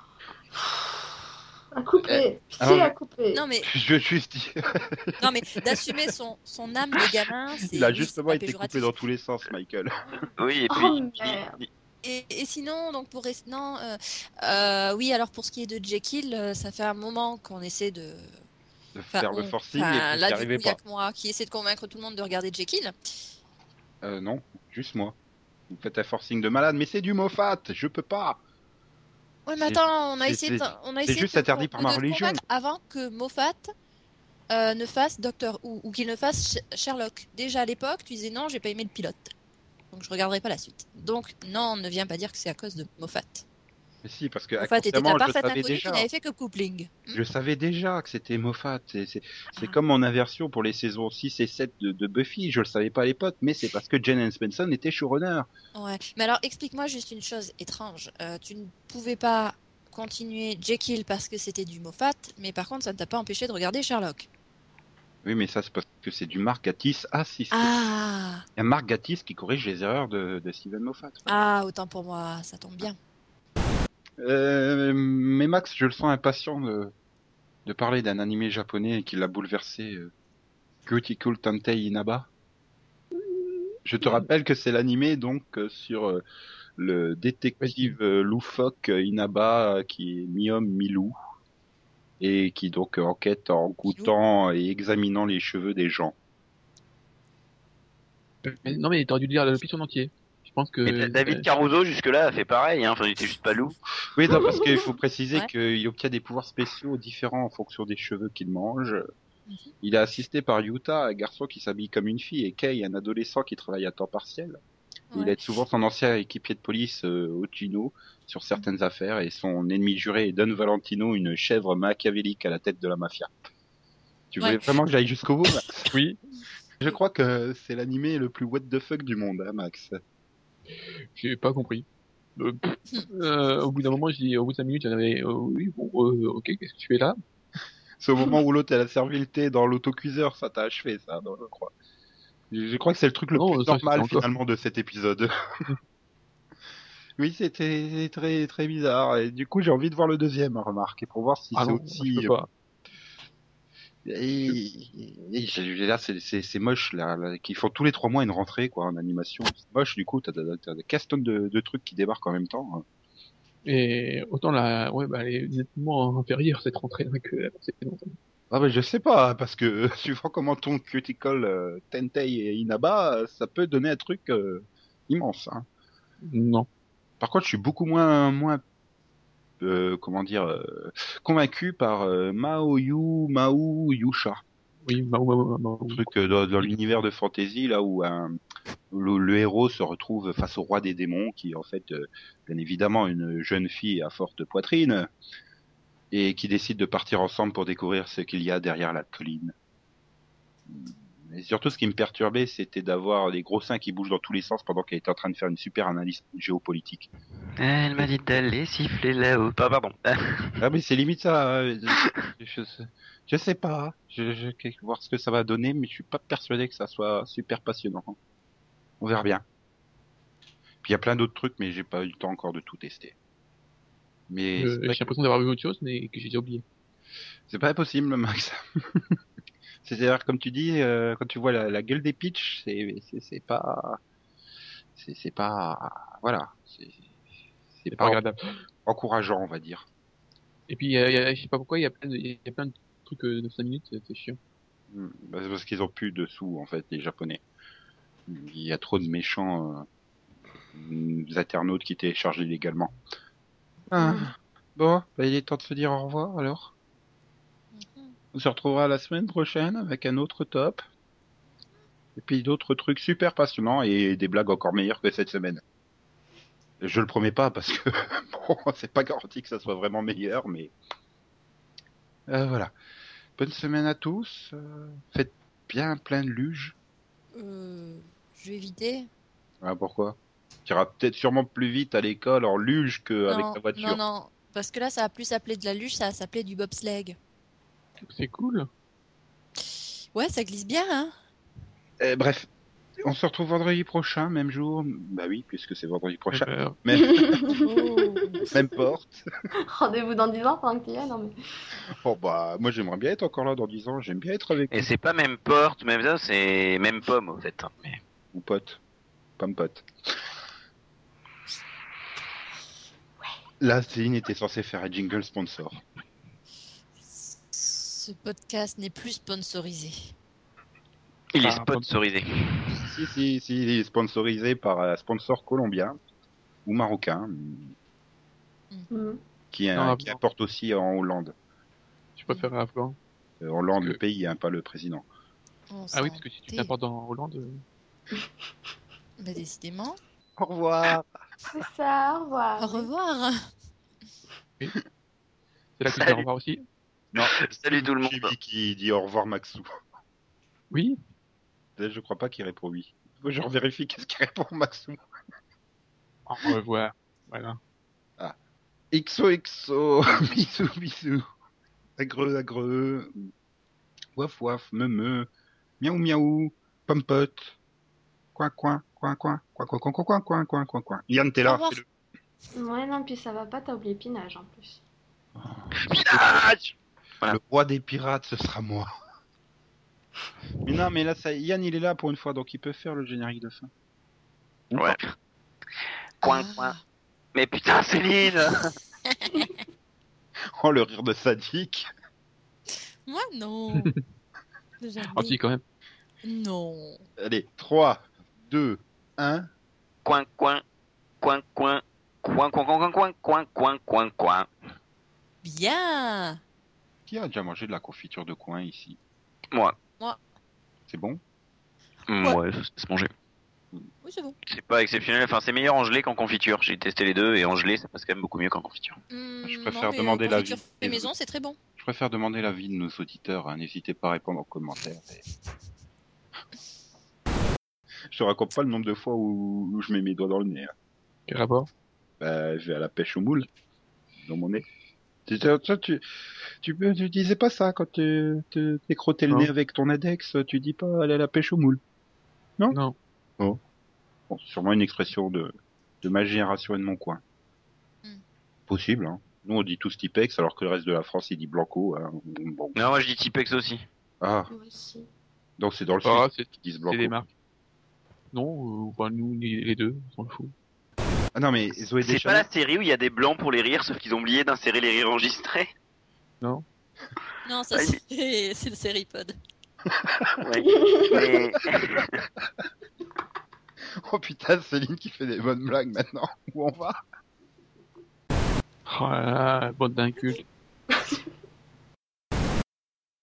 Speaker 2: À couper.
Speaker 1: alors,
Speaker 2: Pitié, à couper.
Speaker 3: Non mais,
Speaker 1: (laughs) Je veux juste dire,
Speaker 3: non, mais d'assumer son, son âme
Speaker 1: (laughs)
Speaker 3: de gamin, c'est
Speaker 1: il a
Speaker 3: oui,
Speaker 1: justement
Speaker 3: c'est pas
Speaker 1: été coupé
Speaker 3: péjoratif.
Speaker 1: dans tous les sens, Michael.
Speaker 5: Oui, et puis.
Speaker 2: Oh, merde.
Speaker 3: Et, et sinon, donc pour rest- non, euh, euh, oui, alors pour ce qui est de Jekyll, euh, ça fait un moment qu'on essaie de
Speaker 1: De
Speaker 3: enfin,
Speaker 1: faire le
Speaker 3: on-
Speaker 1: forcing et
Speaker 3: enfin,
Speaker 1: puis
Speaker 3: là,
Speaker 1: n'y
Speaker 3: du
Speaker 1: arrivait
Speaker 3: coup, il y a
Speaker 1: pas.
Speaker 3: que moi qui essaie de convaincre tout le monde de regarder Jekyll.
Speaker 1: Euh, non, juste moi. Vous faites un forcing de malade, mais c'est du Moffat, je peux pas.
Speaker 3: Oui, mais
Speaker 1: C'est-
Speaker 3: attends, on a
Speaker 1: c'est-
Speaker 3: essayé, de-
Speaker 1: c'est-
Speaker 3: on a
Speaker 1: c'est
Speaker 3: essayé
Speaker 1: juste
Speaker 3: de-
Speaker 1: interdit par
Speaker 3: de
Speaker 1: ma
Speaker 3: te
Speaker 1: religion.
Speaker 3: convaincre avant que Moffat euh, ne fasse Doctor Who ou qu'il ne fasse Sh- Sherlock. Déjà à l'époque, tu disais non, j'ai pas aimé le pilote, donc je regarderai pas la suite. Donc non, ne viens pas dire que c'est à cause de Moffat.
Speaker 1: Mais si, parce que
Speaker 3: Moffat était
Speaker 1: Euh,
Speaker 3: un
Speaker 1: inconsciemment, je
Speaker 3: parfait
Speaker 1: savais
Speaker 3: inconnu qui
Speaker 1: déjà.
Speaker 3: n'avait fait que coupling. Hmm
Speaker 1: Je savais déjà que c'était Moffat. C'est c'est- c'est
Speaker 3: Ah.
Speaker 1: comme mon inversion pour les saisons 6 et 7 de, de Buffy. Je le savais pas à l'époque, mais c'est parce que Jen and Spencer était showrunner.
Speaker 3: Ouais, mais alors explique-moi juste une chose étrange. Euh, tu ne pouvais pas continuer Jekyll parce que c'était du Moffat, mais par contre ça ne t'a pas empêché de regarder Sherlock.
Speaker 1: Oui, mais ça, c'est parce que c'est du Mark Gatiss assisté.
Speaker 3: Ah,
Speaker 1: Il y a Mark Gatiss qui corrige les erreurs de, de Steven Moffat.
Speaker 3: ah, autant pour moi, ça tombe bien.
Speaker 1: Euh, mais Max, je le sens impatient de, de parler d'un animé japonais qui l'a bouleversé, euh, Cuticle Tantei Inaba. Je te rappelle que c'est l'animé donc euh, sur euh, le détective euh, loufoque euh, Inaba euh, qui est mi-homme mi-loup et qui donc euh, enquête en goûtant et examinant les cheveux des gens.
Speaker 4: Mais non, mais t'aurais dû dire le pitch en entier. Je pense que. euh,
Speaker 5: Mais Da- David Caruso, jusque-là, a fait pareil. Hein. Enfin, il était juste pas loup.
Speaker 1: Oui, non, parce
Speaker 3: (laughs)
Speaker 1: qu'il faut préciser
Speaker 3: Ouais.
Speaker 1: qu'il obtient des pouvoirs spéciaux différents en fonction des cheveux qu'il mange.
Speaker 3: Mhm.
Speaker 1: Il est assisté par Yuta, un garçon qui s'habille comme une fille, et Kei, un adolescent qui travaille à temps partiel. Et Il
Speaker 3: Ouais.
Speaker 1: aide souvent son ancien équipier de police, euh, Ochino, sur
Speaker 3: Mhm.
Speaker 1: certaines affaires, et son ennemi juré est Don Valentino, une chèvre machiavélique à la tête de la mafia. Tu voulais
Speaker 3: Ouais.
Speaker 1: vraiment que j'aille jusqu'au bout Max
Speaker 4: Oui,
Speaker 1: (laughs) Je crois que c'est l'animé le plus what the fuck du monde, hein, Max.
Speaker 4: j'ai pas compris. Euh, pff, euh, au bout d'un moment, j'ai au bout de 5 minutes, j'en avais. euh, oui, bon, euh, ok, qu'est-ce que tu fais là
Speaker 1: C'est au moment où l'autre elle a servi le thé dans l'autocuiseur, ça t'a achevé, ça, non, je crois. Je je crois que c'est le truc le
Speaker 4: Non,
Speaker 1: plus
Speaker 4: ça,
Speaker 1: normal
Speaker 4: c'était encore.
Speaker 1: finalement de cet épisode. (laughs) oui, c'était très très bizarre. Et du coup, j'ai envie de voir le deuxième, remarque, et pour voir Ah si c'est
Speaker 4: Ah non,
Speaker 1: aussi.
Speaker 4: oh,
Speaker 1: euh,
Speaker 4: je peux pas.
Speaker 1: Et, et- et là, c'est- c'est c'est moche là, là, qu'ils font tous les trois mois une rentrée quoi en animation. C'est moche. Du coup, t'as t'as- t'as des casse-tonnes de, de trucs qui débarquent en même temps. hein.
Speaker 4: Et autant la, ouais, bah, les nettement fait rire cette rentrée hein, que la précédente.
Speaker 1: Ah bah je sais pas, parce que (laughs) suivant comment ton cuticle euh, Tentei et Inaba, euh, ça peut donner un truc euh, immense. Hein.
Speaker 4: Non.
Speaker 1: Par contre, je suis beaucoup moins moins euh, comment dire euh, convaincu par euh, Mao Yu Mao Yusha,
Speaker 4: Oui, bah, bah, bah, bah, bah,
Speaker 1: Un truc euh, dans, dans l'univers de fantasy là où un- le, le héros se retrouve face au roi des démons qui est en fait euh, bien évidemment une jeune fille à forte poitrine et qui décide de partir ensemble pour découvrir ce qu'il y a derrière la colline. Et surtout, ce qui me perturbait, c'était d'avoir des gros seins qui bougent dans tous les sens pendant qu'elle était en train de faire une super analyse géopolitique.
Speaker 5: Elle m'a dit d'aller siffler là-haut. Ah, pardon.
Speaker 1: Ah mais c'est limite ça. hein. Je, je sais- je sais pas. Je, je vais voir ce que ça va donner, mais je suis pas persuadé que ça soit super passionnant. On verra bien. Puis il y a plein d'autres trucs, mais j'ai pas eu le temps encore de tout tester. Mais
Speaker 4: Euh,
Speaker 1: c'est
Speaker 4: j'ai
Speaker 1: vrai que
Speaker 4: l'impression d'avoir vu autre chose, mais que j'ai déjà oublié.
Speaker 1: c'est pas impossible, Max. (laughs) C'est-à-dire, comme tu dis, euh, quand tu vois la, la gueule des pitchs, c'est c'est- c'est pas, c'est c'est pas, voilà, c'est c'est
Speaker 4: C'est
Speaker 1: pas
Speaker 4: pas regardable.
Speaker 1: encourageant, on va dire.
Speaker 4: Et puis, euh, y a- je sais pas pourquoi, il y a plein de, il y a plein de trucs euh, de 5 minutes, c'est- c'est chiant.
Speaker 1: Hmm, bah, c'est parce qu'ils ont plus de sous en fait les japonais. Il y a trop de méchants euh, internautes qui téléchargent illégalement. Ah. Bon, bah, il est temps de se dire au revoir alors.
Speaker 3: Mhm.
Speaker 1: On se retrouvera la semaine prochaine avec un autre top. Et puis d'autres trucs super passionnants et des blagues encore meilleures que cette semaine. Je le promets pas parce que (laughs) bon, c'est pas garanti que ça soit vraiment meilleur, mais Euh, voilà. Bonne semaine à tous. euh, faites bien plein de luge.
Speaker 3: Euh, je vais éviter.
Speaker 1: Ah, pourquoi Tu iras peut-être sûrement plus vite à l'école en luge qu'avec Euh, ta voiture.
Speaker 3: non, non, parce que là, ça a plus s'appeler de la luge, ça a s'appelé du bobsleigh.
Speaker 4: C'est cool.
Speaker 3: Ouais, ça glisse bien, (laughs) hein
Speaker 1: Euh, bref, on se retrouve vendredi prochain, même jour. Bah oui, puisque c'est vendredi prochain.
Speaker 4: Euh,
Speaker 1: Même,
Speaker 3: Oh.
Speaker 1: même porte.
Speaker 2: (laughs) Rendez-vous dans 10 ans pendant qu'il y a. Non, mais...
Speaker 1: Bon, bah, moi j'aimerais bien être encore là dans 10 ans. J'aime bien être avec
Speaker 5: Et c'est pas même porte, même ça, c'est même pomme en fait. hein. Mais
Speaker 1: vous, pote. Pas me pote. Là, Céline était censée faire un jingle sponsor.
Speaker 3: Ce podcast n'est plus sponsorisé.
Speaker 5: il est
Speaker 4: Ah, pomme.
Speaker 5: sponsorisé.
Speaker 1: Si, si, si, il est sponsorisé par un sponsor colombien ou marocain
Speaker 3: Mm.
Speaker 2: Mhm.
Speaker 1: qui, euh,
Speaker 4: Ah,
Speaker 1: qui
Speaker 4: bon.
Speaker 1: apporte aussi en Hollande.
Speaker 4: Tu préfères un afghan
Speaker 1: Euh, Hollande,
Speaker 4: Parce
Speaker 1: le
Speaker 4: que-
Speaker 1: pays, hein, pas le président.
Speaker 3: On
Speaker 4: Ah
Speaker 3: s'en
Speaker 4: oui, parce que si tu
Speaker 3: tait.
Speaker 4: t'apportes en Hollande. euh,
Speaker 3: Bah, décidément.
Speaker 1: Au revoir.
Speaker 2: C'est ça, au revoir.
Speaker 3: Au revoir.
Speaker 4: C'est là que tu
Speaker 5: Salut.
Speaker 4: vas revoir aussi.
Speaker 1: (laughs) Non,
Speaker 5: Salut tout le monde.
Speaker 1: Chibi qui dit au revoir Maxou.
Speaker 4: Oui.
Speaker 1: Je crois pas qu'il répond oui. Faut que Je vérifie qu'est-ce qu'il répond Maxou.
Speaker 4: Au revoir. Voilà.
Speaker 1: XOXO. (laughs) bisous, bisous. Agreux, agreux. Waf, waf, me, me. Miaou, miaou. Pompote. Coin, coin, coin, coin, coin, coin, coin, coin, coin, coin, coin, coin, coin. Yann
Speaker 3: Au
Speaker 1: Taylor,
Speaker 3: revoir.
Speaker 1: fais-le.
Speaker 2: Ouais, non, puis ça va pas, t'as oublié Pinage en plus.
Speaker 5: Pirate
Speaker 1: Le roi des pirates, ce sera moi. Mais non, mais là, ça, Yann, il est là pour une fois, donc il peut faire le générique de fin.
Speaker 5: Ouais. Coin, coin. Mais putain, Céline
Speaker 1: (laughs)
Speaker 5: (laughs)
Speaker 1: Oh, le rire de sadique.
Speaker 3: Moi, (laughs) non. Jamais.
Speaker 4: Ah si, quand même.
Speaker 3: Non.
Speaker 1: Allez, 3, 2, 1.
Speaker 5: Coin, coin, coin, coin, coin, coin, coin, coin, coin, coin, coin, coin.
Speaker 3: Bien.
Speaker 1: Qui a déjà mangé de la confiture de coin ici
Speaker 5: Moi.
Speaker 3: Moi.
Speaker 1: C'est bon
Speaker 5: Mm, Ouais, ça se manger.
Speaker 3: Oui, c'est bon.
Speaker 5: C'est pas exceptionnel. Enfin, c'est meilleur en gelée qu'en confiture. J'ai testé les deux et en gelée, ça passe quand même beaucoup mieux qu'en confiture.
Speaker 1: Je
Speaker 3: Hmm,
Speaker 1: préfère
Speaker 3: non, mais
Speaker 1: demander
Speaker 3: la confiture
Speaker 1: l'avis
Speaker 3: fait
Speaker 1: des
Speaker 3: maison, c'est très bon.
Speaker 1: Je préfère demander l'avis de nos auditeurs, hein, n'hésitez pas à répondre en commentaire. et- Je te raconte pas le nombre de fois où, où je mets mes doigts dans le nez. hein.
Speaker 4: Quel rapport
Speaker 1: Bah, je vais à la pêche au moule, dans mon nez. Tu, tu, tu- tu, tu, peux- tu disais pas ça quand tu tu- t'es crotté le
Speaker 4: Non.
Speaker 1: nez avec ton index, tu dis pas aller à la pêche au moule.
Speaker 4: Non.
Speaker 1: Oh. Bon, c'est sûrement une expression de, de ma génération et de mon coin.
Speaker 3: Hmm.
Speaker 1: Possible, hein. Nous, on dit tous Tipex, alors que le reste de la France, il dit Blanco. hein. Bon.
Speaker 5: Non, moi je dis Tipex aussi.
Speaker 1: Ah,
Speaker 2: Moi aussi.
Speaker 1: donc c'est dans le
Speaker 4: Ah,
Speaker 1: sud
Speaker 4: c'est
Speaker 1: qu'ils disent
Speaker 4: c'est
Speaker 1: Blanco.
Speaker 4: des marques. Non, euh, bah, nous ni les deux, on s'en fout.
Speaker 1: Ah non, mais Zoé
Speaker 5: C'est pas la
Speaker 1: Deschanel,
Speaker 5: série où il y a des blancs pour les rires, sauf qu'ils ont oublié d'insérer les rires enregistrés.
Speaker 3: Non, ça,
Speaker 5: Ouais,
Speaker 3: c'est (laughs) c'est le Seripod.
Speaker 5: Ouais. Mais
Speaker 1: (laughs) oh putain, Céline qui fait des bonnes blagues maintenant. (laughs) Où on va
Speaker 4: Oh là là, bande d'incultes.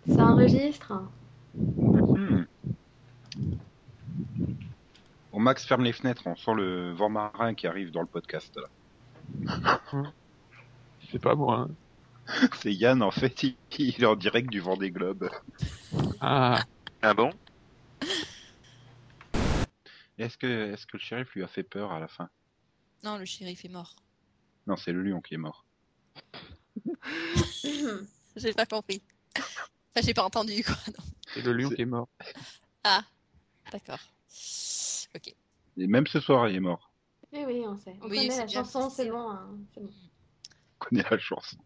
Speaker 2: Ça enregistre
Speaker 1: Hmm. Bon, Max ferme les fenêtres, on sent le vent marin qui arrive dans le podcast. là. (laughs)
Speaker 4: C'est pas moi. hein.
Speaker 1: C'est Yann, en fait, (laughs) il, il est en direct du vent des globes.
Speaker 4: Ah,
Speaker 5: ah bon
Speaker 1: Est-ce que, est que le shérif lui a fait peur à la fin
Speaker 3: Non, le shérif est mort.
Speaker 1: Non, c'est le lion qui est mort.
Speaker 3: J'ai pas compris. Enfin, j'ai pas entendu, quoi. Non.
Speaker 4: c'est le lion
Speaker 1: C'est-
Speaker 4: qui est mort.
Speaker 3: Ah, d'accord. Ok.
Speaker 1: Et même ce soir, il est mort.
Speaker 2: Oui, oui, on sait. On
Speaker 3: Oui,
Speaker 2: connaît
Speaker 3: c'est
Speaker 2: la
Speaker 3: bien.
Speaker 2: chanson, c'est bon. hein, c'est bon.
Speaker 1: On connaît la chanson.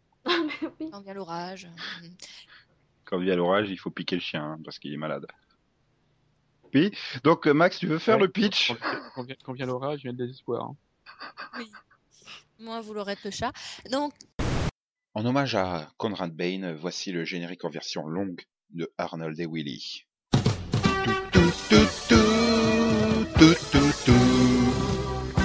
Speaker 2: oui.
Speaker 3: Quand vient l'orage.
Speaker 1: Quand il y a l'orage, il faut piquer le chien, hein, parce qu'il est malade. Oui, donc euh, Max, tu veux faire
Speaker 4: Ouais.
Speaker 1: le pitch
Speaker 4: Quand, quand vient, quand vient l'orage, vient le désespoir. hein.
Speaker 3: (laughs) Moi, vous l'aurez le chat. Donc,
Speaker 1: En hommage à Conrad Bain, voici le générique en version longue de Arnold et Willy. Tout, tout, tout, tout, tout, tout.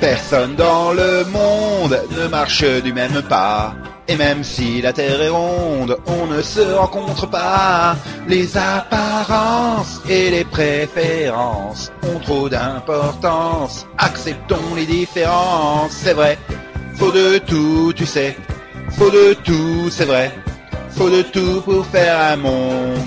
Speaker 1: Personne dans le monde ne marche du même pas. Et même si la Terre est ronde, on ne se rencontre pas. Les apparences et les préférences ont trop d'importance. Acceptons les différences, c'est vrai. Faut de tout, tu sais. Faut de tout, c'est vrai. Faut de tout pour faire un monde.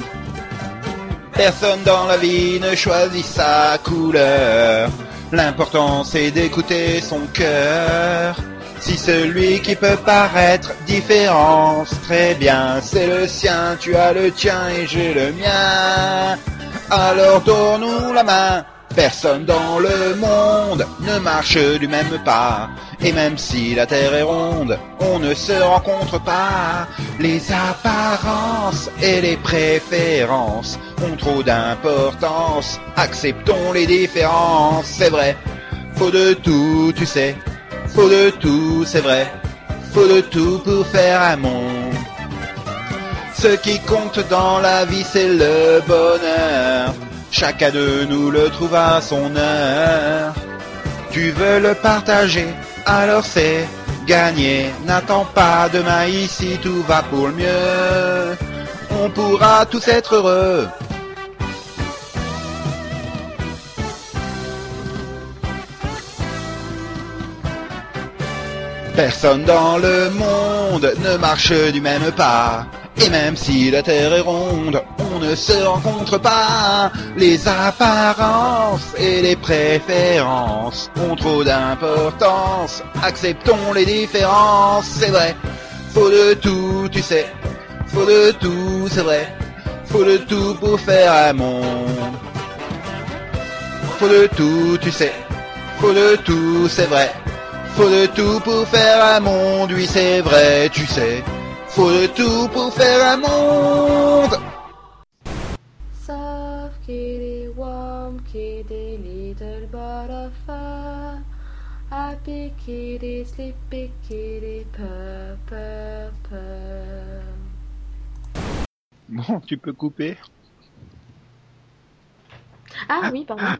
Speaker 1: Personne dans la vie ne choisit sa couleur. L'important c'est d'écouter son cœur. Si celui qui peut paraître différent, très bien, c'est le sien, tu as le tien et j'ai le mien. Alors donnons la main. Personne dans le monde ne marche du même pas. Et même si la Terre est ronde, on ne se rencontre pas. Les apparences et les préférences ont trop d'importance. Acceptons les différences, c'est vrai. Faut de tout, tu sais. Faut de tout, c'est vrai. Faut de tout pour faire un monde. Ce qui compte dans la vie, c'est le bonheur. Chacun de nous le trouve à son heure. Tu veux le partager, alors c'est gagné. N'attends pas demain ici, tout va pour le mieux. On pourra tous être heureux. Personne dans le monde ne marche du même pas. Et même si la Terre est ronde, on ne se rencontre pas. Les apparences et les préférences ont trop d'importance. Acceptons les différences, c'est vrai. Faut de tout, tu sais. Faut de tout, c'est vrai. Faut de tout pour faire un monde. Faut de tout, tu sais. Faut de tout, c'est vrai. Faut de tout pour faire un monde, oui c'est vrai, tu sais. Faut de tout pour faire un monde.
Speaker 3: Soft kitty, warm kitty, little butterfly. Happy kitty, sleepy kitty, purr, purr, purr.
Speaker 10: Bon, tu peux couper.
Speaker 3: Ah oui, pardon.